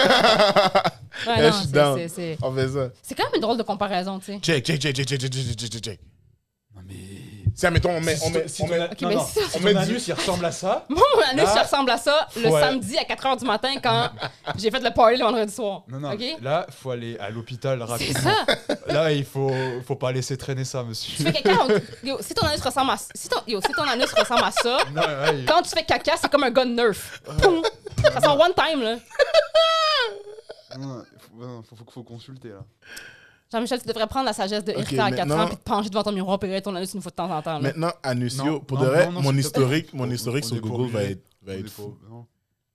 Speaker 2: je suis
Speaker 3: c'est-
Speaker 2: down.
Speaker 3: c'est- c'est-
Speaker 2: On fait ça.
Speaker 3: C'est quand même une drôle de comparaison, tu sais. [LAUGHS]
Speaker 2: Check, check, check, check, check, check, check, check, check, check.
Speaker 1: Non mais.
Speaker 2: Si, admettons, on met. on met- on met-
Speaker 3: Ok, mais si-
Speaker 1: si
Speaker 2: on
Speaker 1: ton
Speaker 2: met du-
Speaker 1: anus il ressemble à ça.
Speaker 3: Moi, mon anus,
Speaker 2: Ah.
Speaker 1: Là-
Speaker 3: ça ressemble à ça le
Speaker 1: Ouais.
Speaker 3: samedi à 4 h du matin
Speaker 2: [LAUGHS]
Speaker 3: quand j'ai fait le party le vendredi soir.
Speaker 1: Non, non,
Speaker 3: OK?
Speaker 1: là, faut aller à l'hôpital
Speaker 3: C'est
Speaker 1: rapidement.
Speaker 3: ça.
Speaker 1: Là, il faut, faut pas laisser traîner ça,
Speaker 3: Tu
Speaker 1: monsieur.
Speaker 3: fais caca. on- [LAUGHS] Yo, si ton anus ressemble à si ton, yo, si ton anus ressemble à ça,
Speaker 1: [LAUGHS] Non, ouais, il-
Speaker 3: quand tu fais caca, c'est comme un gun nerf. Poum. Ça sort one time, là.
Speaker 1: non, non, faut, non, faut- faut- faut consulter là.
Speaker 3: Jean-Michel, tu devrais prendre la sagesse de
Speaker 2: Ok,
Speaker 3: Erika à 4
Speaker 2: maintenant-
Speaker 3: ans puis te pencher devant ton miroir et regarder ton anus une fois de temps en temps. là.
Speaker 2: Maintenant, anus,
Speaker 1: Non,
Speaker 2: yo, pour
Speaker 1: non,
Speaker 2: de vrai,
Speaker 1: non, non,
Speaker 2: mon
Speaker 1: s'il te plaît.
Speaker 2: historique, mon
Speaker 1: On-
Speaker 2: historique
Speaker 1: on
Speaker 2: sur
Speaker 1: est pas
Speaker 2: Google va
Speaker 1: obligé.
Speaker 2: être, va
Speaker 1: On
Speaker 2: être
Speaker 1: est
Speaker 2: fou.
Speaker 1: pas- non.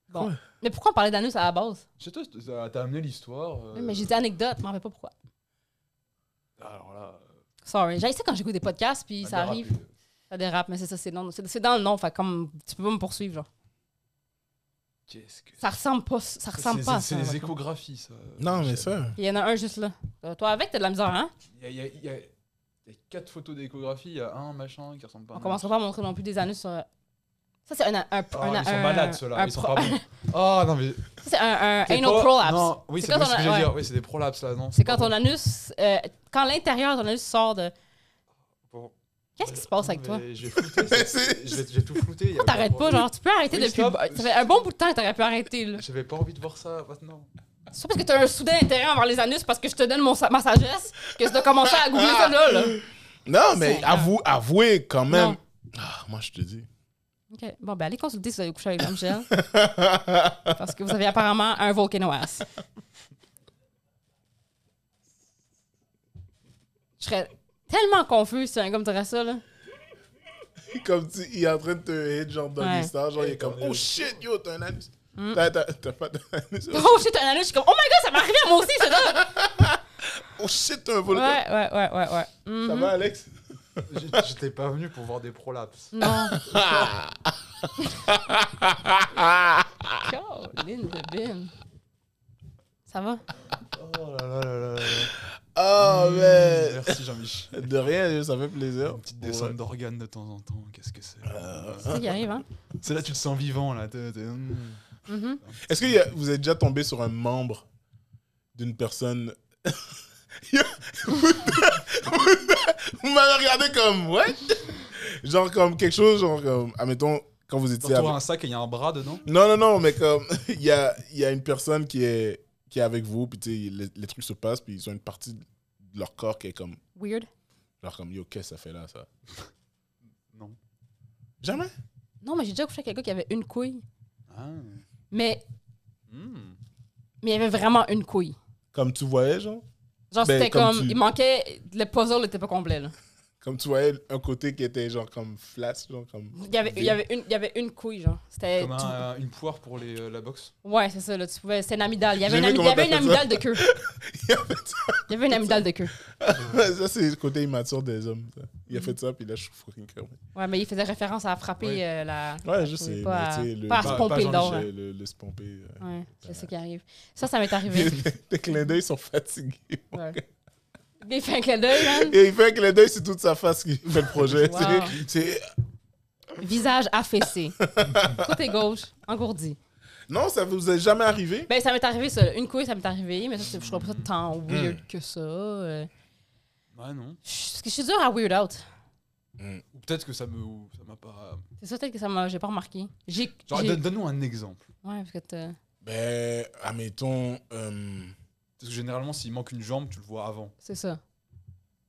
Speaker 3: Bon.
Speaker 2: Ouais.
Speaker 3: Mais pourquoi on parlait d'anus à la base?
Speaker 1: Je sais toi, t'as t'as amené l'histoire. euh,
Speaker 3: Oui, Mais j'ai dit anecdote, je m'en rappelle pas pourquoi.
Speaker 1: Alors là. euh,
Speaker 3: Sorry. J'ai ça quand j'écoute des podcasts, puis ça
Speaker 1: dérape,
Speaker 3: arrive.
Speaker 1: euh,
Speaker 3: Ça dérape, mais c'est ça, c'est dans, c'est c'est dans le nom. Fait comme tu peux pas me poursuivre, genre.
Speaker 1: Qu'est-ce que.
Speaker 3: Ça ressemble pas, ça ressemble
Speaker 1: C'est-
Speaker 3: pas à
Speaker 1: c'est-
Speaker 3: ça.
Speaker 1: C'est des
Speaker 3: ouais.
Speaker 1: échographies, ça.
Speaker 2: Non, mais
Speaker 1: Michel.
Speaker 2: ça.
Speaker 3: Il y en a un juste là. Euh, Toi, avec, t'as de la misère, hein?
Speaker 1: Il y a, il y a- il y a- il y a quatre photos d'échographie, il y a un machin qui ressemble pas à
Speaker 3: On
Speaker 1: un
Speaker 3: commencera pas à montrer non plus des anus sur. euh, Ça, c'est un. un, un,
Speaker 1: autre.
Speaker 3: un-
Speaker 1: Ah, ils sont
Speaker 3: un-
Speaker 1: malades, ceux-là.
Speaker 3: un
Speaker 1: Ils sont
Speaker 3: pro-
Speaker 1: pas bons. Ah, non, mais.
Speaker 3: [LAUGHS] Ça, c'est un, un
Speaker 1: c'est
Speaker 3: anal
Speaker 1: pas-
Speaker 3: prolapse.
Speaker 1: Non, oui,
Speaker 3: C'est
Speaker 1: c'est
Speaker 3: quand
Speaker 1: pas
Speaker 3: on
Speaker 1: ce
Speaker 3: a-
Speaker 1: que j'allais
Speaker 3: ouais.
Speaker 1: dire. Oui, c'est des prolapses, là, non.
Speaker 3: C'est quand ton anus. euh, quand l'intérieur de ton anus sort de. Qu'est-ce qui se passe avec toi?
Speaker 1: J'ai flouté. c'est-
Speaker 2: [LAUGHS] C'est-
Speaker 1: J'ai j'ai tout flouté. il y a
Speaker 3: Pourquoi t'arrêtes
Speaker 1: pas-
Speaker 3: pas, genre? Tu peux arrêter
Speaker 1: Oui,
Speaker 3: depuis.
Speaker 1: stop.
Speaker 3: Ça fait un bon bout de temps que t'aurais pu arrêter, là.
Speaker 1: J'avais pas envie de voir ça maintenant.
Speaker 3: C'est pas parce que t'as un soudain intérêt envers les anus parce que je te donne mon, sa- ma sagesse que tu dois commencer à googler ça là, là.
Speaker 2: Non, mais
Speaker 3: Seigneur.
Speaker 2: avou- avouez quand même.
Speaker 3: Non.
Speaker 2: Ah, moi, je te dis.
Speaker 3: Ok. Bon, ben allez consulter si vous avez couché avec Michel. [LAUGHS] parce que vous avez apparemment un volcano ass. Je serais tellement confus si un gars me dirait ça, là.
Speaker 2: [LAUGHS] Comme si il est en train de te hit, genre, dans
Speaker 3: Ouais. Mm.
Speaker 2: l'histoire. Genre, il est comme,
Speaker 1: Attendez.
Speaker 2: oh shit, yo, t'as un anus. T'as- T'as t'as pas [LAUGHS]
Speaker 3: [LAUGHS]
Speaker 2: d'anus.
Speaker 3: Oh shit, un anus, je suis comme, oh my god, ça m'est arrivé à moi aussi, c'est ça!
Speaker 2: Oh shit, t'as un
Speaker 3: Ouais,
Speaker 2: volcan.
Speaker 3: ouais, ouais, ouais, ouais. Mhm.
Speaker 2: Ça va, Alex?
Speaker 1: J'- J'étais pas venu pour voir des prolapses.
Speaker 3: Non. Caroline de Bin. Ça va?
Speaker 1: Oh là là là là là.
Speaker 3: Ah,
Speaker 2: Oh, man.
Speaker 1: Ah, Merci Jean-Michel.
Speaker 2: De rien, ça fait plaisir.
Speaker 1: Une petite descente d'organes de temps en temps, qu'est-ce que c'est
Speaker 3: C'est ça qui arrive, hein?
Speaker 1: C'est là tu te sens vivant là. t'es- t'es- hmm.
Speaker 3: Mhm.
Speaker 2: Est-ce que y a- vous êtes déjà tombé sur un membre d'une personne [LAUGHS] Yo, vous [LAUGHS] vous m'avez regardé comme what Genre comme quelque chose, genre comme, admettons, quand vous
Speaker 1: Dans
Speaker 2: étiez...
Speaker 1: toi
Speaker 2: avec-
Speaker 1: un sac et il y a un bras dedans.
Speaker 2: Non, non, non, mais comme, [LAUGHS] il y a, il y a une personne qui est, qui est avec vous, puis tu sais, les, les trucs se passent, puis ils ont une partie de leur corps qui est comme,
Speaker 3: Weird.
Speaker 2: genre comme, yo, qu'est-ce que ça fait là, ça
Speaker 1: Non.
Speaker 2: Jamais
Speaker 3: Non, mais j'ai déjà couché avec quelqu'un qui avait une couille.
Speaker 1: Ah.
Speaker 3: Mais,
Speaker 1: Hmm.
Speaker 3: mais il y avait vraiment une couille.
Speaker 2: Comme tu voyais, genre
Speaker 3: Genre,
Speaker 2: Ben,
Speaker 3: c'était
Speaker 2: comme
Speaker 3: comme.
Speaker 2: tu-
Speaker 3: Il manquait. Le puzzle n'était pas complet, là.
Speaker 2: Comme tu voyais un côté qui était genre comme flasque, genre comme... [LAUGHS]
Speaker 3: Il y avait, il y avait, une, il y avait une couille, genre. C'était.
Speaker 1: Comme
Speaker 3: tu-
Speaker 1: un- une poire pour les, euh, la boxe.
Speaker 3: Ouais, c'est ça, là. Tu pouvais. C'était une amygdale. Il y avait
Speaker 2: J'ai vu
Speaker 3: une, ami- il y
Speaker 2: comment
Speaker 3: avait une
Speaker 2: t'as fait ça.
Speaker 3: amygdale de queue.
Speaker 2: [LAUGHS] Il y avait
Speaker 3: Il y avait une amygdale de queue.
Speaker 2: ça, c'est le côté immature des hommes. ça. Il a
Speaker 3: Mm.
Speaker 2: fait ça, puis là, je suis fucking curé.
Speaker 3: Ouais, mais il faisait référence à frapper
Speaker 1: Ouais.
Speaker 3: euh, la.
Speaker 2: Ouais, je
Speaker 3: Oui,
Speaker 2: sais.
Speaker 3: pas
Speaker 2: mais
Speaker 3: à-
Speaker 2: tu sais, le,
Speaker 3: pas à
Speaker 2: le-
Speaker 3: se pomper
Speaker 1: pas
Speaker 3: le dos.
Speaker 2: le,
Speaker 3: hein.
Speaker 2: le- le se pomper. euh.
Speaker 3: Ouais, c'est ça qui arrive. Ça, ça
Speaker 2: [LAUGHS]
Speaker 3: m'est arrivé.
Speaker 2: Les clins d'œil sont fatigués. mon
Speaker 3: Ouais.
Speaker 2: gars.
Speaker 3: Il fait un clin d'œil, hein. man.
Speaker 2: Et il fait un clin d'œil sur toute sa face qui fait le projet.
Speaker 3: Wow.
Speaker 2: C'est- c'est-
Speaker 3: Visage affaissé. Côté gauche, engourdi.
Speaker 2: Non, ça vous est jamais arrivé?
Speaker 3: Ben, ça m'est arrivé, ça. Une couille, ça m'est arrivé, mais ça, c'est- je trouve pas ça tant weird que ça. euh.
Speaker 1: Ouais non.
Speaker 3: Je- Parce que je suis dure à weird out.
Speaker 1: Ou peut-être que ça me ou ça m'a pas.
Speaker 3: C'est ça, peut-être que ça m'a. J'ai pas remarqué. J'ai.
Speaker 1: Genre
Speaker 3: j'ai-
Speaker 1: donne- donne-nous un exemple.
Speaker 3: Ouais, parce que t'as.
Speaker 2: Ben, admettons. euh,
Speaker 1: Parce que généralement s'il manque une jambe tu le vois avant.
Speaker 3: C'est ça.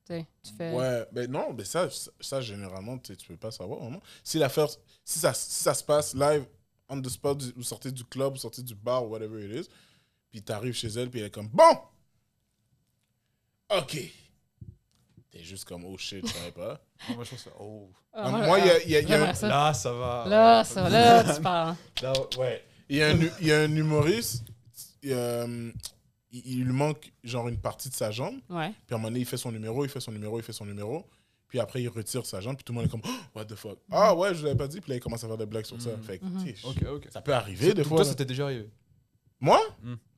Speaker 3: Tu sais, tu fais.
Speaker 2: Ouais, ben non, mais ça, ça, ça, généralement, tu sais, tu peux pas savoir vraiment. Si l'affaire, si ça, si ça se passe live, on the spot, du- vous sortez du club, vous sortez du bar, whatever it is, puis t'arrives chez elle, puis elle est comme, bon, ok. T'es juste comme, oh shit, je savais pas.
Speaker 1: Non, moi je pense que- oh.
Speaker 3: Ah,
Speaker 2: Non, moi, il y a- il y a- il y a-
Speaker 3: j'aimerais ça.
Speaker 1: Là ça va.
Speaker 3: Là, ça, là, tu parles.
Speaker 1: Là, oh, ouais.
Speaker 2: Il y a un, hu- il y a un humoriste, il, euh, il- il lui manque genre une partie de sa jambe,
Speaker 3: Ouais.
Speaker 2: puis à un moment donné, il fait son numéro, il fait son numéro, il fait son numéro. Puis après, il retire sa jambe, puis tout le monde est comme [GASPS] Oh, What the fuck? Ah ouais, je l'avais pas dit. Puis là, il commence à faire des blagues sur ça.
Speaker 1: Mhm.
Speaker 2: Fait que,
Speaker 3: Mhm.
Speaker 2: tu sais,
Speaker 1: Ok ok.
Speaker 2: Ça peut arriver des
Speaker 1: Donc,
Speaker 2: fois.
Speaker 1: Toi
Speaker 2: là.
Speaker 1: ça t'est déjà arrivé.
Speaker 2: Moi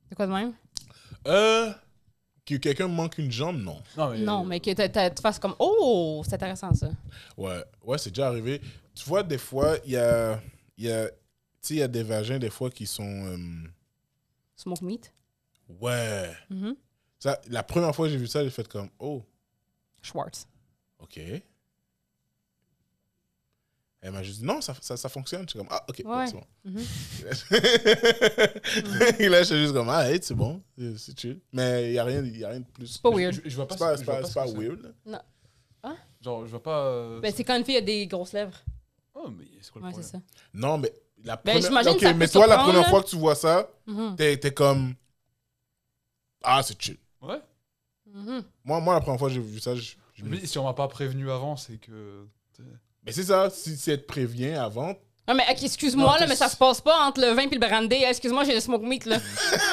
Speaker 3: C'est quoi de même?
Speaker 2: euh, Que quelqu'un manque une jambe, non.
Speaker 1: Non mais.
Speaker 3: Non, mais que t'a- t'a- tu fasses comme Oh, c'est intéressant ça.
Speaker 2: Ouais, ouais c'est déjà arrivé. Tu vois, des fois, il y a, il y, a, tu sais, il y a des vagins, des fois, qui sont. euh,
Speaker 3: Smoke meat.
Speaker 2: ouais.
Speaker 3: Mhm.
Speaker 2: Ça, la première fois que j'ai vu ça, j'ai fait comme Oh,
Speaker 3: Schwartz.
Speaker 2: ok. Elle m'a juste dit non, ça, ça, ça fonctionne. Je suis comme Ah, ok, bon,
Speaker 3: Ouais.
Speaker 2: c'est bon. [LAUGHS]
Speaker 3: Mhm.
Speaker 2: Et là, je suis juste comme Ah, hey, c'est bon, c'est- c'est chill. Mais il n'y a, rien- il y a rien de plus.
Speaker 3: C'est pas
Speaker 1: Je-
Speaker 3: weird.
Speaker 1: Je, je vois pas.
Speaker 2: C'est pas,
Speaker 1: ce-
Speaker 2: c'est
Speaker 1: je vois
Speaker 2: pas,
Speaker 1: pas
Speaker 2: c'est
Speaker 1: ce que
Speaker 2: pas
Speaker 1: c'est.
Speaker 2: weird. là.
Speaker 1: Genre je vois pas. euh,
Speaker 3: Ben, c'est quand une fille a des grosses lèvres.
Speaker 1: Oh mais c'est quoi le
Speaker 3: Ouais,
Speaker 1: problème
Speaker 3: c'est ça.
Speaker 2: Non, mais la
Speaker 3: Ben,
Speaker 2: première
Speaker 3: j'imagine
Speaker 2: Ok,
Speaker 3: que ça peut
Speaker 2: mais toi, la
Speaker 3: surprendre,
Speaker 1: hein.
Speaker 2: première
Speaker 3: là.
Speaker 2: fois que tu vois ça,
Speaker 3: Mhm.
Speaker 2: t'es t'es comme. Ah, c'est chill.
Speaker 1: Ouais.
Speaker 3: Mhm.
Speaker 2: Moi, moi, la première fois que j'ai vu ça, je. je me- [LAUGHS]
Speaker 1: Mais si on m'a pas prévenu avant c'est que.
Speaker 2: Mais c'est ça, si, si elle te prévient avant,
Speaker 3: Non, Ah, mais ok, excuse-moi,
Speaker 1: Non,
Speaker 3: là,
Speaker 1: t'es-
Speaker 3: mais ça se passe pas entre le vin et le brandy. hein. Excuse-moi, j'ai le smoke meat,
Speaker 2: [LAUGHS]
Speaker 3: là.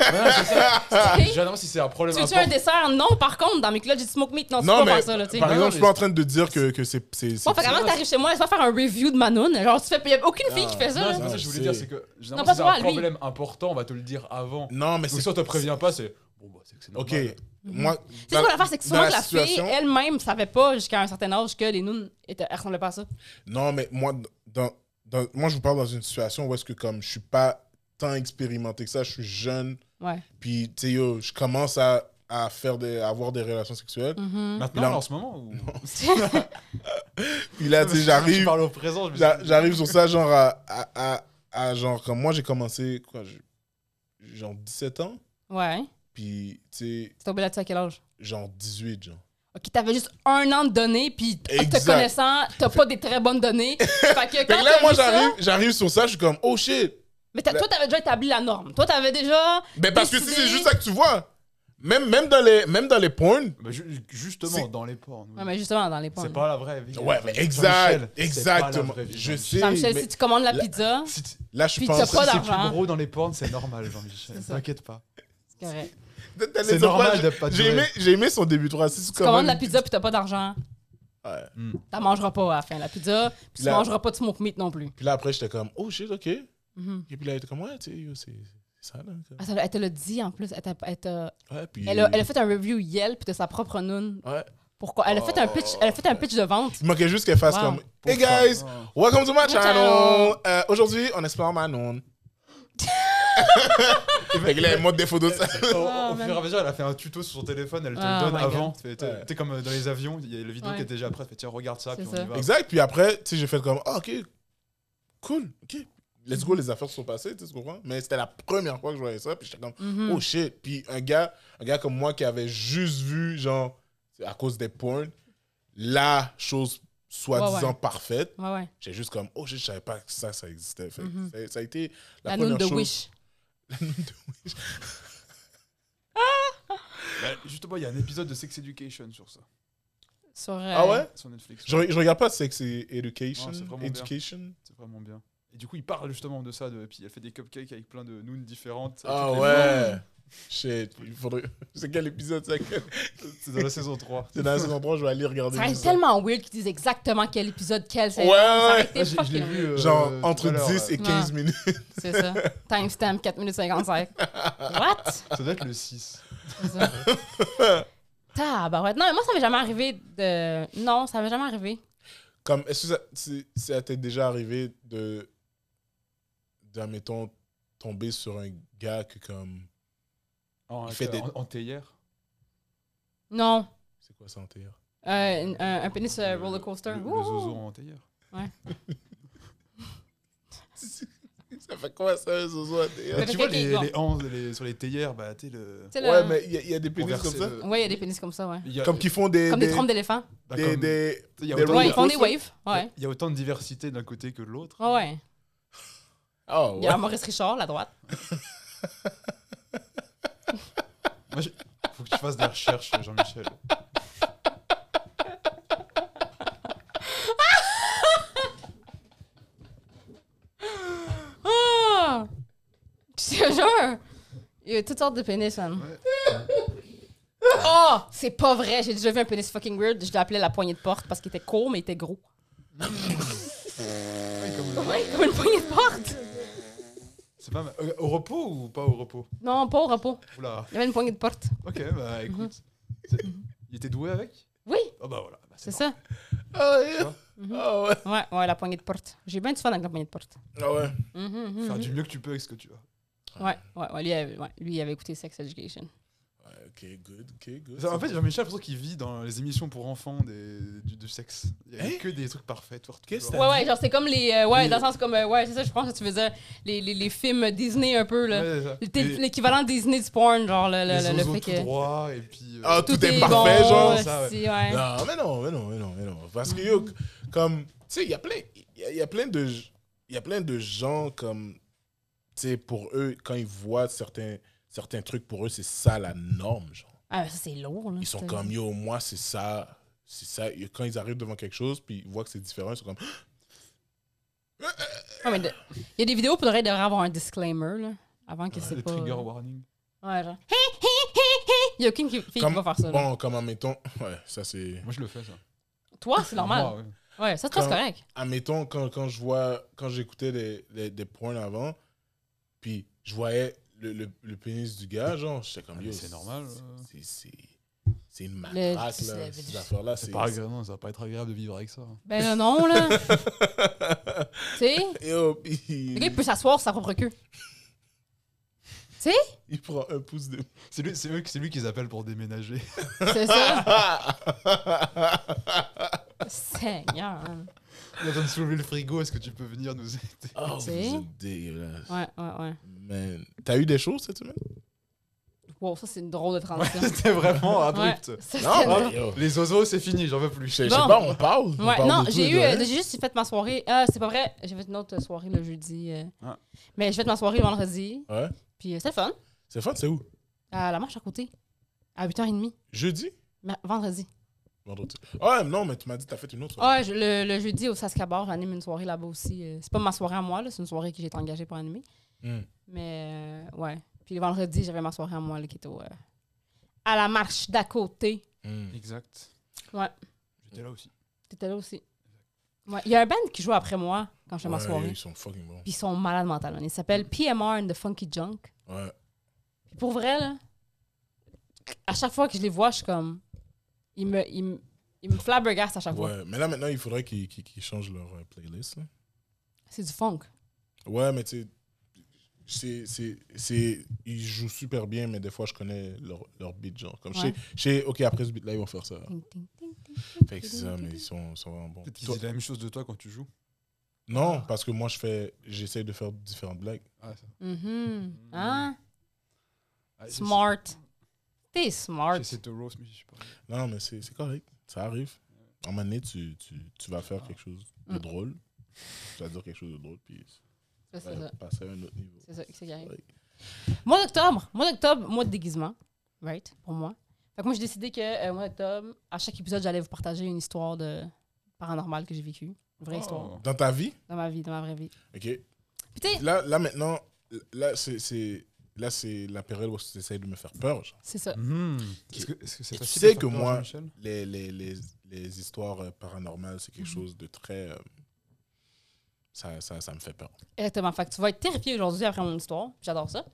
Speaker 1: Voilà, c'est [LAUGHS] ça.
Speaker 3: Ok?
Speaker 1: Je demande si c'est un problème
Speaker 3: Tu veux-tu un
Speaker 1: important.
Speaker 3: dessert? Non, par contre, dans mes clubs, j'ai du smoke meat. Non, tu
Speaker 2: Non,
Speaker 3: peux pas
Speaker 2: mais
Speaker 3: faire ça, là, tu sais.
Speaker 2: par
Speaker 1: Non,
Speaker 2: exemple,
Speaker 1: mais-
Speaker 2: je suis pas en train de dire que, que c'est. c'est- c'est-
Speaker 3: Bon, fait qu'avant que t'arrives chez moi, laisse-moi faire un review de ma noun. Genre, tu fais. Y a aucune fille qui fait ça,
Speaker 1: Non,
Speaker 3: là.
Speaker 1: c'est pas ça que je voulais dire, c'est que généralement,
Speaker 3: pas
Speaker 1: si c'est
Speaker 3: toi,
Speaker 1: un
Speaker 3: lui.
Speaker 1: problème important, on va te le dire avant.
Speaker 2: Non, mais
Speaker 1: Ou
Speaker 2: c'est.
Speaker 1: si on te prévient pas, c'est bon, bah, c'est que c'est
Speaker 2: Ok.
Speaker 1: normal.
Speaker 3: Mmh.
Speaker 2: Moi.
Speaker 3: Tu sais quoi l'affaire, Mhm. c'est que
Speaker 2: dans
Speaker 3: souvent
Speaker 2: la
Speaker 3: la, fille
Speaker 2: situation-
Speaker 3: elle-même savait pas jusqu'à un certain âge que les nounes étaient, elles ressemblaient pas à ça.
Speaker 2: Non, mais moi, dans, dans- moi, je vous parle dans une situation où est-ce que comme je suis pas tant expérimenté que ça, je suis jeune,
Speaker 3: Ouais.
Speaker 2: puis tu sais, yo, je commence à, à faire des, à avoir des relations sexuelles.
Speaker 3: Mm-hmm.
Speaker 1: Maintenant,
Speaker 2: Là, on-
Speaker 1: là, en ce moment
Speaker 2: [LAUGHS]
Speaker 1: ou...
Speaker 2: Puis là, tu sais,
Speaker 1: [LAUGHS] Je
Speaker 2: j'arrive,
Speaker 1: parle au présent, je me suis
Speaker 2: j'a-
Speaker 1: dit-
Speaker 2: j'arrive sur ça, genre à, à- à- à genre comme moi, j'ai commencé quoi, j'ai- genre 17 ans,
Speaker 3: [LAUGHS] Ouais.
Speaker 2: puis tu sais,
Speaker 3: Tu tombé là-dessus à quel âge?
Speaker 2: genre 18, genre.
Speaker 3: Ok, t'avais juste un an de données, puis t- te
Speaker 2: Exact.
Speaker 3: connaissant, t'as pas des très
Speaker 2: [LAUGHS]
Speaker 3: bonnes données. fait que
Speaker 2: Fait
Speaker 3: quand
Speaker 2: que là,
Speaker 3: t'as
Speaker 2: moi,
Speaker 3: vu ça-
Speaker 2: j'arrive, j'arrive sur ça, je suis comme, oh shit.
Speaker 3: Mais t'as- toi, t'avais déjà établi la norme. Toi, t'avais déjà.
Speaker 2: Ben parce que si
Speaker 3: Décider.
Speaker 2: c'est juste ça que tu vois, même, même dans les, même dans les porn,
Speaker 1: Bah, ju-
Speaker 2: C'est-
Speaker 1: justement, dans les ports. nous.
Speaker 3: Ouais, mais justement, dans les points.
Speaker 1: C'est pas la vraie vie.
Speaker 2: Ouais, mais
Speaker 1: Jean-Michel,
Speaker 2: exact,
Speaker 1: c'est pas la
Speaker 2: exactement.
Speaker 1: vraie vie,
Speaker 2: Je
Speaker 1: Jean-Michel.
Speaker 2: sais.
Speaker 3: Jean-Michel,
Speaker 2: mais
Speaker 3: si tu commandes la
Speaker 2: la-
Speaker 3: pizza,
Speaker 1: Si t-
Speaker 2: Là, je
Speaker 3: Puis
Speaker 2: pense.
Speaker 3: Pas
Speaker 1: si c'est
Speaker 3: d'argent.
Speaker 1: plus gros dans les pornes, c'est normal, Jean-Michel.
Speaker 3: C'est ça.
Speaker 1: T'inquiète pas.
Speaker 3: c'est correct.
Speaker 1: C'est normal de pas
Speaker 2: J'ai
Speaker 1: durer.
Speaker 2: aimé, j'ai aimé son début 3. Si tu
Speaker 3: Tu commandes la pizza, puis t'as pas d'argent,
Speaker 2: Ouais.
Speaker 3: Hmm. t'en mangeras pas à la fin, la pizza, puis tu
Speaker 2: La-
Speaker 3: mangeras pas de smoke meat non plus.
Speaker 2: Puis là, après, j'étais comme, oh shit, ok. Et
Speaker 3: Mhm.
Speaker 2: puis là, elle était comme, ouais, tu sais, yo, c'est c'est ça, là. quoi.
Speaker 3: Attends, elle te l'a dit en plus. Elle, t'a- elle t'a-
Speaker 2: Ouais, puis.
Speaker 3: elle a, elle a fait un review Yelp de sa propre noun.
Speaker 2: Ouais. Oh.
Speaker 3: Pourquoi? Elle a fait un pitch, elle a fait un pitch de vente.
Speaker 2: Il manquait juste qu'elle fasse
Speaker 3: Wow.
Speaker 2: comme, hey guys,
Speaker 1: Oh.
Speaker 3: [LAUGHS]
Speaker 2: welcome to my channel.
Speaker 3: channel.
Speaker 2: Euh, Aujourd'hui, on explore
Speaker 3: [LAUGHS]
Speaker 2: Manon. Fait que là, elle montre des photos de ça.
Speaker 1: Au,
Speaker 3: Ah,
Speaker 1: au
Speaker 3: man.
Speaker 1: fur et à mesure, elle a fait un tuto sur son téléphone, elle te
Speaker 3: Ah,
Speaker 1: le donne
Speaker 3: my
Speaker 1: avant. Tu sais,
Speaker 2: Ouais.
Speaker 1: tu sais, comme euh, dans les avions, il y a la vidéo
Speaker 3: Ouais.
Speaker 1: qui est déjà prête. Fait, tiens, regarde ça,
Speaker 3: C'est
Speaker 1: puis on
Speaker 3: ça.
Speaker 1: y va.
Speaker 2: Exact. Puis après, tu sais, j'ai fait comme, ah, ok, cool, ok. Let's go, les affaires se sont passées, tu sais, tu comprends? Mais c'était la première fois que je voyais ça, puis j'étais comme,
Speaker 3: Mhm.
Speaker 2: oh shit. Puis un gars, un gars comme moi qui avait juste vu, genre, à cause des porn, la chose soi-disant
Speaker 3: Ouais, ouais.
Speaker 2: parfaite,
Speaker 3: Ouais, ouais.
Speaker 2: j'ai juste comme, oh shit, je savais pas que ça, ça existait. Fait que
Speaker 3: Mhm.
Speaker 2: ça, ça a été la,
Speaker 3: La, noun
Speaker 2: première
Speaker 3: de
Speaker 2: chose.
Speaker 3: Wish.
Speaker 1: Bah, justement, il y a un épisode de Sex Education sur ça,
Speaker 3: Sur, euh,
Speaker 2: Ah ouais?
Speaker 1: sur Netflix.
Speaker 2: Je, re- je regarde pas Sex et- Education.
Speaker 1: Non, c'est vraiment bien.
Speaker 2: education.
Speaker 1: C'est vraiment bien. Et du coup, il parle justement de ça. De... Puis elle fait des cupcakes avec plein de nounes différentes. avec
Speaker 2: Ah
Speaker 1: toutes les
Speaker 2: ouais! Shit, il faudrait. [LAUGHS] C'est quel épisode ça? quel-
Speaker 1: formes. C'est dans la saison [LAUGHS] 3.
Speaker 2: C'est dans la saison 3, je vais aller regarder.
Speaker 3: Ça aurait été
Speaker 2: juste ça.
Speaker 3: tellement weird qu'ils disent exactement quel épisode, quel c'est.
Speaker 2: Ouais,
Speaker 3: Ça aurait
Speaker 2: ouais. [LAUGHS]
Speaker 1: Ouais,
Speaker 3: été
Speaker 1: Ah, je- je l'ai
Speaker 3: fucking
Speaker 1: vu,
Speaker 3: weird.
Speaker 1: euh,
Speaker 2: Genre
Speaker 1: tout à
Speaker 2: entre
Speaker 1: l'heure,
Speaker 2: 10 et
Speaker 1: ouais.
Speaker 2: 15 minutes.
Speaker 3: C'est
Speaker 2: [LAUGHS]
Speaker 3: ça. Timestamp 4 minutes 55. What?
Speaker 1: Ça doit être le 6.
Speaker 3: C'est ça.
Speaker 2: [LAUGHS]
Speaker 3: Tabarouette. Non, mais moi, ça m'est jamais arrivé de. Non, ça m'est jamais arrivé.
Speaker 2: Comme, est-ce que ça, si- si ça t'est déjà arrivé de, de, admettons, tomber sur un gars que comme.
Speaker 1: En,
Speaker 2: Il fait des-
Speaker 1: en, en théière.
Speaker 3: Non.
Speaker 2: C'est quoi ça en théorie?
Speaker 3: Euh, un- un, un pénis euh,
Speaker 1: Le-
Speaker 3: roller coaster.
Speaker 1: Le, le
Speaker 3: Wouhou!
Speaker 1: zozo en théière.
Speaker 2: [LAUGHS] Ça fait quoi ça, un zozo en théorie?
Speaker 1: euh,
Speaker 3: Ouais,
Speaker 1: tu
Speaker 3: fait
Speaker 1: vois,
Speaker 3: que-
Speaker 1: les,
Speaker 3: bon.
Speaker 1: les hanses, les- sur les théières, bah, tu sais, le.
Speaker 3: Tu sais, le-
Speaker 2: Ouais, mais il y, a- il y a des pénis
Speaker 1: renversé
Speaker 2: comme ça.
Speaker 1: de-
Speaker 3: Ouais, il y a des pénis comme ça, ouais.
Speaker 1: Il y a-
Speaker 2: Comme qui font des.
Speaker 3: Comme des trompes d'éléphant.
Speaker 1: bah,
Speaker 2: des,
Speaker 1: comme-
Speaker 2: des-
Speaker 1: il y a
Speaker 2: des
Speaker 1: autant de-
Speaker 3: Ouais, ils font des
Speaker 2: coaster.
Speaker 3: waves. Ouais.
Speaker 1: Il y a autant de diversité d'un côté que de l'autre.
Speaker 3: Ouais, ouais.
Speaker 2: Oh,
Speaker 3: Il y
Speaker 2: ouais.
Speaker 3: a Maurice Richard, la droite.
Speaker 1: Moi, je- Faut que tu fasses des recherches, [LAUGHS] Jean-Michel.
Speaker 3: Ah! [LAUGHS] Je te jure! Il y a toutes sortes de pénis, man. Oh! C'est pas vrai! J'ai déjà vu un pénis fucking weird. Je l'appelais la poignée de porte parce qu'il était court, mais il était gros.
Speaker 1: Ah euh,
Speaker 3: Ouais, comme une poignée de porte!
Speaker 1: C'est pas mal. Euh, Au repos ou pas au repos
Speaker 3: Non, pas au repos.
Speaker 1: Oula.
Speaker 3: Il y avait une poignée de porte.
Speaker 1: Ok, bah
Speaker 3: Mhm.
Speaker 1: écoute. C'est- Il était doué avec
Speaker 3: Oui,
Speaker 1: Oh bah voilà. Bah,
Speaker 3: c'est ça.
Speaker 2: Ah, yeah. Ah, ouais.
Speaker 3: Ouais, ouais, la poignée de porte. J'ai bien du fun avec la poignée de porte.
Speaker 2: Ah, ouais.
Speaker 3: Mhm, mhm.
Speaker 1: normal. Faire du mieux que tu peux avec ce que tu as.
Speaker 3: Ouais, ouais, ouais, lui, il avait- ouais, lui, il avait écouté Sex Education.
Speaker 2: Ouais, Ok, good, ok, good.
Speaker 1: En fait, Jean-Michel, j'ai l'impression qu'il vit dans les émissions pour enfants des... du, du sexe. Il y a
Speaker 2: Hein
Speaker 1: que des trucs parfaits. tout partout.
Speaker 2: Qu'est-ce que
Speaker 3: Ouais, ouais, genre, c'est comme les. euh, ouais,
Speaker 2: Les-
Speaker 3: dans le sens comme. euh, ouais, c'est ça, je pense que tu veux dire. Les, les, les films Disney un peu, là.
Speaker 1: Ouais, c'est ça.
Speaker 3: C'était
Speaker 1: Les-
Speaker 3: l'équivalent Disney du porn, genre le,
Speaker 1: les
Speaker 3: le, le, le
Speaker 1: zozos
Speaker 3: fait
Speaker 1: tout
Speaker 3: que.
Speaker 1: droit et puis. euh,
Speaker 2: Ah, tout, est, parfait,
Speaker 3: bon,
Speaker 2: genre.
Speaker 1: ouais. ça,
Speaker 3: si, ouais.
Speaker 2: Non, mais non, mais non, mais non, mais non. Parce que, yo, comme, tu sais, il y a plein, il y a- il y a plein de, il y a plein de gens comme, tu sais, pour eux, quand ils voient certains, certains trucs, pour eux, c'est ça la norme, genre.
Speaker 3: Ah, mais ça, c'est lourd, là.
Speaker 2: Ils sont
Speaker 3: c'est-
Speaker 2: comme, yo, moi, c'est ça, c'est ça. Et Quand ils arrivent devant quelque chose, puis ils voient que c'est différent, ils sont comme,
Speaker 3: Ouais, Ah, mais de- Il y a des vidéos pour devrait avoir un disclaimer, là, avant que c'est
Speaker 1: Le
Speaker 3: pas.
Speaker 1: trigger warning.
Speaker 3: Ouais, genre. [LAUGHS] Hi, hi, hi, hi. Il n'y a aucune qui- fille
Speaker 2: Comme-
Speaker 3: qui va faire ça. là.
Speaker 2: Bon, comme admettons, [LAUGHS] ouais, ça c'est.
Speaker 1: Moi, je le fais, ça.
Speaker 3: Toi, c'est normal.
Speaker 1: Moi, ouais.
Speaker 3: Ouais, ça, toi, c'est
Speaker 2: Comme-
Speaker 3: correct.
Speaker 2: Admettons, quand, quand je vois, quand j'écoutais des, des, des porns avant, puis je voyais le, le, le pénis du gars, genre, j'étais comme
Speaker 1: Ah, mais
Speaker 2: yo,
Speaker 1: c'est normal, euh.
Speaker 2: c'est- C'est c'est une matraque,
Speaker 3: c'est la-
Speaker 2: là, ces affaires-là.
Speaker 1: C'est pas agréable, non, ça va pas être agréable de vivre avec ça. hein.
Speaker 3: Ben là, non, là. tu sais,
Speaker 2: [LAUGHS] Yo, puis-
Speaker 3: le gars, il peut s'asseoir sur sa propre queue.
Speaker 2: il prend un pouce de. [LAUGHS]
Speaker 1: C'est lui, c'est eux que- c'est lui qu'ils appellent pour déménager. [LAUGHS]
Speaker 3: C'est ça. Ah, Seigneur.
Speaker 1: On est en train de soulever le frigo, est-ce que tu peux venir nous aider
Speaker 2: Oh, vous
Speaker 3: C'est-
Speaker 2: êtes dégueulasse.
Speaker 3: Ouais, ouais, ouais.
Speaker 2: Man. T'as eu des choses cette semaine?
Speaker 3: Wow, ça, c'est une drôle de transition.
Speaker 2: [LAUGHS]
Speaker 1: C'était vraiment
Speaker 3: Ouais,
Speaker 1: abrupt.
Speaker 3: ça,
Speaker 2: Non,
Speaker 3: c'est-
Speaker 2: mais yo,
Speaker 1: Les oiseaux, c'est fini, j'en veux plus.
Speaker 2: je je sais
Speaker 3: Bon.
Speaker 2: pas, on parle. on
Speaker 3: Ouais,
Speaker 2: parle
Speaker 3: non,
Speaker 2: de tout et
Speaker 3: j'ai
Speaker 2: de
Speaker 3: eu, euh,
Speaker 2: rien.
Speaker 3: j'ai juste fait ma soirée. Ah, c'est pas vrai, j'ai fait une autre soirée le jeudi. euh.
Speaker 1: Ah.
Speaker 3: Mais j'ai fait ma soirée le vendredi,
Speaker 2: Ouais.
Speaker 3: puis euh, c'était le fun.
Speaker 2: C'est fun, c'est où?
Speaker 3: À la marche à côté, à 8h30,
Speaker 2: Jeudi?
Speaker 3: ma- vendredi.
Speaker 2: Vendredi. Ah, non, mais tu m'as dit que t'as fait une autre.
Speaker 3: Ouais, je- le, le jeudi au Saskabar, j'anime une soirée là-bas aussi. euh. C'est pas ma soirée à moi, là, c'est une soirée que j'ai été engagée pour animer.
Speaker 2: Hmm.
Speaker 3: Mais euh, ouais. Puis le vendredi, j'avais ma soirée à moi là, qui était au, euh, à la marche d'à côté.
Speaker 2: Hmm.
Speaker 1: Exact.
Speaker 3: Ouais.
Speaker 1: J'étais là aussi.
Speaker 3: T'étais là aussi. Ouais, Il y a un band qui joue après moi quand je fais ma
Speaker 2: Ouais,
Speaker 3: soirée.
Speaker 2: Ils sont fucking bons.
Speaker 3: Puis ils sont malades mentalement. Ils s'appellent PMR and the Funky Junk.
Speaker 2: Ouais.
Speaker 3: Puis pour vrai, là, à chaque fois que je les vois, je suis comme. Ils me, ils me, ils me flabbergastent à chaque fois.
Speaker 2: ouais. Mais là, maintenant, il faudrait qu'ils qu'ils- qu'ils changent leur euh, playlist. là.
Speaker 3: C'est du funk.
Speaker 2: Ouais, mais tu sais, c'est- c'est- c'est- ils jouent super bien, mais des fois, je connais leur, leur beat. Genre, comme je, sais,
Speaker 3: Ouais.
Speaker 2: je sais, OK, après ce beat-là, ils vont faire ça.
Speaker 3: Ting, ting, ting, ting.
Speaker 2: Fait que c'est ça, mais ils sont, sont vraiment bons.
Speaker 1: Peut-être qu'ils
Speaker 2: Toi-
Speaker 1: disent la même chose de toi quand tu joues.
Speaker 2: non, parce que moi, je fais, j'essaie de faire différentes blagues.
Speaker 1: Ah, ça.
Speaker 3: Mhm. Hein?
Speaker 1: Ah, j'essaie-
Speaker 3: Smart. T'es smart.
Speaker 1: J'essaie de te roast, mais je sais pas.
Speaker 2: Non, mais c'est c'est correct. Ça arrive. À un moment donné, tu, tu, tu vas faire quelque chose de
Speaker 3: Mm.
Speaker 2: drôle. Tu vas dire quelque chose de drôle, puis
Speaker 3: Ça,
Speaker 2: ça
Speaker 3: C'est
Speaker 2: va
Speaker 3: ça.
Speaker 2: passer à un autre niveau.
Speaker 3: C'est ça, c'est correct.
Speaker 2: Ouais.
Speaker 3: Mois d'octobre. Mois d'octobre, mois de déguisement. Right? Pour moi. Fait que moi, j'ai décidé que euh, mois d'octobre, à chaque épisode, j'allais vous partager une histoire de paranormal que j'ai vécue. Une vraie histoire.
Speaker 1: Oh.
Speaker 2: Dans ta vie,
Speaker 3: Dans ma vie, dans ma vraie vie.
Speaker 2: OK,
Speaker 3: Puis tu sais,
Speaker 2: Là, là maintenant, là, c'est- c'est là, c'est la période où tu essayes de me faire peur. genre.
Speaker 3: c'est ça.
Speaker 1: Mhm. Est-ce que, est-ce que c'est
Speaker 2: Et tu
Speaker 1: facile
Speaker 2: sais
Speaker 1: de faire
Speaker 2: que
Speaker 1: peur,
Speaker 2: moi-
Speaker 1: Jean-Michel
Speaker 2: Les, les, les, les histoires euh, paranormales, c'est
Speaker 3: Mhm.
Speaker 2: quelque chose de très. euh, ça, ça, ça me fait peur.
Speaker 3: Exactement. Fait que tu vas être terrifié aujourd'hui après mon histoire. J'adore ça.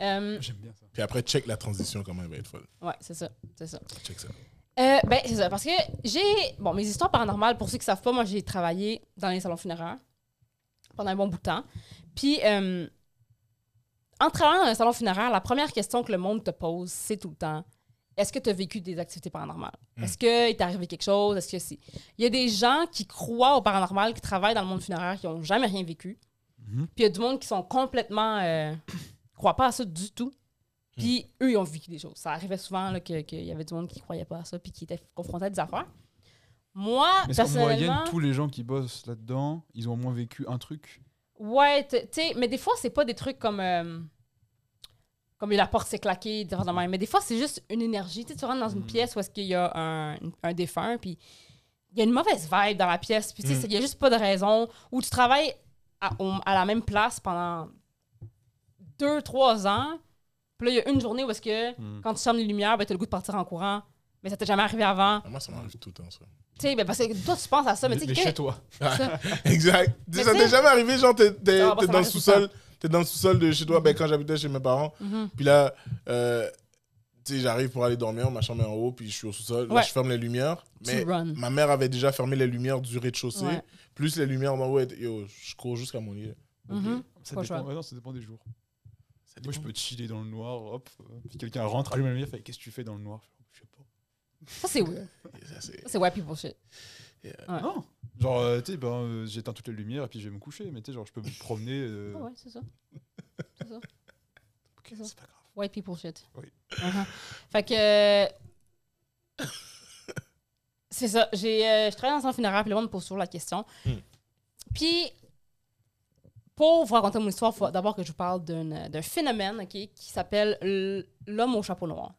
Speaker 3: Euh,
Speaker 1: J'aime bien ça.
Speaker 2: Puis après, check la transition, comment elle va être folle.
Speaker 3: ouais, c'est ça. C'est ça.
Speaker 2: Check ça.
Speaker 3: Euh, ben, c'est ça. Parce que j'ai. Bon, mes histoires paranormales, pour ceux qui ne savent pas, moi, j'ai travaillé dans les salons funéraires pendant un bon bout de temps. Puis, euh, en travaillant dans un salon funéraire, la première question que le monde te pose, c'est tout le temps est-ce que tu as vécu des activités paranormales
Speaker 1: Hmm.
Speaker 2: Mm.
Speaker 3: Est-ce qu'il t'est arrivé quelque chose Est-ce que si. Il y a des gens qui croient au paranormal, qui travaillent dans le monde funéraire, qui n'ont jamais rien vécu.
Speaker 1: Mhm.
Speaker 3: Puis, il y a du monde qui sont complètement. euh, croient pas à ça du tout.
Speaker 1: Hmm.
Speaker 3: Puis eux, ils ont vécu des choses. Ça arrivait souvent là, que- qu'il y avait du monde qui croyait pas à ça puis qui était confronté à des affaires. Moi,
Speaker 1: Mais en
Speaker 3: personnellement.
Speaker 1: moyenne, tous les gens qui bossent là-dedans, ils ont au moins vécu un truc.
Speaker 3: Ah, Ouais, t- tu sais, mais des fois, c'est pas des trucs comme. euh, comme la porte s'est claquée, des affaires de même. Mais des fois, c'est juste une énergie. Tu sais, tu rentres dans une
Speaker 1: Mm.
Speaker 3: pièce où est-ce qu'il y a un, un défunt, puis il y a une mauvaise vibe dans la pièce, puis tu sais,
Speaker 2: Mm.
Speaker 3: c'est- il y a juste pas de raison. Ou tu travailles à, au- à la même place pendant deux, trois ans, puis là, il y a une journée où est-ce que.
Speaker 1: Mm.
Speaker 3: quand tu fermes les lumières, ben, tu as le goût de partir en courant. Mais ça t'est jamais arrivé avant.
Speaker 2: Ah, Moi, ça
Speaker 3: Mhm.
Speaker 2: m'arrive tout le temps, ça. [LAUGHS]
Speaker 3: Tu sais, ben, parce que toi, tu penses à ça, mais tu sais,
Speaker 1: Les
Speaker 3: quelqu'un-
Speaker 1: chez toi.
Speaker 2: exact.
Speaker 3: Mais
Speaker 2: ça
Speaker 3: tu
Speaker 2: t'est
Speaker 3: sais-
Speaker 2: jamais arrivé, genre, t'es t'es-
Speaker 3: Ah, bah,
Speaker 2: t'es dans le
Speaker 3: ça m'arrive tout le
Speaker 2: sous-sol. T'es dans le sous-sol de chez toi, ben, quand j'habitais chez mes parents.
Speaker 3: Mhm.
Speaker 2: Puis là, euh, tu sais, j'arrive pour aller dormir, ma chambre est en haut, puis je suis au sous-sol. Là,
Speaker 3: Ouais.
Speaker 2: je ferme les lumières.
Speaker 3: Tu
Speaker 2: Mais
Speaker 3: run.
Speaker 2: ma mère avait déjà fermé les lumières du rez-de-chaussée,
Speaker 3: Ouais.
Speaker 2: plus les lumières d'en haut. étaient- Yo, je cours jusqu'à mon lit.
Speaker 3: Mhm.
Speaker 1: Ça
Speaker 3: Pas le
Speaker 1: dépend.
Speaker 3: choix.
Speaker 1: ouais, non, ça dépend des jours.
Speaker 2: Ça
Speaker 1: Moi, je peux chiller dans le noir, hop. euh, Puis quelqu'un rentre, allume la lumière, fait Qu'est-ce que tu fais dans le noir Je sais pas.
Speaker 3: Ça, c'est weird.
Speaker 2: dépend. Ça, c'est-
Speaker 3: Ça, c'est white people shit. Ouais.
Speaker 1: Non Genre, euh, tu sais, ben, euh, j'éteins toutes les lumières et puis je vais me coucher. Mais tu sais, genre, je peux me promener. euh,
Speaker 3: Ah ouais, c'est
Speaker 1: [LAUGHS]
Speaker 3: ça. C'est ça.
Speaker 1: ok,
Speaker 3: c'est ça.
Speaker 1: c'est pas grave.
Speaker 3: White people shit.
Speaker 1: Oui.
Speaker 3: Mhm. Fait que. C'est ça. J'ai, euh, je travaille dans un funéraire, puis le monde me pose toujours la question.
Speaker 2: Hmm.
Speaker 3: Puis, pour vous raconter mon histoire, il faut d'abord que je vous parle d'une- d'un phénomène ok, qui s'appelle l- l'homme au chapeau noir.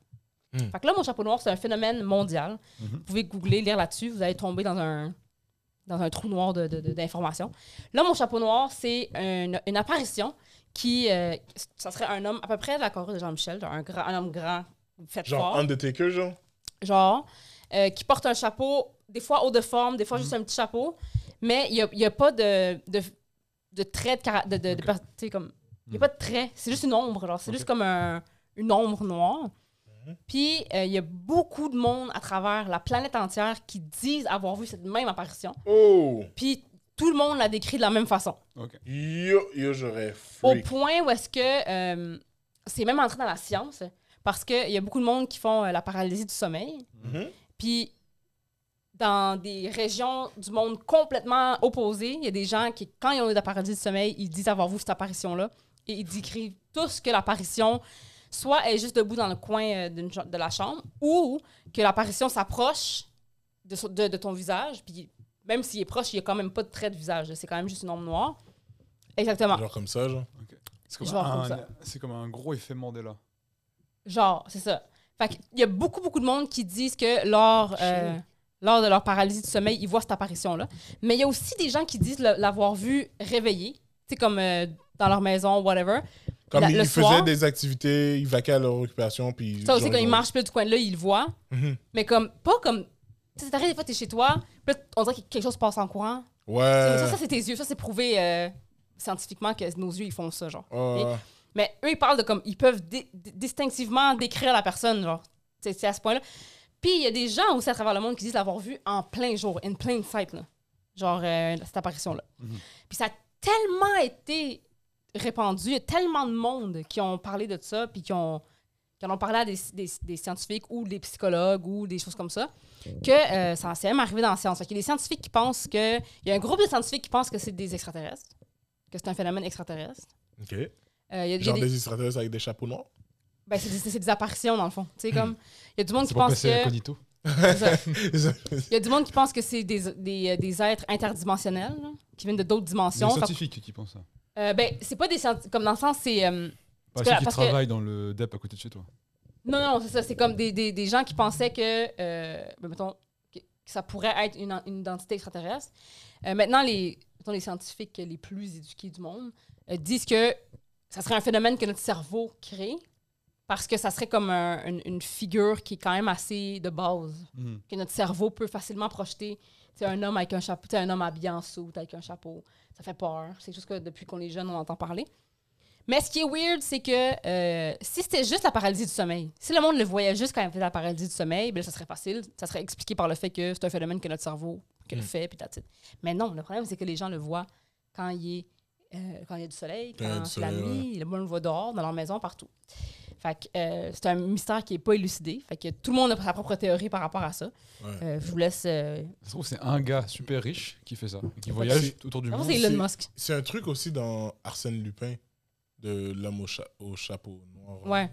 Speaker 2: Hmm.
Speaker 3: Fait que l'homme au chapeau noir, c'est un phénomène mondial.
Speaker 1: Mhm.
Speaker 3: Vous pouvez googler, lire là-dessus, vous allez tomber dans un, dans un trou noir de- de- de- d'informations. Là, mon chapeau noir, c'est une, une apparition qui. euh, ça serait un homme à peu près de la carrure de Jean-Michel, genre un, grand, un homme grand, fait
Speaker 2: Genre
Speaker 3: fort,
Speaker 2: Undertaker, genre.
Speaker 3: genre, euh, qui porte un chapeau, des fois haut de forme, des fois juste
Speaker 1: Mhm.
Speaker 3: un petit chapeau, mais il n'y a, il y a pas de, de, de trait de cara- de. de- de
Speaker 1: Ok.
Speaker 3: per- tu sais, comme. Il n'y
Speaker 1: Mhm.
Speaker 3: a pas de trait, c'est juste une ombre, genre, c'est
Speaker 1: Ok. Mhm.
Speaker 3: juste comme un- une ombre noire. Puis, euh, il y a beaucoup de monde à travers la planète entière qui disent avoir vu cette même apparition.
Speaker 2: Oh!
Speaker 3: Puis tout le monde l'a décrit de la même façon.
Speaker 1: Ok.
Speaker 2: Yo, yo, j'aurais
Speaker 3: Au
Speaker 2: freak.
Speaker 3: point où est-ce que euh, c'est même entré dans la science, parce qu'il y a beaucoup de monde qui font euh, la paralysie du sommeil.
Speaker 2: Mhm.
Speaker 3: Puis dans des régions du monde complètement opposées, il y a des gens qui, quand ils ont eu la paralysie du sommeil, ils disent avoir vu cette apparition-là. Et ils décrivent tous que l'apparition, soit est juste debout dans le coin euh, d'une cha- de la chambre, ou que l'apparition s'approche de, so- de- de ton visage. Puis même s'il est proche, il n'y a quand même pas de trait de visage. là. C'est quand même juste une ombre noire. Exactement.
Speaker 2: Genre comme ça, genre.
Speaker 1: C'est comme,
Speaker 3: Je vais en prendre
Speaker 1: un-
Speaker 3: ça.
Speaker 1: c'est comme un gros effet Mandela.
Speaker 3: Genre, c'est ça. Fait qu'il y a beaucoup, beaucoup de monde qui disent que lors, euh, lors de leur paralysie du sommeil, ils voient cette apparition-là. Mais il y a aussi des gens qui disent le- l'avoir vu réveillé, tu sais, comme euh, dans leur maison, whatever.
Speaker 2: Comme
Speaker 3: La-
Speaker 2: il,
Speaker 3: le
Speaker 2: il faisait
Speaker 3: soir.
Speaker 2: des activités, il vaquait à leur occupation, puis.
Speaker 3: Ça aussi,
Speaker 2: genre,
Speaker 3: quand ils
Speaker 2: ont-
Speaker 3: marchent plus du coin de là, ils le voient.
Speaker 2: Mhm.
Speaker 3: Mais comme, pas comme. Tu sais, t'arrives des fois, t'es chez toi, puis là, on dirait que quelque chose passe en courant. Ça,
Speaker 2: Ouais.
Speaker 3: ça, c'est tes yeux. Ça, c'est prouvé euh, scientifiquement que nos yeux, ils font ça, genre.
Speaker 2: Ouais.
Speaker 3: Mais eux, ils parlent de comme. Ils peuvent dé- dé- distinctivement décrire la personne, genre. C'est c'est à ce point-là. Puis il y a des gens aussi à travers le monde qui disent l'avoir vu en plein jour, in plain sight, là. Genre, euh, cette apparition-là.
Speaker 1: Mhm.
Speaker 3: Puis ça a tellement été répandu, il y a tellement de monde qui ont parlé de ça, puis qui, ont, qui en ont parlé à des, des- des scientifiques ou des psychologues ou des choses comme ça, que euh, ça s'est même arrivé dans la science. Il y a des scientifiques qui pensent que. Il y a un groupe de scientifiques qui pensent que c'est des extraterrestres, que c'est un phénomène extraterrestre.
Speaker 2: Ok.
Speaker 3: Euh, il y a- il y a
Speaker 2: Genre
Speaker 3: des-
Speaker 2: des extraterrestres avec des chapeaux noirs.
Speaker 3: ben, c'est des, c'est des apparitions, dans le fond. Tu sais, comme, il y a du monde qui
Speaker 1: C'est pas
Speaker 3: pense
Speaker 1: passé
Speaker 3: que...
Speaker 1: incognito.
Speaker 3: Il y a du monde qui pense que c'est des, des, euh, des êtres interdimensionnels, là, qui viennent de d'autres
Speaker 1: C'est
Speaker 3: dimensions.
Speaker 1: les
Speaker 3: Fait-
Speaker 1: scientifiques qui pensent ça.
Speaker 3: euh, ben, c'est pas des scientifiques... Comme dans le sens, c'est... euh,
Speaker 1: Pas
Speaker 3: Parce
Speaker 1: ceux
Speaker 3: que-
Speaker 1: qui
Speaker 3: parce que-
Speaker 1: travaillent dans le DEP à côté de chez toi.
Speaker 3: Non, non, c'est ça. C'est comme des, des, des gens qui pensaient que... euh, ben, mettons, que que ça pourrait être une, en- une identité extraterrestre. Euh, maintenant, les, mettons, les scientifiques les plus éduqués du monde euh, disent que ça serait un phénomène que notre cerveau crée parce que ça serait comme un- une- une figure qui est quand même assez de base.
Speaker 1: Mhm.
Speaker 3: que notre cerveau peut facilement projeter tu sais, un homme avec un chapeau, tu sais, un homme habillé en soute avec un chapeau. Ça fait peur. C'est juste que depuis qu'on est jeune, on entend parler. Mais ce qui est weird, c'est que euh, si c'était juste la paralysie du sommeil, si le monde le voyait juste quand il faisait la paralysie du sommeil, ben là, ça serait facile. Ça serait expliqué par le fait que c'est un phénomène que notre cerveau que le
Speaker 2: Mm.
Speaker 3: fait, puis that's it. Mais non, le problème, c'est que les gens le voient quand il, est, euh, quand il y a du soleil,
Speaker 2: Quand il y a
Speaker 3: quand
Speaker 2: du
Speaker 3: c'est la
Speaker 2: soleil,
Speaker 3: nuit, le monde le voit dehors, dans leur maison, partout. Fait que, euh, c'est un mystère qui n'est pas élucidé. Fait que tout le monde a sa propre théorie par rapport à ça.
Speaker 2: Ouais.
Speaker 3: Euh, je vous laisse. euh,
Speaker 1: Ça se trouve, c'est un gars super riche qui fait ça. et Qui voyage autour du
Speaker 3: je
Speaker 1: monde.
Speaker 3: pense que c'est
Speaker 2: c'est-
Speaker 3: Elon Musk.
Speaker 2: C'est un truc aussi dans Arsène Lupin, de l'homme au, cha- au chapeau noir.
Speaker 3: Ouais.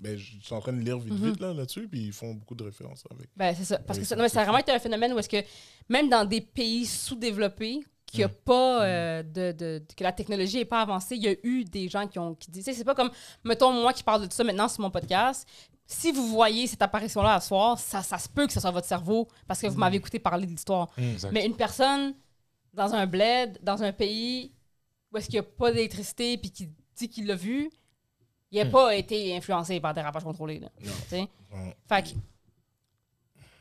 Speaker 2: Ben, je suis en train de lire vite,
Speaker 3: Mhm.
Speaker 2: vite là, là-dessus, puis ils font beaucoup de références avec.
Speaker 3: Ben, c'est ça. Parce
Speaker 2: Oui,
Speaker 3: que ça,
Speaker 2: c'est-
Speaker 3: non, mais
Speaker 2: c'est
Speaker 3: ça a
Speaker 2: ça.
Speaker 3: vraiment été un phénomène où est-ce que même dans des pays sous-développés, qu'il y a
Speaker 2: Mm.
Speaker 3: pas euh, de, de- de- que la technologie n'est pas avancée, il y a eu des gens qui ont qui disent. tu sais, C'est pas comme, mettons, moi qui parle de ça maintenant sur mon podcast. Si vous voyez cette apparition-là à soir, ça, ça se peut que ce soit votre cerveau parce
Speaker 2: Mm-hmm.
Speaker 3: que vous
Speaker 1: Mm.
Speaker 3: m'avez écouté parler de l'histoire.
Speaker 1: Exact.
Speaker 3: Mais une personne dans un bled, dans un pays où est-ce qu'il n'y a pas d'électricité puis qui dit qu'il l'a vu, il n'a
Speaker 2: Hmm.
Speaker 3: pas été influencé par des rapages contrôlés. là.
Speaker 2: Non.
Speaker 3: Tu sais?
Speaker 2: Ouais.
Speaker 3: Fait que-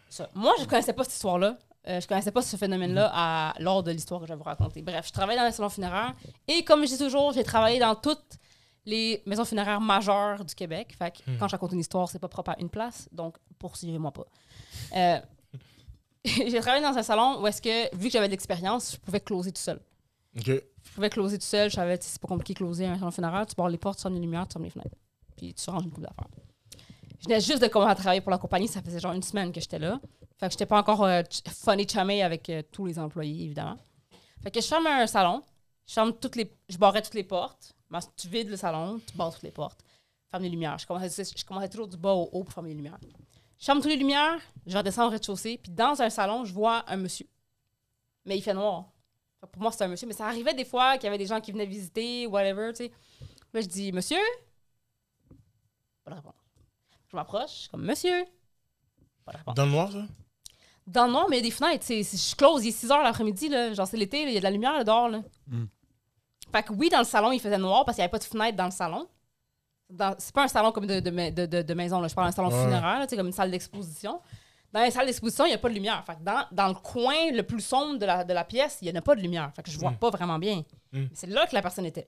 Speaker 3: ça. Moi, je ne connaissais pas cette histoire-là. Euh, je connaissais pas ce phénomène-là à- lors de l'histoire que je vais vous raconter. Bref, je travaille dans les salons funéraires et comme je dis toujours, j'ai travaillé dans toutes les maisons funéraires majeures du Québec. Fait que
Speaker 2: Hmm.
Speaker 3: quand je raconte une histoire, c'est pas propre à une place, donc poursuivez-moi pas. Euh, [LAUGHS] j'ai travaillé dans un salon où est-ce que, vu que j'avais de l'expérience, je pouvais closer tout seul.
Speaker 2: Ok.
Speaker 3: Je pouvais closer tout seul. Je savais, tu sais, c'est pas compliqué de closer un salon funéraire. Tu barres les portes, tu fermes les lumières, tu fermes les fenêtres. Puis tu ranges une coupe d'affaires. Je venais juste de commencer à travailler pour la compagnie. Ça faisait genre une semaine que j'étais là. Fait que j'étais pas encore euh, ch- funny chamé avec euh, tous les employés, évidemment. Fait que je ferme un salon. Je ferme toutes les... Je barrais toutes les portes. Mas- Tu vides le salon, tu barres toutes les portes. Ferme les lumières. Je commençais, je commençais toujours du bas au haut pour fermer les lumières. Je ferme toutes les lumières. Je redescends au rez-de-chaussée. Puis dans un salon, je vois un monsieur. Mais il fait noir. Fait que Pour moi, c'était un monsieur, mais ça arrivait des fois qu'il y avait des gens qui venaient visiter, whatever, tu sais. Là, je dis, monsieur? Pas de réponse. Je m'approche, je suis comme, monsieur? Pas de réponse.
Speaker 2: Dans le noir, ça
Speaker 3: Dans le noir, mais il y a des fenêtres. C'est, c'est- je close, il est 6 h l'après-midi. Là. Genre, c'est l'été, là, il y a de la lumière là, dehors. Là.
Speaker 1: Mm.
Speaker 3: Fait que oui, dans le salon, il faisait noir parce qu'il n'y avait pas de fenêtre dans le salon. Dans- c'est pas un salon comme de, de, ma- de- de- de maison, là. je parle d'un salon
Speaker 2: Ouais.
Speaker 3: funéraire, là, tu sais, comme une salle d'exposition. Dans les salles d'exposition, il n'y a pas de lumière. Fait que dans, dans le coin le plus sombre de la, de la pièce, il n'y en a pas de lumière. Fait que je vois
Speaker 2: Mm.
Speaker 3: pas vraiment bien.
Speaker 2: Mm.
Speaker 3: C'est là que la personne était.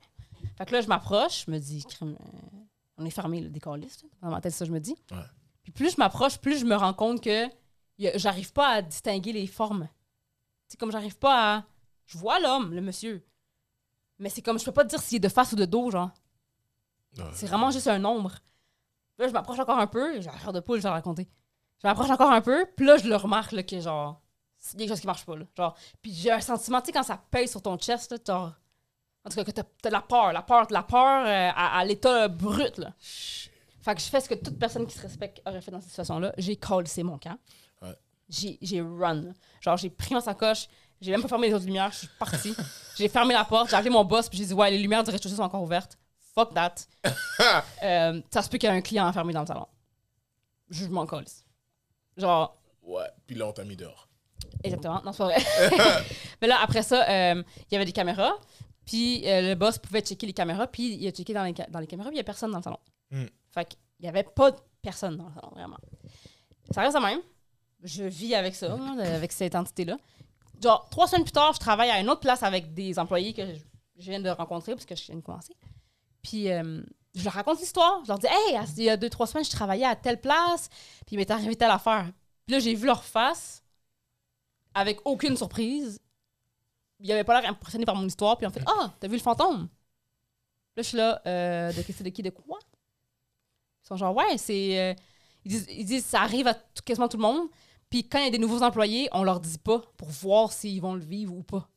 Speaker 3: Fait que là, je m'approche, je me dis, Crime, euh, on est fermé, le décaliste. Dans ma tête, ça, je me dis.
Speaker 2: Ouais.
Speaker 3: Puis plus je m'approche, plus je me rends compte que y a- j'arrive pas à distinguer les formes. C'est comme j'arrive pas à. Je vois l'homme, le monsieur. Mais c'est comme je peux pas te dire s'il est de face ou de dos, genre.
Speaker 2: Euh.
Speaker 3: C'est vraiment juste un nombre. Là, je m'approche encore un peu, j'ai la chair de poule, j'ai raconté. Je m'approche encore un peu, puis là, je le remarque, là, que genre, il y a quelque chose qui marche pas, là. Genre, puis j'ai un sentiment, tu sais, quand ça pèse sur ton chest, là, genre, en tout cas, que t'as t'as de la peur, la peur, de la peur euh, à, à l'état brut, là. Fait que je fais ce que toute personne qui se respecte aurait fait dans cette situation-là. J'ai collé mon camp.
Speaker 2: Ouais.
Speaker 3: J'ai j'ai run. Genre, j'ai pris ma sacoche, j'ai même pas fermé les autres lumières, je suis partie. j'ai fermé la porte, j'ai appelé mon boss, puis j'ai dit, ouais, les lumières du rez-de-chaussée sont encore ouvertes. Fuck that. Euh, ça se peut qu'il y ait un client enfermé dans le salon. Je m'en colle. Genre,
Speaker 2: Ouais, puis là, on t'a mis dehors.
Speaker 3: Exactement, non, c'est pas vrai. Mais là, après ça, euh, il y avait des caméras, puis euh, le boss pouvait checker les caméras, puis il a checké dans les, ca- dans les caméras, puis il n'y a personne dans le salon.
Speaker 2: Hmm.
Speaker 3: Fait qu'il n'y avait pas de personne dans le salon, vraiment. Ça reste de même. Je vis avec ça, moi, de- avec cette entité-là. Genre, trois semaines plus tard, je travaille à une autre place avec des employés que je, je viens de rencontrer, parce que je viens de commencer. Puis, euh, je leur raconte l'histoire. Je leur dis, hey, il y a deux, trois semaines, je travaillais à telle place, puis il m'est arrivé telle affaire. Puis là, j'ai vu leur face avec aucune surprise. Il avait pas l'air impressionné par mon histoire. Puis en fait, ah, t'as vu le fantôme? Là, je suis là, euh, de, c'est de qui, de quoi? Ils sont genre, ouais, c'est. euh, ils, disent, ils disent, ça arrive à tout- quasiment tout le monde. Puis quand il y a des nouveaux employés, on leur dit pas pour voir s'ils vont le vivre ou pas.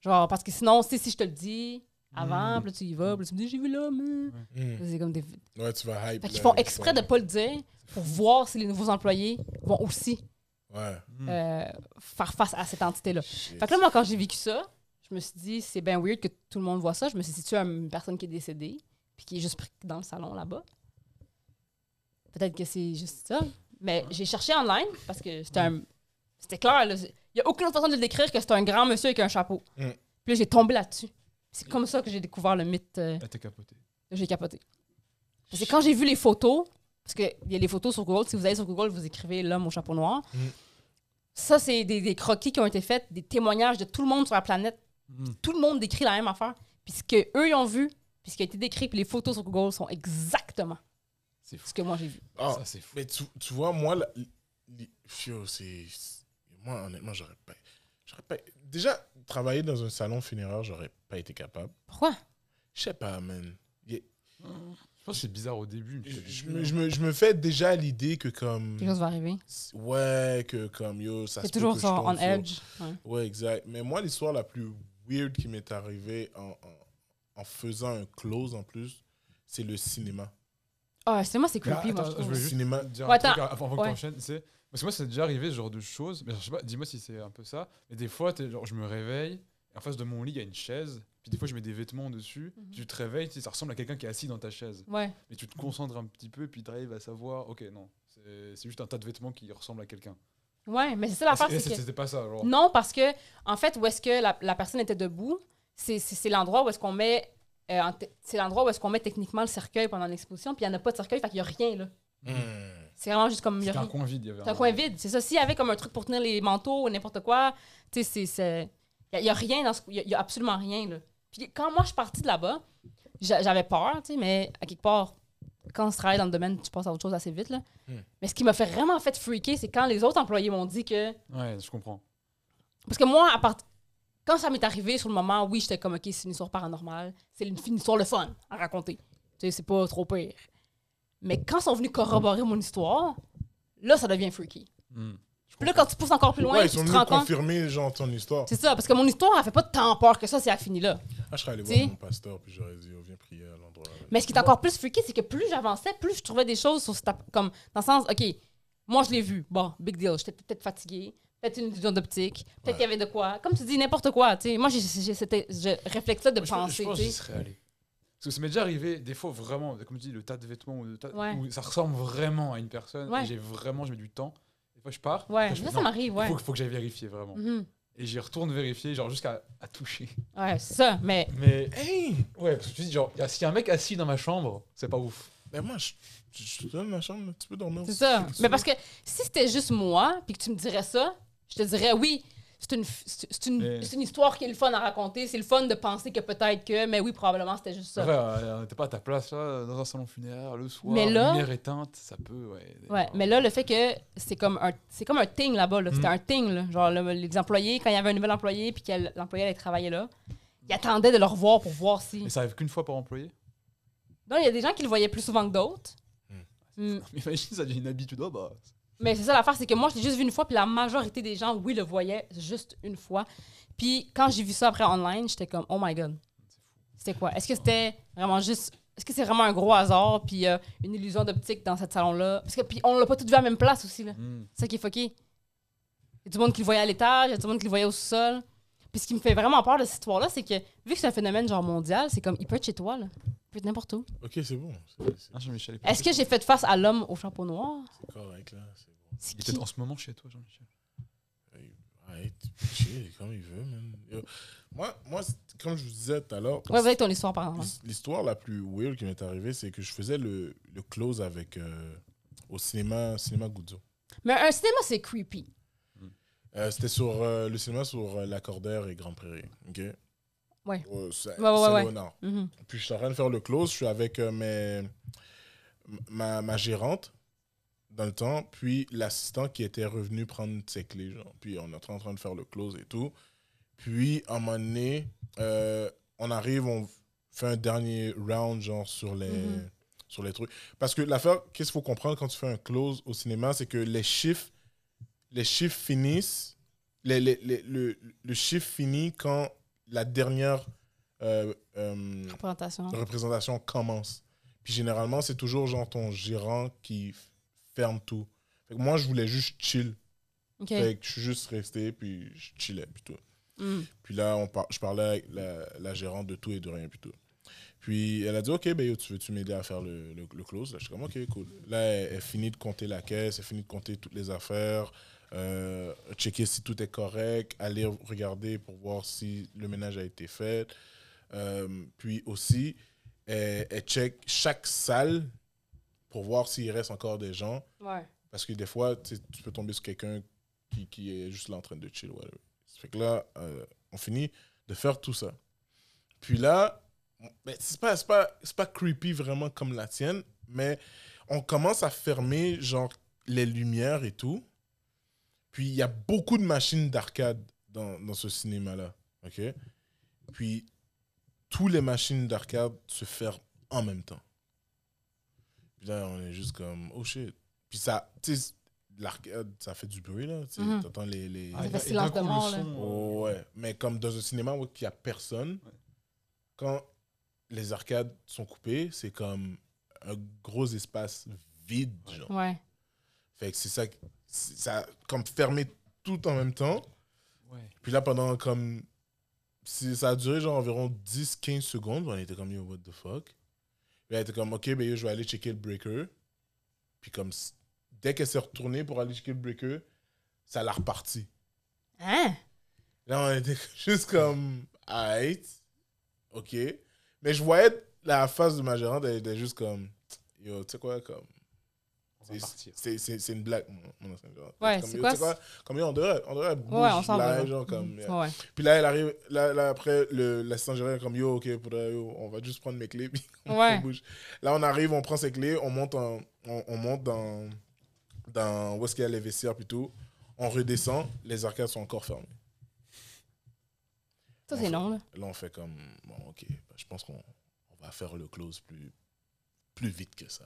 Speaker 3: Genre, parce que sinon, si, si je te le dis avant, puis là, tu y vas, puis là, tu me dis, j'ai vu l'homme. hein.
Speaker 2: Hmm.
Speaker 3: C'est comme des.
Speaker 2: Ouais, tu vas hype.
Speaker 3: Fait qu'ils
Speaker 2: là,
Speaker 3: font
Speaker 2: les
Speaker 3: exprès de
Speaker 2: gens.
Speaker 3: pas le dire pour voir si les nouveaux employés vont aussi
Speaker 2: Ouais.
Speaker 3: euh, faire face à cette entité-là.
Speaker 2: Shit.
Speaker 3: Fait que là, moi, quand j'ai vécu ça, je me suis dit, c'est bien weird que tout le monde voit ça. Je me suis dit, tu as une personne qui est décédée, puis qui est juste pris dans le salon là-bas. Peut-être que c'est juste ça. Mais j'ai cherché online parce que c'était un. C'était clair, là. Il n'y a aucune autre façon de le décrire que c'est un grand monsieur avec un chapeau.
Speaker 2: Mm.
Speaker 3: Puis là, j'ai tombé là-dessus. C'est comme ça que j'ai découvert le mythe. euh,
Speaker 1: Elle t'a Ah, capoté.
Speaker 3: j'ai capoté. Parce que quand j'ai vu les photos, parce qu'il y a les photos sur Google, si vous allez sur Google, vous écrivez l'homme au chapeau noir.
Speaker 2: Mm.
Speaker 3: Ça, c'est des, des croquis qui ont été faits, des témoignages de tout le monde sur la planète.
Speaker 1: Mm.
Speaker 3: Tout le monde décrit la même affaire. Puis ce qu'eux ils ont vu, puis ce qui a été décrit, puis les photos sur Google sont exactement
Speaker 1: C'est fou.
Speaker 3: ce que moi j'ai vu.
Speaker 2: Ah,
Speaker 1: Ça, c'est fou.
Speaker 2: mais tu, tu vois, moi, la- li- li- Fio, c'est. c'est- Moi, honnêtement, j'aurais pas. J'aurais pas. Déjà, travailler dans un salon funéraire, j'aurais pas été capable.
Speaker 3: Pourquoi?
Speaker 2: Je sais pas, man. Y-
Speaker 1: Je pense que c'est bizarre au début.
Speaker 2: Je, je me, je me- je me fais déjà l'idée que, comme.
Speaker 3: Quelque chose va arriver.
Speaker 2: Ouais, que, comme, yo, ça se
Speaker 3: C'est
Speaker 2: peut
Speaker 3: toujours
Speaker 2: que je hein.
Speaker 3: genre on
Speaker 2: tombe sur-
Speaker 3: edge. Ouais.
Speaker 2: Ouais, exact. Mais moi, l'histoire la plus weird qui m'est arrivée en, en, en faisant un close en plus, c'est le cinéma.
Speaker 3: Ah, c'est moi, c'est
Speaker 1: Mais
Speaker 3: creepy, moi,
Speaker 1: attends,
Speaker 3: je
Speaker 1: je
Speaker 3: trouve.
Speaker 1: veux
Speaker 2: Le
Speaker 1: juste-
Speaker 2: cinéma.
Speaker 1: dire
Speaker 3: Ouais,
Speaker 1: un truc
Speaker 3: attends.
Speaker 1: avant avant que
Speaker 3: Ouais.
Speaker 1: t'enchaînes, tu sais. Parce que moi, c'est déjà arrivé ce genre de choses. Mais je sais pas, dis-moi si c'est un peu ça. Mais des fois, t'es genre, je me réveille, et en face de mon lit, il y a une chaise. Puis des fois, je mets des vêtements dessus.
Speaker 3: Mhm.
Speaker 1: Tu te réveilles, tu sais, ça ressemble à quelqu'un qui est assis dans ta chaise.
Speaker 3: Ouais.
Speaker 1: Mais tu te concentres un petit peu, puis tu arrives à savoir, ok, non, c'est c'est juste un tas de vêtements qui ressemblent à quelqu'un.
Speaker 3: ouais, mais c'est ça
Speaker 1: Et
Speaker 3: l'affaire,
Speaker 1: c'est- et
Speaker 3: c'est que.
Speaker 1: c'est- C'était pas ça, genre.
Speaker 3: Non, parce que, en fait, où est-ce que la, la personne était debout, c'est- c'est c'est l'endroit où est-ce qu'on met. euh, en te- c'est l'endroit où est-ce qu'on met techniquement le cercueil pendant l'exposition, puis il n'y en a pas de cercueil, fait qu'il n'y a rien, là. C'est vraiment juste comme. il y a
Speaker 1: C'était un
Speaker 3: rien.
Speaker 1: coin vide, il y avait
Speaker 3: C'est un coin vide, c'est ça. S'il y avait comme un truc pour tenir les manteaux ou n'importe quoi, tu sais, c'est- c'est. Il n'y a, rien dans ce. Il n'y a, absolument rien, là. Puis quand moi, je suis partie de là-bas, j'a- j'avais peur, tu sais, mais à quelque part, quand on se travaille dans le domaine, tu passes à autre chose assez vite, là.
Speaker 2: Hmm.
Speaker 3: Mais ce qui m'a fait vraiment fait freaker, c'est quand les autres employés m'ont dit que.
Speaker 1: Ouais, je comprends.
Speaker 3: Parce que moi, à part... quand ça m'est arrivé sur le moment, oui, j'étais comme, OK, c'est une histoire paranormale. C'est une, une histoire le fun à raconter. Tu sais, c'est pas trop pire. Mais quand ils sont venus corroborer mon histoire, là, ça devient freaky.
Speaker 2: Hmm.
Speaker 1: Mm. Je
Speaker 3: Puis là,
Speaker 1: comprends.
Speaker 3: quand tu pousses encore plus loin,
Speaker 2: ouais, ils
Speaker 3: tu
Speaker 2: sont
Speaker 3: te
Speaker 2: venus
Speaker 3: rends compte.
Speaker 2: confirmer, genre, ton histoire.
Speaker 3: C'est ça, parce que mon histoire, elle fait pas tant peur que ça, c'est fini là.
Speaker 2: Ah, je serais allé
Speaker 3: Tu
Speaker 2: voir
Speaker 3: sais.
Speaker 2: mon pasteur, puis j'aurais dit, oh, viens prier à l'endroit.
Speaker 3: Mais ce qui est encore plus freaky, c'est que plus j'avançais, plus je trouvais des choses sur cette app- comme dans le sens, OK, moi je l'ai vu. Bon, big deal, j'étais peut-être fatiguée, peut-être une illusion d'optique, peut-être qu'il y avait de quoi. Comme tu dis, n'importe quoi, tu sais. Moi, j'ai, j'ai, c'était- je réflexe ça de
Speaker 1: Moi, je, pense- je
Speaker 3: penser,
Speaker 1: pense
Speaker 3: tu
Speaker 1: que
Speaker 3: sais.
Speaker 1: j'y serais allé. Parce que ça m'est déjà arrivé, des fois, vraiment, comme tu dis, le tas de vêtements, ou le tas-
Speaker 3: Ouais.
Speaker 1: où ça ressemble vraiment à une personne,
Speaker 3: Ouais.
Speaker 1: et j'ai vraiment, je mets du temps. Et Des fois, je pars. des
Speaker 3: Ouais,
Speaker 1: fois, je
Speaker 3: ça,
Speaker 1: fais,
Speaker 3: ça
Speaker 1: non,
Speaker 3: m'arrive, ouais.
Speaker 1: Faut, que- faut que j'aille vérifier vraiment.
Speaker 3: Mhm.
Speaker 1: Et j'y retourne vérifier, genre jusqu'à à toucher.
Speaker 3: Ouais, c'est ça, mais.
Speaker 1: Mais ouais, parce que tu dis, genre, y a- s'il y a un mec assis dans ma chambre, c'est pas ouf.
Speaker 2: Mais Ben, moi, je, je- je te donne ma chambre, tu peux dormir.
Speaker 3: C'est ça. Mais parce que si c'était juste moi, puis que tu me dirais ça, je te dirais oui. C'est une, f- c'est c'est une,
Speaker 1: Mais-
Speaker 3: c'est une histoire qui est le fun à raconter. C'est le fun de penser que peut-être que, mais oui, probablement c'était juste ça.
Speaker 1: Après, euh, t'es pas à ta place là, dans un salon funéraire le soir,
Speaker 3: Mais là-
Speaker 1: lumière éteinte, ça peut. Ouais,
Speaker 3: Ouais, mais là, le fait que c'est comme un, c'est comme un thing là-bas, là. c'était
Speaker 1: Mm.
Speaker 3: un thing. Là. Genre, le- les employés, quand il y avait un nouvel employé, puis que l- l'employé allait travailler là, ils attendaient de le revoir pour voir si.
Speaker 1: Mais ça arrive qu'une fois par employé.
Speaker 3: Non, il y a des gens qui le voyaient plus souvent que d'autres. Mm.
Speaker 1: Mais [LAUGHS] imagine, ça devient une habitude. Oh, bah.
Speaker 3: Mais c'est ça l'affaire, c'est que moi, je l'ai juste vu une fois, puis la majorité des gens, oui, le voyaient juste une fois. Puis quand j'ai vu ça après online, j'étais comme, oh my god. C'était quoi? Est-ce que c'était vraiment juste. Est-ce que c'est vraiment un gros hasard, puis euh, une illusion d'optique dans cette salon-là? Parce que, puis on l'a pas tout vu à la même place aussi, là.
Speaker 1: Hmm.
Speaker 3: C'est ça qui est fucké. Il y a du monde qui le voyait à l'étage, il y a du monde qui le voyait au sol. Puis ce qui me fait vraiment peur de cette histoire-là, c'est que vu que c'est un phénomène genre mondial, c'est comme il peut être chez toi, là. Il peut être n'importe où.
Speaker 2: Ok, c'est bon. C'est c'est-
Speaker 1: Hein, Jean-Michel. il peut-
Speaker 3: Est-ce que j'ai fait face à l'homme au chapeau noir?
Speaker 2: c'est correct, là. c'est bon.
Speaker 3: C'est
Speaker 1: Il est
Speaker 3: qui?
Speaker 1: peut-être en ce moment chez toi, Jean-Michel.
Speaker 2: Arrête, chill, comme il veut, man. Yo, Moi, moi, c'est- comme je vous disais tout à l'heure,
Speaker 3: Ouais, vas-y, ton histoire, par exemple.
Speaker 2: l'his- l'histoire la plus weird qui m'est arrivée, c'est que je faisais le, le close avec euh, au cinéma, cinéma Guzzo.
Speaker 3: Mais un cinéma, c'est creepy.
Speaker 2: Euh, C'était sur euh, le cinéma sur euh, Lacordaire et Grand Prairie. OK?
Speaker 3: Ouais.
Speaker 2: Euh, c'est-
Speaker 3: Ouais, ouais, ouais,
Speaker 2: c'est
Speaker 3: ouais.
Speaker 2: Léonard.
Speaker 3: Mhm.
Speaker 2: Puis je suis en train de faire le close. Je suis avec euh, mes, ma, ma gérante dans le temps, puis l'assistant qui était revenu prendre ses clés. Genre. Puis on est en train de faire le close et tout. Puis à un moment donné, euh, on arrive, on fait un dernier round genre sur les,
Speaker 3: Mhm.
Speaker 2: sur les trucs. Parce que l'affaire, qu'est-ce qu'il faut comprendre quand tu fais un close au cinéma, c'est que les chiffres, les chiffres finissent, les, les- les- le, le chiffre finit quand la dernière euh, euh,
Speaker 3: Représentation.
Speaker 2: la représentation commence. Puis généralement, c'est toujours genre ton gérant qui f- ferme tout. Fait que moi, je voulais juste chill.
Speaker 3: OK.
Speaker 2: Fait que je suis juste resté, puis je chillais, puis tout.
Speaker 3: Mm.
Speaker 2: Puis là, on par- je parlais avec la, la gérante de tout et de rien, puis tout. Puis elle a dit, OK, ben, yo, tu veux-tu m'aider à faire le, le- le close? Là, je suis comme, OK, cool. Là, elle, elle finit de compter la caisse, elle finit de compter toutes les affaires, euh, checker si tout est correct, aller regarder pour voir si le ménage a été fait. Euh, puis aussi, elle, elle check chaque salle pour voir s'il reste encore des gens.
Speaker 3: Ouais.
Speaker 2: Parce que des fois, tu sais, tu peux tomber sur quelqu'un qui, qui est juste là en train de chill. whatever. Ça fait que là, euh, on finit de faire tout ça. Puis là, ben, c'est pas, c'est pas, c'est pas creepy vraiment comme la tienne, mais on commence à fermer genre les lumières et tout. Puis il y a beaucoup de machines d'arcade dans, dans ce cinéma-là. OK? Puis toutes les machines d'arcade se ferment en même temps. Puis là, on est juste comme, oh shit. Puis ça, tu sais, l'arcade, ça fait du bruit, là. Tu
Speaker 3: Mhm.
Speaker 2: sais, t'entends les. les...
Speaker 3: fait
Speaker 1: et d'un
Speaker 3: silence
Speaker 1: coup,
Speaker 3: de
Speaker 1: le
Speaker 3: mort, là.
Speaker 1: son, euh,
Speaker 2: Oh, ouais, mais comme dans un cinéma où il n'y a personne,
Speaker 1: Ouais.
Speaker 2: quand les arcades sont coupées, c'est comme un gros espace vide. Genre.
Speaker 3: Ouais.
Speaker 2: Fait que c'est ça, c'est- ça, comme fermé tout en même temps.
Speaker 1: ouais.
Speaker 2: Puis là, pendant comme. si- Ça a duré genre environ 10-15 secondes. On était comme, yo, what the fuck? Puis elle était comme, ok, ben yo, je vais aller checker le breaker. Puis comme, s- dès qu'elle s'est retournée pour aller checker le breaker, ça l'a reparti.
Speaker 3: Hein?
Speaker 2: Là, on était [LAUGHS] juste comme, alright, ok. Mais je voyais la face de ma gérante, elle était juste comme, yo, tu sais quoi, comme.
Speaker 1: On va
Speaker 2: c'est-
Speaker 1: partir.
Speaker 2: C'est c'est- c'est une blague, mon, mon ancien gérant.
Speaker 3: Ouais,
Speaker 2: Comme,
Speaker 3: c'est
Speaker 2: yo,
Speaker 3: quoi,
Speaker 2: tu sais Comme, yo, on devrait, on devrait bouger
Speaker 3: Ouais, on s'en
Speaker 2: là,
Speaker 3: va.
Speaker 2: genre, comme, euh,
Speaker 3: Mhm.
Speaker 2: yeah.
Speaker 3: Ouais.
Speaker 2: Puis là, elle arrive, là, là, après, le- l'assistant gérant est comme Yo, ok, pour, euh, yo, on va juste prendre mes clés. [LAUGHS] Puis on
Speaker 3: Ouais.
Speaker 2: bouge. Là, on arrive, on prend ses clés, on monte, en- on, on monte dans, dans où est-ce qu'il y a les vestiaires, puis tout. On redescend, les arcades sont encore fermées.
Speaker 3: Ça, c'est non, là.
Speaker 2: Là, on fait comme Bon, ok, bah, je pense qu'on on va faire le close plus, plus vite que ça.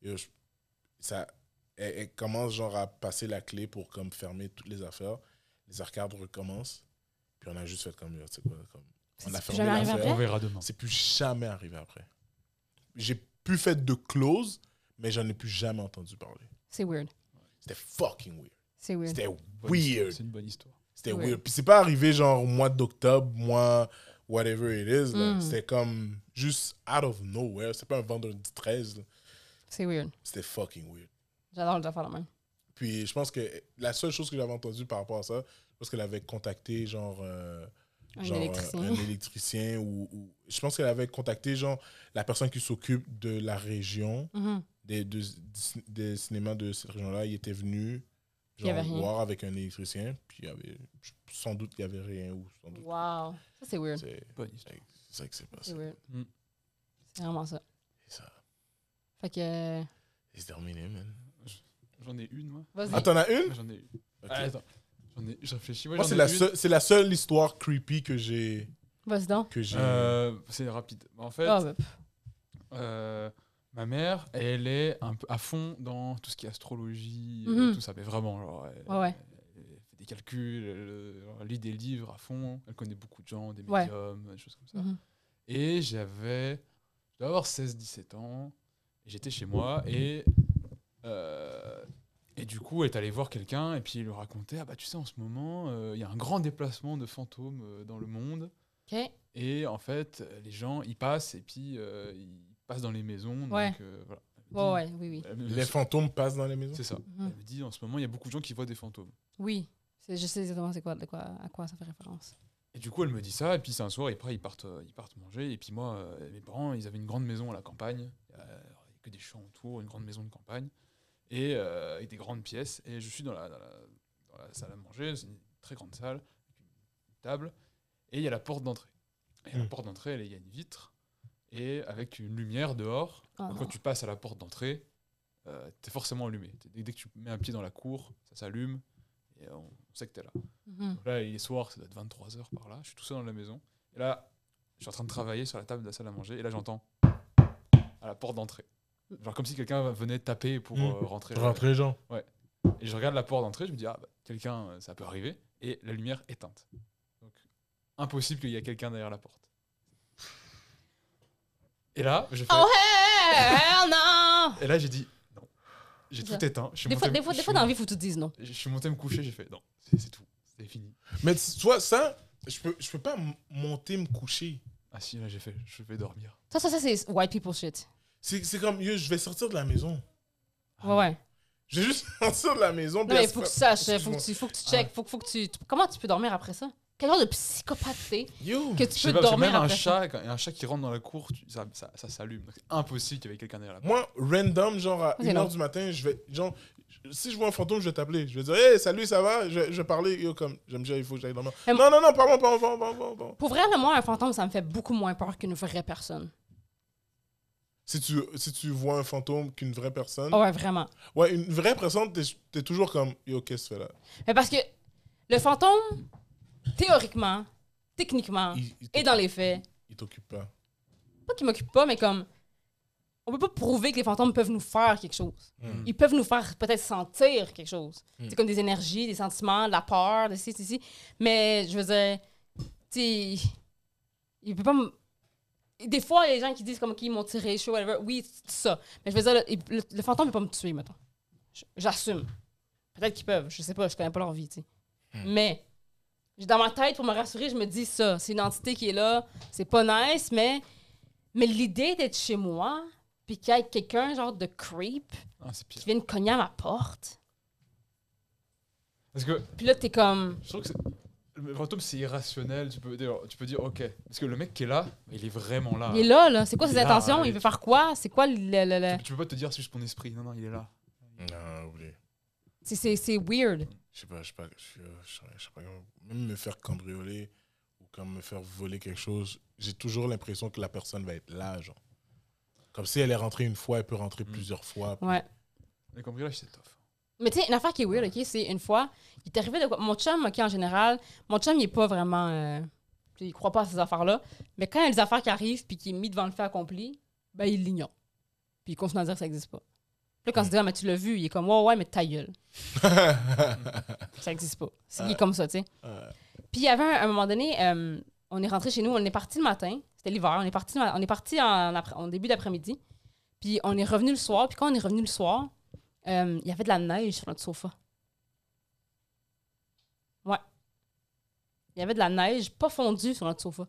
Speaker 2: Yo, je- ça elle, elle commence genre à passer la clé pour comme fermer toutes les affaires. Les arcades recommencent. Puis on a juste fait comme, Yo, tu sais quoi, comme On a
Speaker 3: C'est
Speaker 2: fermé
Speaker 3: plus jamais arrivé
Speaker 2: l'affaire.
Speaker 1: On
Speaker 3: après?
Speaker 1: verra demain.
Speaker 2: C'est plus jamais arrivé après. J'ai plus fait de close, mais j'en ai plus jamais entendu parler.
Speaker 3: C'est weird.
Speaker 2: C'était fucking weird.
Speaker 3: C'est weird.
Speaker 2: C'était
Speaker 1: Bonne histoire,
Speaker 2: weird.
Speaker 1: C'est une bonne histoire.
Speaker 2: C'était
Speaker 3: Ouais.
Speaker 2: weird. Puis c'est pas arrivé genre au mois d'octobre, mois whatever it is. là.
Speaker 3: Mm.
Speaker 2: C'était comme juste out of nowhere. C'est pas un vendredi 13. là.
Speaker 3: C'est weird.
Speaker 2: C'était fucking weird.
Speaker 3: J'adore les affaires la même.
Speaker 2: Puis je pense que la seule chose que j'avais entendue par rapport à ça, je pense qu'elle avait contacté genre. euh,
Speaker 3: Un
Speaker 2: genre, euh,
Speaker 3: électricien.
Speaker 2: un électricien ou, ou- je pense qu'elle avait contacté genre la personne qui s'occupe de la région
Speaker 3: Mhm.
Speaker 2: des, de- du- des cinémas de cette région-là, il était venu
Speaker 3: Il y
Speaker 2: genre,
Speaker 3: avait rien.
Speaker 2: voir avec un électricien, puis il y avait, je- sans doute il n'y avait rien. Ou sans doute,
Speaker 3: Wow. Ça, c'est weird.
Speaker 2: c'est
Speaker 1: Bonne histoire.
Speaker 2: c'est ça qui s'est
Speaker 3: C'est
Speaker 2: passé.
Speaker 3: weird.
Speaker 1: Mm.
Speaker 3: C'est vraiment ça.
Speaker 2: C'est ça.
Speaker 3: Fait que. euh,
Speaker 2: C'est terminé, man.
Speaker 1: J'en ai une, moi.
Speaker 3: Vas-y.
Speaker 2: Ah, t'en as une
Speaker 1: Moi, J'en ai une.
Speaker 2: Ok.
Speaker 1: Ah, attends. J'en ai, je réfléchis. Moi,
Speaker 2: Moi,
Speaker 1: j'en
Speaker 2: c'est
Speaker 1: ai
Speaker 2: la,
Speaker 1: une.
Speaker 2: seule- c'est la seule histoire creepy que j'ai.
Speaker 3: Vas-y donc.
Speaker 2: Que j'ai...
Speaker 1: Euh, c'est rapide. En fait,
Speaker 3: Ah, bah, pff,
Speaker 1: euh, ma mère, elle est un peu à fond dans tout ce qui est astrologie, euh,
Speaker 3: Mhm.
Speaker 1: tout ça. Mais vraiment, genre, elle,
Speaker 3: Ouais, ouais.
Speaker 1: elle fait des calculs, elle, euh, genre, elle lit des livres à fond. Elle connaît beaucoup de gens, des
Speaker 3: Ouais.
Speaker 1: médiums, des choses comme ça.
Speaker 3: mhm.
Speaker 1: Et j'avais. Je dois avoir 16-17 ans. Et J'étais chez moi et. euh, et du coup, elle est allée voir quelqu'un et puis il lui racontait Ah bah tu sais, en ce moment, euh, il y a un grand déplacement de fantômes euh, dans le monde.
Speaker 3: Ok.
Speaker 1: Et en fait, euh, les gens, ils passent et puis euh, ils passent dans les maisons. Donc,
Speaker 3: Ouais.
Speaker 1: euh, voilà.
Speaker 3: Ouais, ouais, oui, oui.
Speaker 1: Elle me dit-
Speaker 2: Les fantômes passent dans les maisons.
Speaker 1: C'est ça.
Speaker 3: Mhm.
Speaker 1: Elle me dit En ce moment, il y a beaucoup de gens qui voient des fantômes.
Speaker 3: Oui. C'est- Je sais exactement c'est quoi, de quoi, à quoi ça fait référence.
Speaker 1: Et du coup, elle me dit ça, et puis c'est un soir, et après, ils partent, euh, ils partent manger. Et puis moi, euh, mes parents, ils avaient une grande maison à la campagne, euh, avec que des champs autour, une grande maison de campagne, et euh, avec des grandes pièces. Et je suis dans la, dans la, dans la salle à manger, c'est une très grande salle, avec une table, et il y a la porte d'entrée. Et à la
Speaker 2: Mm.
Speaker 1: porte d'entrée, elle est- il y a une vitre, et avec une lumière dehors,
Speaker 3: Ah,
Speaker 1: donc
Speaker 3: non.
Speaker 1: quand tu passes à la porte d'entrée, euh, t'es forcément allumé. T'es- Dès, dès que tu mets un pied dans la cour, ça s'allume, et on sait que t'es là.
Speaker 3: Mhm.
Speaker 1: Donc Là, il est soir, ça doit être 23h par là. Je suis tout seul dans la maison. Et là, je suis en train de travailler sur la table de la salle à manger. Et là, j'entends à la porte d'entrée. Genre comme si quelqu'un venait taper pour
Speaker 2: Mm.
Speaker 1: euh, rentrer.
Speaker 2: Rentrez, gens.
Speaker 1: Et je regarde la porte d'entrée, je me dis, ah, bah, quelqu'un, euh, ça peut arriver. Et la lumière éteinte. Donc, impossible qu'il y ait quelqu'un derrière la porte. Et là, je fais-
Speaker 3: Oh, hell non!
Speaker 1: et là, j'ai dit, non. J'ai tout
Speaker 3: Ça.
Speaker 1: éteint. Je suis
Speaker 3: Des fois,
Speaker 1: monté-
Speaker 3: des fois,
Speaker 1: je
Speaker 3: des
Speaker 1: suis
Speaker 3: fois dans la vie, faut que tu te dises non.
Speaker 1: mon- Je suis monté me coucher, j'ai fait, non, c'est c'est tout. C'est fini.
Speaker 2: Mais tu vois, ça, je peux, je peux pas m- monter, me coucher.
Speaker 1: Ah si, là, j'ai fait, je vais dormir.
Speaker 3: Ça, ça, ça, c'est white people shit.
Speaker 2: C'est, c'est comme, yo, je vais sortir de la maison.
Speaker 3: Ouais, ouais.
Speaker 2: Je vais juste [LAUGHS] sortir de la maison.
Speaker 3: Non,
Speaker 2: puis
Speaker 3: mais
Speaker 2: elle se
Speaker 3: faut que tu
Speaker 2: fait-
Speaker 3: saches, faut
Speaker 2: Excuse-moi.
Speaker 3: que tu, faut que tu check, faut, que- faut que tu. tu- Comment tu peux dormir après ça? Quel genre de psychopathe t'es
Speaker 2: Yo,
Speaker 1: Je
Speaker 3: que tu peux
Speaker 1: sais pas, parce que
Speaker 3: dormir
Speaker 1: même un
Speaker 3: après ça?
Speaker 1: chat, quand il y a un chat qui rentre dans la cour, tu- ça, ça, ça s'allume. Donc, C'est impossible qu'il y ait quelqu'un derrière la porte.
Speaker 2: moi, random, genre à
Speaker 3: c'est
Speaker 2: 1h
Speaker 3: long.
Speaker 2: du matin, je vais, genre, si je vois un fantôme, je vais t'appeler. Je vais dire, hey, salut, ça va? Je, je vais parler, yo, comme, j'aime bien, il faut que j'aille dormir.
Speaker 3: Et
Speaker 2: Non, non, non, pardon, pardon, pardon, pardon, pardon.
Speaker 3: Pour vrai, le moi, un fantôme, ça me fait beaucoup moins peur qu'une vraie personne.
Speaker 2: Si tu, si tu vois un fantôme qu'une vraie personne,
Speaker 3: Ah ouais, vraiment.
Speaker 2: ouais, une vraie personne, t'es, t'es toujours comme, yo, qu'est-ce que tu fais là?
Speaker 3: Mais parce que le fantôme, théoriquement, techniquement
Speaker 2: Il, il,
Speaker 3: et
Speaker 2: t'oc-
Speaker 3: dans les faits,
Speaker 2: il t'occupe pas.
Speaker 3: pas qu'il m'occupe pas, mais comme. On peut pas prouver que les fantômes peuvent nous faire quelque chose.
Speaker 2: Mm.
Speaker 3: Ils peuvent nous faire peut-être sentir quelque chose.
Speaker 2: Mm.
Speaker 3: C'est comme des énergies, des sentiments, de la peur, de ci, ci, ci. Mais je veux dire, tu sais, il peut pas me- Des fois, les gens qui disent comme qu'ils m'ont tiré chaud, whatever, oui, c'est ça. Mais je veux dire, le, il- le- le fantôme peut pas me tuer, mettons. Je- J'assume. Peut-être qu'ils peuvent, je sais pas, je connais pas leur vie, tu sais. Mais, dans ma tête, pour me rassurer, je me dis ça. C'est une entité qui est là, c'est pas nice, mais, mais l'idée d'être chez moi, puis qu'il y ait quelqu'un, genre de creep,
Speaker 1: Ah, c'est pire.
Speaker 3: qui vienne cogner à ma porte,
Speaker 1: Parce que
Speaker 3: puis là, t'es comme.
Speaker 1: je trouve que c'est- le fantôme, c'est irrationnel. Tu peux, dire, tu peux dire, ok. Parce que le mec qui est là, il est vraiment là.
Speaker 3: Il est là, là. C'est quoi
Speaker 1: Il
Speaker 3: ses
Speaker 1: est là,
Speaker 3: intentions?
Speaker 1: ouais.
Speaker 3: Il veut faire quoi? C'est quoi le. le- le- le-
Speaker 1: Tu, tu peux pas te dire, c'est juste mon esprit. Non, non, il est là.
Speaker 2: Non, oublie.
Speaker 3: C'est- C'est c'est weird.
Speaker 2: Je sais pas, je sais pas, je, je- je sais pas, comment- même me faire cambrioler ou comme me faire voler quelque chose, j'ai toujours l'impression que la personne va être là, genre. Comme si elle est rentrée une fois, elle peut rentrer
Speaker 3: Mm.
Speaker 2: plusieurs
Speaker 3: [LAUGHS]
Speaker 2: fois.
Speaker 3: Ouais.
Speaker 1: Le cambriolage, c'est tough.
Speaker 3: Mais tu sais, une affaire qui est weird, OK, c'est une fois, il est arrivé de quoi. Mon chum, OK, en général, mon chum, il est pas vraiment. euh, tu sais, il croit pas à ces affaires-là. Mais quand il y a des affaires qui arrivent puis qui est mis devant le fait accompli, ben, il l'ignore. Puis il continue à dire que ça existe pas. Puis là, quand on se dit, ah, mais tu l'as vu, il est comme, ouais, ouais, mais ta gueule. Ça existe pas. C'est- Il est comme ça, tu sais.
Speaker 2: Euh,
Speaker 3: Puis il y avait un, à un moment donné, euh, on est rentré chez nous, on est parti le matin, c'était l'hiver, on est parti, le ma- on est parti en, après- en début d'après-midi, puis on est revenu le soir, puis quand on est revenu le soir, euh, il y avait de la neige sur notre sofa. Ouais. Il y avait de la neige pas fondue sur notre sofa.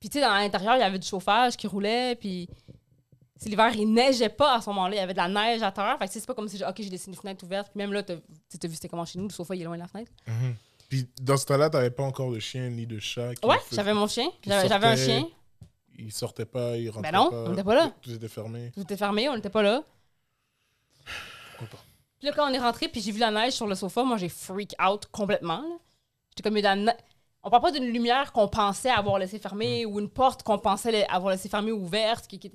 Speaker 3: Puis tu sais, dans l'intérieur, il y avait du chauffage qui roulait, puis c'est l'hiver, il neigeait pas à ce moment-là. Il y avait de la neige à terre. Fait que tu sais, c'est pas comme si, j'ai- OK, j'ai laissé une fenêtre ouverte. Puis même là, t'as tu t'as vu c'était comment chez nous, le sofa, il est loin de la fenêtre.
Speaker 2: Mhm. Puis dans ce temps-là, t'avais pas encore de chien ni de chat. qui
Speaker 3: Ouais,
Speaker 2: faisait-
Speaker 3: j'avais mon chien.
Speaker 2: qui
Speaker 3: J'avais j'avais un
Speaker 2: sortait,
Speaker 3: chien.
Speaker 2: Il sortait pas, il rentrait
Speaker 3: Ben non,
Speaker 2: pas.
Speaker 3: on était pas là.
Speaker 2: Tout était fermé.
Speaker 3: Tout était fermé, on n'était pas là.
Speaker 1: Pourquoi pas
Speaker 3: Puis là, quand on est rentré, puis j'ai vu la neige sur le sofa, moi, j'ai freak out complètement. là. J'étais comme, il y a de la ne- on parle pas d'une lumière qu'on pensait avoir laissée
Speaker 2: Mm.
Speaker 3: fermée ou une porte qu'on pensait la- avoir laissée fermée ou ouverte. Qui, qui-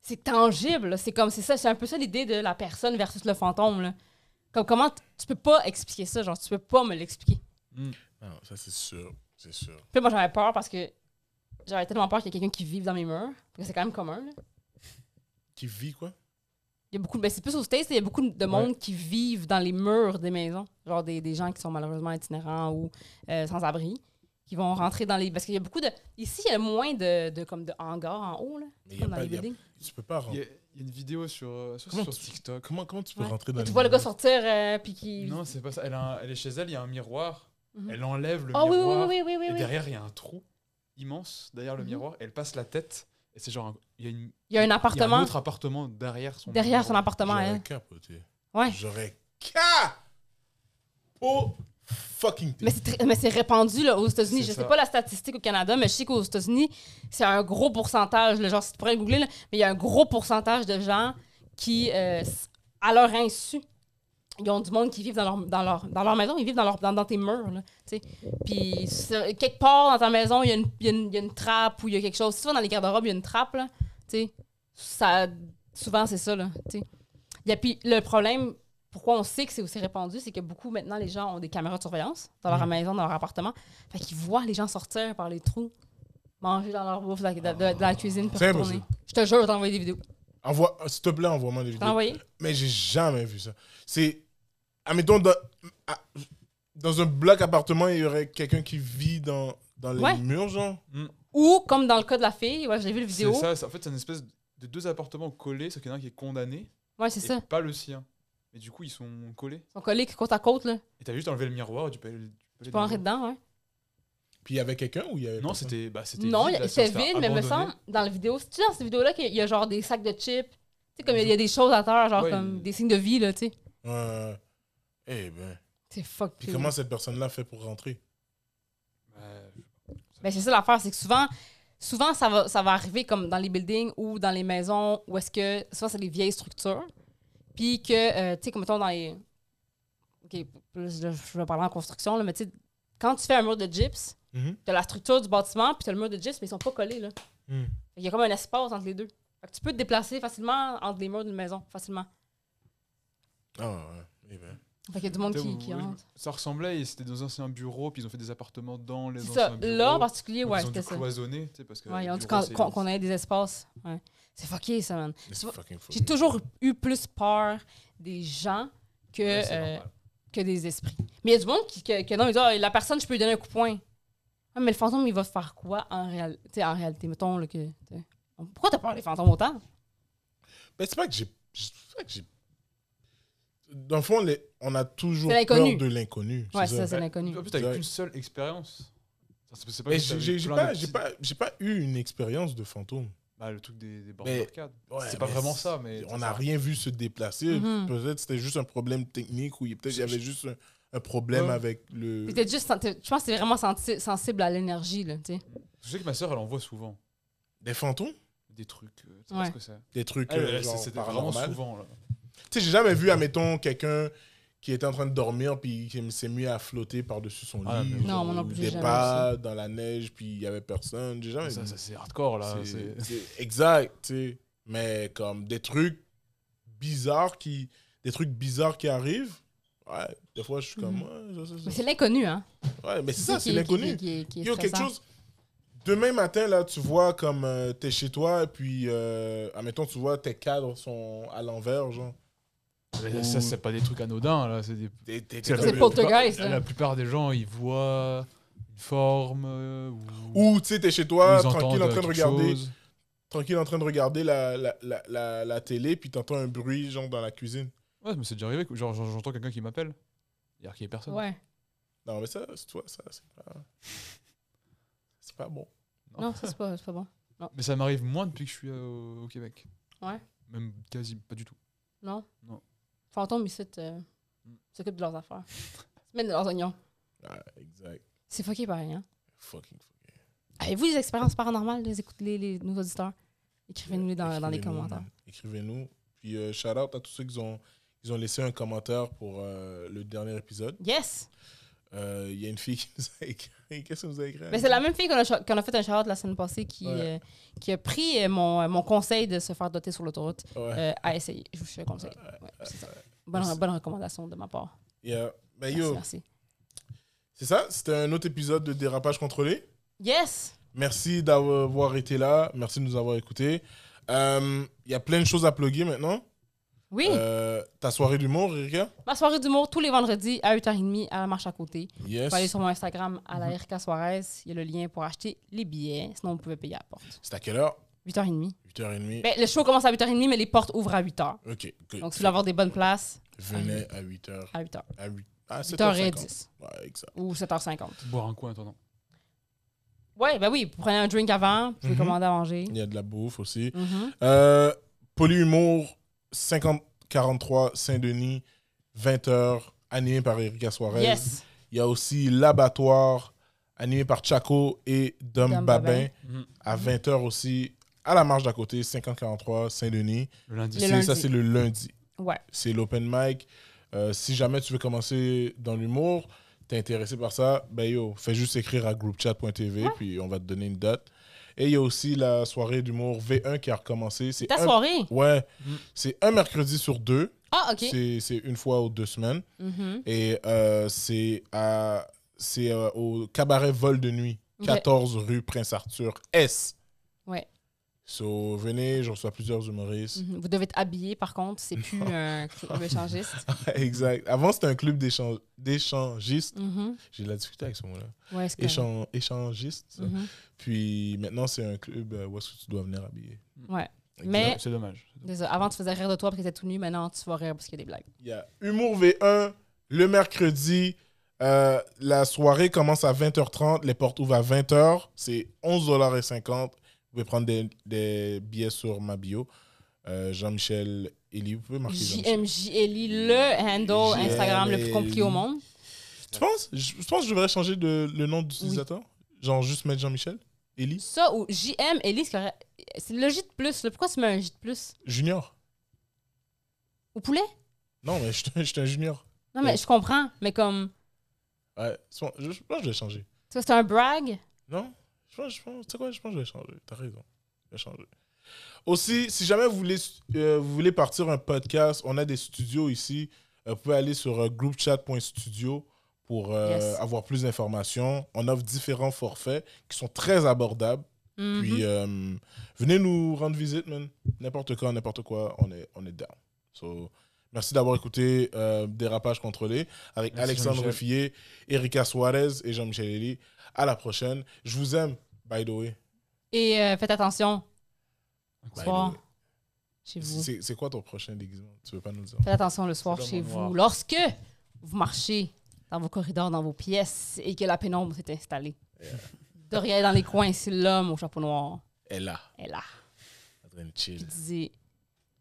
Speaker 3: C'est tangible. là. C'est comme, c'est ça, c'est un peu ça l'idée de la personne versus le fantôme. là. Comme, comment t- tu peux pas expliquer ça? Genre, tu peux pas me l'expliquer.
Speaker 2: Ah Non, ça c'est sûr, c'est sûr.
Speaker 3: Puis moi, j'avais peur parce que j'avais tellement peur qu'il y ait quelqu'un qui vive dans mes murs. Parce que c'est quand même commun. là.
Speaker 2: Qui vit quoi
Speaker 3: Il y a beaucoup, ben, c'est plus aux States, il y a beaucoup de monde qui vivent dans les murs des maisons. Genre des, des gens qui sont malheureusement itinérants ou euh, sans abri, qui vont rentrer dans les. Parce qu'il y a beaucoup de. Ici, il y a moins de, de, comme de hangars en haut, là.
Speaker 2: Mais y a
Speaker 3: Comme dans
Speaker 2: pas-
Speaker 3: les
Speaker 2: y a-
Speaker 3: buildings.
Speaker 2: Tu peux pas
Speaker 1: Il y,
Speaker 2: rentrer.
Speaker 1: a il y a une vidéo sur, euh, sur,
Speaker 2: Comment
Speaker 1: sur
Speaker 2: tu-
Speaker 1: TikTok.
Speaker 2: Comment, comment tu peux
Speaker 3: Ouais.
Speaker 2: rentrer dans
Speaker 3: Et tu
Speaker 2: une
Speaker 3: vois le gars
Speaker 2: maison
Speaker 3: sortir, euh, puis qui.
Speaker 1: Non, c'est pas ça. Elle, a un- elle est chez elle, il y a un miroir.
Speaker 3: Mhm.
Speaker 1: Elle enlève le
Speaker 3: Oh oui, oui,
Speaker 1: miroir.
Speaker 3: oui, oui, oui,
Speaker 1: Et
Speaker 3: oui.
Speaker 1: derrière, il y a un trou immense derrière le
Speaker 3: Mhm.
Speaker 1: miroir. Elle passe la tête. Et c'est genre. un- Il y a, une,
Speaker 3: Il y a un
Speaker 1: il y a un
Speaker 3: appartement
Speaker 1: autre appartement derrière son
Speaker 3: derrière son
Speaker 1: miroir.
Speaker 3: appartement,
Speaker 2: J'aurais
Speaker 3: elle.
Speaker 2: capoté.
Speaker 3: hein. Ouais.
Speaker 2: J'aurais capoté. fucking
Speaker 3: Mais c'est, très- mais c'est répandu là, aux États-Unis.
Speaker 1: C'est
Speaker 3: Je
Speaker 1: ça.
Speaker 3: sais pas la statistique au Canada, mais je sais qu'aux États-Unis, c'est un gros pourcentage. là, genre, si tu pourrais le googler, là, mais il y a un gros pourcentage de gens qui, euh, s- à leur insu, ils ont du monde qui vivent dans leur, dans leur, dans leur maison, ils vivent dans, leur, dans, dans tes murs. Là, tu sais. Puis sur- quelque part dans ta maison, il y, a une- il y a une- il y a une trappe ou il y a quelque chose. Si tu vas dans les garde-robes, il y a une trappe. Là, tu sais, ça, souvent, c'est ça. Là, tu sais. Il y a- puis le problème, pourquoi on sait que c'est aussi répandu, c'est que beaucoup maintenant les gens ont des caméras de surveillance dans leur
Speaker 1: Mm.
Speaker 2: Mhm.
Speaker 3: maison, dans leur appartement. Fait qu'ils voient les gens sortir par les trous, manger dans leur bouffe, de la, de- de- de la cuisine, puis
Speaker 2: C'est
Speaker 3: retourner.
Speaker 2: impossible.
Speaker 3: Je te jure, je t'ai envoyé des vidéos.
Speaker 2: Envoie, euh, s'il te plaît, envoie-moi des
Speaker 3: Je
Speaker 2: vidéos.
Speaker 3: t'ai envoyé.
Speaker 2: Mais j'ai jamais vu ça. C'est. Admettons, dans, à- dans un bloc appartement, il y aurait quelqu'un qui vit dans, dans les
Speaker 3: Ouais.
Speaker 2: murs, genre.
Speaker 3: Ou, comme dans le cas de la fille, ouais, je l'ai vu le
Speaker 1: C'est
Speaker 3: vidéo.
Speaker 1: ça, c'est- en fait, c'est une espèce de deux appartements collés, sauf qu'il y en a un qui est condamné
Speaker 3: Ouais, c'est
Speaker 1: et
Speaker 3: ça.
Speaker 1: pas le sien. Mais du coup, ils sont collés.
Speaker 3: Ils sont collés côte à côte, là.
Speaker 1: Et t'as juste enlevé le miroir et tu peux aller. tu peux aller
Speaker 3: Tu peux
Speaker 1: dans le
Speaker 3: rentrer
Speaker 1: mur.
Speaker 3: dedans, ouais.
Speaker 2: Puis il y avait quelqu'un ou il y avait.
Speaker 1: Non,
Speaker 2: personne?
Speaker 1: c'était bah, c'était
Speaker 3: Non,
Speaker 1: vide, la
Speaker 3: c'était
Speaker 1: salle,
Speaker 3: vide, mais il me
Speaker 1: abandonné.
Speaker 3: semble, dans la vidéo, c'est-tu dans cette vidéo-là qu'il y a genre des sacs de chips? Tu sais, comme il y a- il y a des choses à terre, genre
Speaker 1: Ouais,
Speaker 3: comme
Speaker 1: il-
Speaker 3: des signes de vie, là, tu sais.
Speaker 2: Ouais. Eh ben.
Speaker 3: C'est fuck.
Speaker 2: Puis comment cette personne-là fait pour rentrer
Speaker 1: Bah,
Speaker 3: Ben, c'est ça l'affaire, c'est que souvent, souvent ça, va, ça va arriver comme dans les buildings ou dans les maisons où est-ce que, soit c'est des vieilles structures, puis que, euh, tu sais, comme mettons dans les. Ok, plus là, je vais parler en construction, là, mais tu sais, quand tu fais un mur de gyps,
Speaker 2: Mhm.
Speaker 3: t'as la structure du bâtiment, puis t'as le mur de gyps, mais ils sont pas collés, là.
Speaker 2: Hmm.
Speaker 3: Il y a comme un espace entre les deux. Fait que tu peux te déplacer facilement entre les murs d'une maison, facilement.
Speaker 2: Ah ouais. Eh ben.
Speaker 3: Fait qu'il y a du monde
Speaker 1: T'as-
Speaker 3: qui,
Speaker 1: oui,
Speaker 3: qui
Speaker 1: je me-
Speaker 3: rentre.
Speaker 1: Ça ressemblait, et c'était dans un ancien bureau, puis ils ont fait des appartements dans les
Speaker 3: C'est
Speaker 1: anciens
Speaker 3: ça.
Speaker 1: bureaux.
Speaker 3: Là, en particulier,
Speaker 1: Donc,
Speaker 3: ouais,
Speaker 1: ils ont
Speaker 3: c'était
Speaker 1: dû
Speaker 3: ça.
Speaker 1: cloisonner, tu sais, parce que
Speaker 3: Ouais, ils
Speaker 1: les
Speaker 3: ont dit
Speaker 1: bureaux,
Speaker 3: qu'on
Speaker 1: euh, c'est-
Speaker 3: qu'on- qu'on ait des espaces. Ouais. C'est fucké, ça, man.
Speaker 2: C'est
Speaker 3: vois,
Speaker 2: fucking fou.
Speaker 3: J'ai toujours eu plus peur des gens que,
Speaker 1: Ouais, c'est
Speaker 3: euh,
Speaker 1: normal.
Speaker 3: que des esprits. Mais il y a du monde qui, que, que non, ils disent, Ah, la personne, je peux lui donner un coup de poing. Ah, mais le fantôme, il va faire quoi en, réal- tu sais, en réalité? Mettons, là, que, tu sais. pourquoi t'as peur des fantômes autant?
Speaker 2: Mais c'est pas que j'ai. c'est pas que j'ai- Dans le fond, les- on a toujours
Speaker 3: C'est
Speaker 2: peur
Speaker 3: l'inconnu.
Speaker 2: de l'inconnu.
Speaker 3: Ouais, c'est ça,
Speaker 1: Bah,
Speaker 3: c'est l'inconnu.
Speaker 1: En plus, t'as
Speaker 2: Ouais.
Speaker 1: qu'une seule expérience. Ça, c'est- c'est pas
Speaker 2: Mais
Speaker 1: que t'avais
Speaker 2: j'ai- j'ai j'ai
Speaker 1: plein
Speaker 2: pas,
Speaker 1: de
Speaker 2: j'ai
Speaker 1: petites-
Speaker 2: pas, j'ai pas eu une expérience de fantôme.
Speaker 1: Bah, le truc des, des bords
Speaker 2: Mais-
Speaker 1: d'arcade.
Speaker 2: Ouais,
Speaker 1: c'est pas
Speaker 2: mais
Speaker 1: vraiment
Speaker 2: c'est-
Speaker 1: ça, mais.
Speaker 2: On n'a rien vu se déplacer.
Speaker 3: Mhm.
Speaker 2: Peut-être c'était juste un problème technique ou il- peut-être il y avait juste un, un problème
Speaker 1: Ouais.
Speaker 2: avec le.
Speaker 3: T'étais juste, sen- t'es- je pense que t'es vraiment senti- sensible à l'énergie, là, tu sais.
Speaker 1: Je sais que ma soeur, elle en voit souvent
Speaker 2: Des fantômes
Speaker 1: des trucs. euh, Tu sais
Speaker 3: Ouais.
Speaker 1: pas ce que c'est.
Speaker 2: Des trucs.
Speaker 1: Elle,
Speaker 2: euh,
Speaker 1: elle,
Speaker 2: genre
Speaker 1: Ah, c'est- C'était vraiment
Speaker 2: paranormal.
Speaker 1: souvent. là.
Speaker 2: Tu sais, j'ai jamais vu, admettons, quelqu'un qui était en train de dormir puis qui s'est mis à flotter par-dessus son
Speaker 1: Ah,
Speaker 2: lit.
Speaker 1: mais-
Speaker 3: Non, moi non
Speaker 2: ou
Speaker 3: plus, j'ai
Speaker 2: Des
Speaker 3: jamais
Speaker 2: pas dans la neige puis il y avait personne. J'ai jamais
Speaker 1: Ça,
Speaker 2: vu.
Speaker 1: ça, c'est hardcore, là.
Speaker 2: C'est-
Speaker 1: c'est-
Speaker 2: c'est exact, tu sais. Mais comme des trucs bizarres qui, des trucs bizarres qui arrivent. Ouais, des fois je suis comme.
Speaker 3: Mhm.
Speaker 2: ouais, ça, ça, ça.
Speaker 3: Mais c'est l'inconnu, hein?
Speaker 2: Ouais, mais c'est ça,
Speaker 3: qui-
Speaker 2: c'est
Speaker 3: qui-
Speaker 2: l'inconnu.
Speaker 3: qui- qui- qui est
Speaker 2: Il y a quelque
Speaker 3: stressant.
Speaker 2: chose. Demain matin, là, tu vois comme euh, t'es chez toi, et puis, euh, admettons, tu vois tes cadres sont à l'envers, genre.
Speaker 1: Mais Ça, c'est pas des trucs anodins, là. C'est des.
Speaker 2: T'es- t'es-
Speaker 1: C'est
Speaker 2: t'es-
Speaker 3: C'est pour- poltergeist,
Speaker 1: La
Speaker 3: là.
Speaker 1: plupart des gens, ils voient une forme euh, ou.
Speaker 2: Ou, tu sais, t'es chez
Speaker 1: ou
Speaker 2: toi,
Speaker 1: ils entendent,
Speaker 2: tranquille, en train de
Speaker 1: euh, quelque
Speaker 2: regarder,
Speaker 1: chose.
Speaker 2: tranquille, en train de regarder la, la, la, la, la télé, puis t'entends un bruit, genre, dans la cuisine.
Speaker 1: Ouais, mais c'est déjà arrivé. que- Genre, genre, j'entends quelqu'un qui m'appelle. Il y a qu'il y ait personne.
Speaker 3: Ouais.
Speaker 2: Non, mais ça, c'est toi, ça, c'est pas... C'est pas bon.
Speaker 3: Non, ça, c'est pas, c'est pas bon.
Speaker 1: Mais ça m'arrive moins depuis que je suis euh, au, au Québec.
Speaker 3: Ouais.
Speaker 1: Même quasi pas du tout.
Speaker 3: Non?
Speaker 1: Non.
Speaker 3: Fantôme, ils s'occupent euh,
Speaker 1: Mm.
Speaker 3: s'occupent de leurs affaires. Ils mènent de leurs oignons.
Speaker 2: Ah, exact.
Speaker 3: C'est fucké pareil, hein?
Speaker 2: Fucking fucking.
Speaker 3: Avez-vous des expériences paranormales, les, écoute- les, les, nos auditeurs? Écrivez-nous dans, dans les
Speaker 2: Écrivez-nous,
Speaker 3: commentaires.
Speaker 2: man. Écrivez-nous. Puis euh, shout out à tous ceux qui ont, ils ont laissé un commentaire pour euh, le dernier épisode.
Speaker 3: Yes!
Speaker 2: Euh, Il y a une fille qui nous a écrit. [LAUGHS] Qu'est-ce que vous a écrit
Speaker 3: Mais c'est la même fille qu'on a, cho- qu'on a fait un shout la semaine passée qui,
Speaker 2: Ouais.
Speaker 3: euh, qui a pris euh, mon, euh, mon conseil de se faire doter sur l'autoroute
Speaker 2: Ouais.
Speaker 3: euh, à essayer. Je vous le conseille. Ouais, c'est ça. Bonne,
Speaker 2: Merci.
Speaker 3: bonne recommandation de ma part.
Speaker 2: Yeah. Ben,
Speaker 3: Merci, hein.
Speaker 2: yo,
Speaker 3: merci.
Speaker 2: c'est ça. C'était un autre épisode de Dérapage contrôlé.
Speaker 3: Yes!
Speaker 2: Merci d'avoir été là. Merci de nous avoir écoutés. Euh, Il y a plein de choses à plugger maintenant.
Speaker 3: Oui!
Speaker 2: Euh, ta soirée d'humour, Rika
Speaker 3: Ma soirée d'humour tous les vendredis à 8h30 à la marche à côté. Vous
Speaker 2: Yes. Mm-hmm.
Speaker 3: pouvez aller sur mon Instagram à la RK Suarez. Il y a le lien pour acheter les billets. Sinon, vous pouvez payer à la porte.
Speaker 2: C'est à quelle heure
Speaker 3: 8h30.
Speaker 2: 8h30.
Speaker 3: Ben, le show commence à 8h30, mais les portes ouvrent à 8h.
Speaker 2: ok, good.
Speaker 3: Donc, si vous voulez avoir des bonnes places,
Speaker 2: Venez à 8h.
Speaker 3: à 8h.
Speaker 2: À ah, 8 à 7h50.
Speaker 3: 8h10
Speaker 2: Ouais, exact.
Speaker 3: ou 7h50.
Speaker 1: Boire un coup en attendant.
Speaker 3: Ouais, ben oui, vous prenez un drink avant, vous pouvez
Speaker 2: Mhm.
Speaker 3: commander à manger.
Speaker 2: Il y a de la bouffe aussi.
Speaker 3: Mhm.
Speaker 2: Euh, Polyhumour 5043 Saint-Denis, 20h, animé par Erika Suarez.
Speaker 3: Yes.
Speaker 2: Il y a aussi L'Abattoir, animé par Chaco et Dom,
Speaker 3: Dom
Speaker 2: Babin,
Speaker 3: Babin.
Speaker 1: Mhm.
Speaker 2: à 20h aussi, à la marche d'à côté, 5043 Saint-Denis.
Speaker 1: Le lundi.
Speaker 3: Le
Speaker 2: C'est- Ça,
Speaker 3: lundi.
Speaker 2: c'est le lundi.
Speaker 3: Ouais.
Speaker 2: c'est l'open mic. Euh, si jamais tu veux commencer dans l'humour, t'es intéressé par ça, ben yo, fais juste écrire à groupchat.tv, puis on va te donner une date. Et il y a aussi la soirée d'humour V1 qui a recommencé. C'est
Speaker 3: Ta
Speaker 2: un-
Speaker 3: soirée.
Speaker 2: Ouais,
Speaker 1: Mhm.
Speaker 2: c'est un mercredi sur deux.
Speaker 3: Ah, OK.
Speaker 2: C'est- C'est une fois ou deux semaines.
Speaker 3: Mhm.
Speaker 2: Et euh, c'est à- c'est, euh, au cabaret Vol de Nuit,
Speaker 3: Ok.
Speaker 2: 14 rue Prince Arthur S.
Speaker 3: Ouais.
Speaker 2: So, venez, je reçois plusieurs humoristes.
Speaker 3: [LAUGHS] Mhm. Vous devez être habillé, par contre. C'est
Speaker 2: [LAUGHS]
Speaker 3: plus un club échangiste.
Speaker 2: exact. Avant, c'était un club d'échange- d'échangistes.
Speaker 3: Mhm.
Speaker 2: J'ai de la difficulté avec ce mot-là.
Speaker 3: Ouais, c'est correct.
Speaker 2: Échan- échangiste. ça.
Speaker 3: Mhm.
Speaker 2: Puis maintenant, c'est un club euh, où est-ce que tu dois venir habiller.
Speaker 3: Ouais.
Speaker 2: Exact.
Speaker 3: Mais
Speaker 1: C'est dommage.
Speaker 3: Désolé, avant, tu faisais rire de toi parce que t'étais tout nu. Maintenant, tu vas rire parce qu'il y a des blagues.
Speaker 2: Il y a Humour V1 le mercredi. Euh, la soirée commence à 20h30. Les portes ouvrent à 20h. C'est 11,50$. Vous pouvez prendre des, des billets sur ma bio. Euh, Jean-Michel Eli. Vous pouvez marquer Jean-Michel.
Speaker 3: JMJLI, le handle
Speaker 2: JMJLI.
Speaker 3: Instagram le plus compliqué au monde.
Speaker 2: Tu penses Je je pense que je devrais changer de, le nom d'utilisateur. Genre juste mettre Jean-Michel Eli
Speaker 3: Ça ou JM Ellie, c'est correct. C'est le J de plus. là. Pourquoi tu mets un J de plus
Speaker 2: Junior.
Speaker 3: Au poulet
Speaker 2: Non, mais je suis un- je suis un junior.
Speaker 3: Non, mais
Speaker 2: Ouais.
Speaker 3: je comprends. Mais comme,
Speaker 2: Ouais, je pense je pense que je vais changer.
Speaker 3: tu vois, c'est un brag.
Speaker 2: Non, je pense, je pense, tu sais quoi, je pense que je vais changer. T'as raison. Je vais changer. Aussi, si jamais vous voulez, euh, vous voulez partir un podcast, on a des studios ici. Euh, vous pouvez aller sur euh, groupchat.studio pour euh,
Speaker 3: Yes.
Speaker 2: avoir plus d'informations. On offre différents forfaits qui sont très abordables.
Speaker 3: Mhm.
Speaker 2: Puis euh, venez nous rendre visite, man. N'importe quand, n'importe quoi, on est, on est down. So, merci d'avoir écouté euh, Dérapage contrôlé avec
Speaker 1: Merci,
Speaker 2: Alexandre
Speaker 1: Jean-Michel.
Speaker 2: Ruffier, Erika Suarez et Jean-Michel Elie. À la prochaine. Je vous aime, by the way.
Speaker 3: Et euh, faites attention
Speaker 2: By the
Speaker 3: soir
Speaker 2: way.
Speaker 3: chez vous.
Speaker 2: Ben C'est c'est quoi ton prochain déguisement Tu veux pas nous le dire
Speaker 3: Faites attention le soir
Speaker 1: C'est
Speaker 3: chez
Speaker 1: l'homme en noir.
Speaker 3: vous. Lorsque vous marchez dans vos corridors, dans vos pièces et que la pénombre s'est installée. De rien dans les coins, c'est l'homme au chapeau noir
Speaker 2: Elle est là,
Speaker 3: est là.
Speaker 2: en train de chill.
Speaker 3: Il disait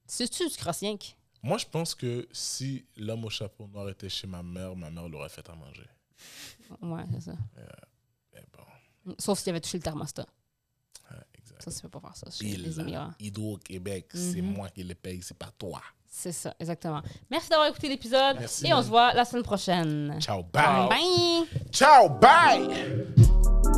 Speaker 3: C'est-tu du crossink
Speaker 2: Moi, je pense que si l'homme au chapeau noir était chez ma mère, ma mère l'aurait fait à manger. Eh ben,
Speaker 3: Ouais, c'est ça.
Speaker 2: Mais bon,
Speaker 3: Sauf s'il avait touché le thermostat.
Speaker 2: ouais, exact.
Speaker 3: Ça, tu peux pas faire ça chez les hein.
Speaker 2: Il,
Speaker 3: immigrants.
Speaker 2: Hydro-Québec, c'est
Speaker 3: Mhm.
Speaker 2: moi qui le paye, c'est pas toi.
Speaker 3: C'est ça, exactement. Merci d'avoir écouté l'épisode
Speaker 2: Merci,
Speaker 3: et on
Speaker 2: man.
Speaker 3: se voit la semaine prochaine.
Speaker 2: Ciao, bye.
Speaker 3: Ah. Bye!
Speaker 2: Ciao, bye.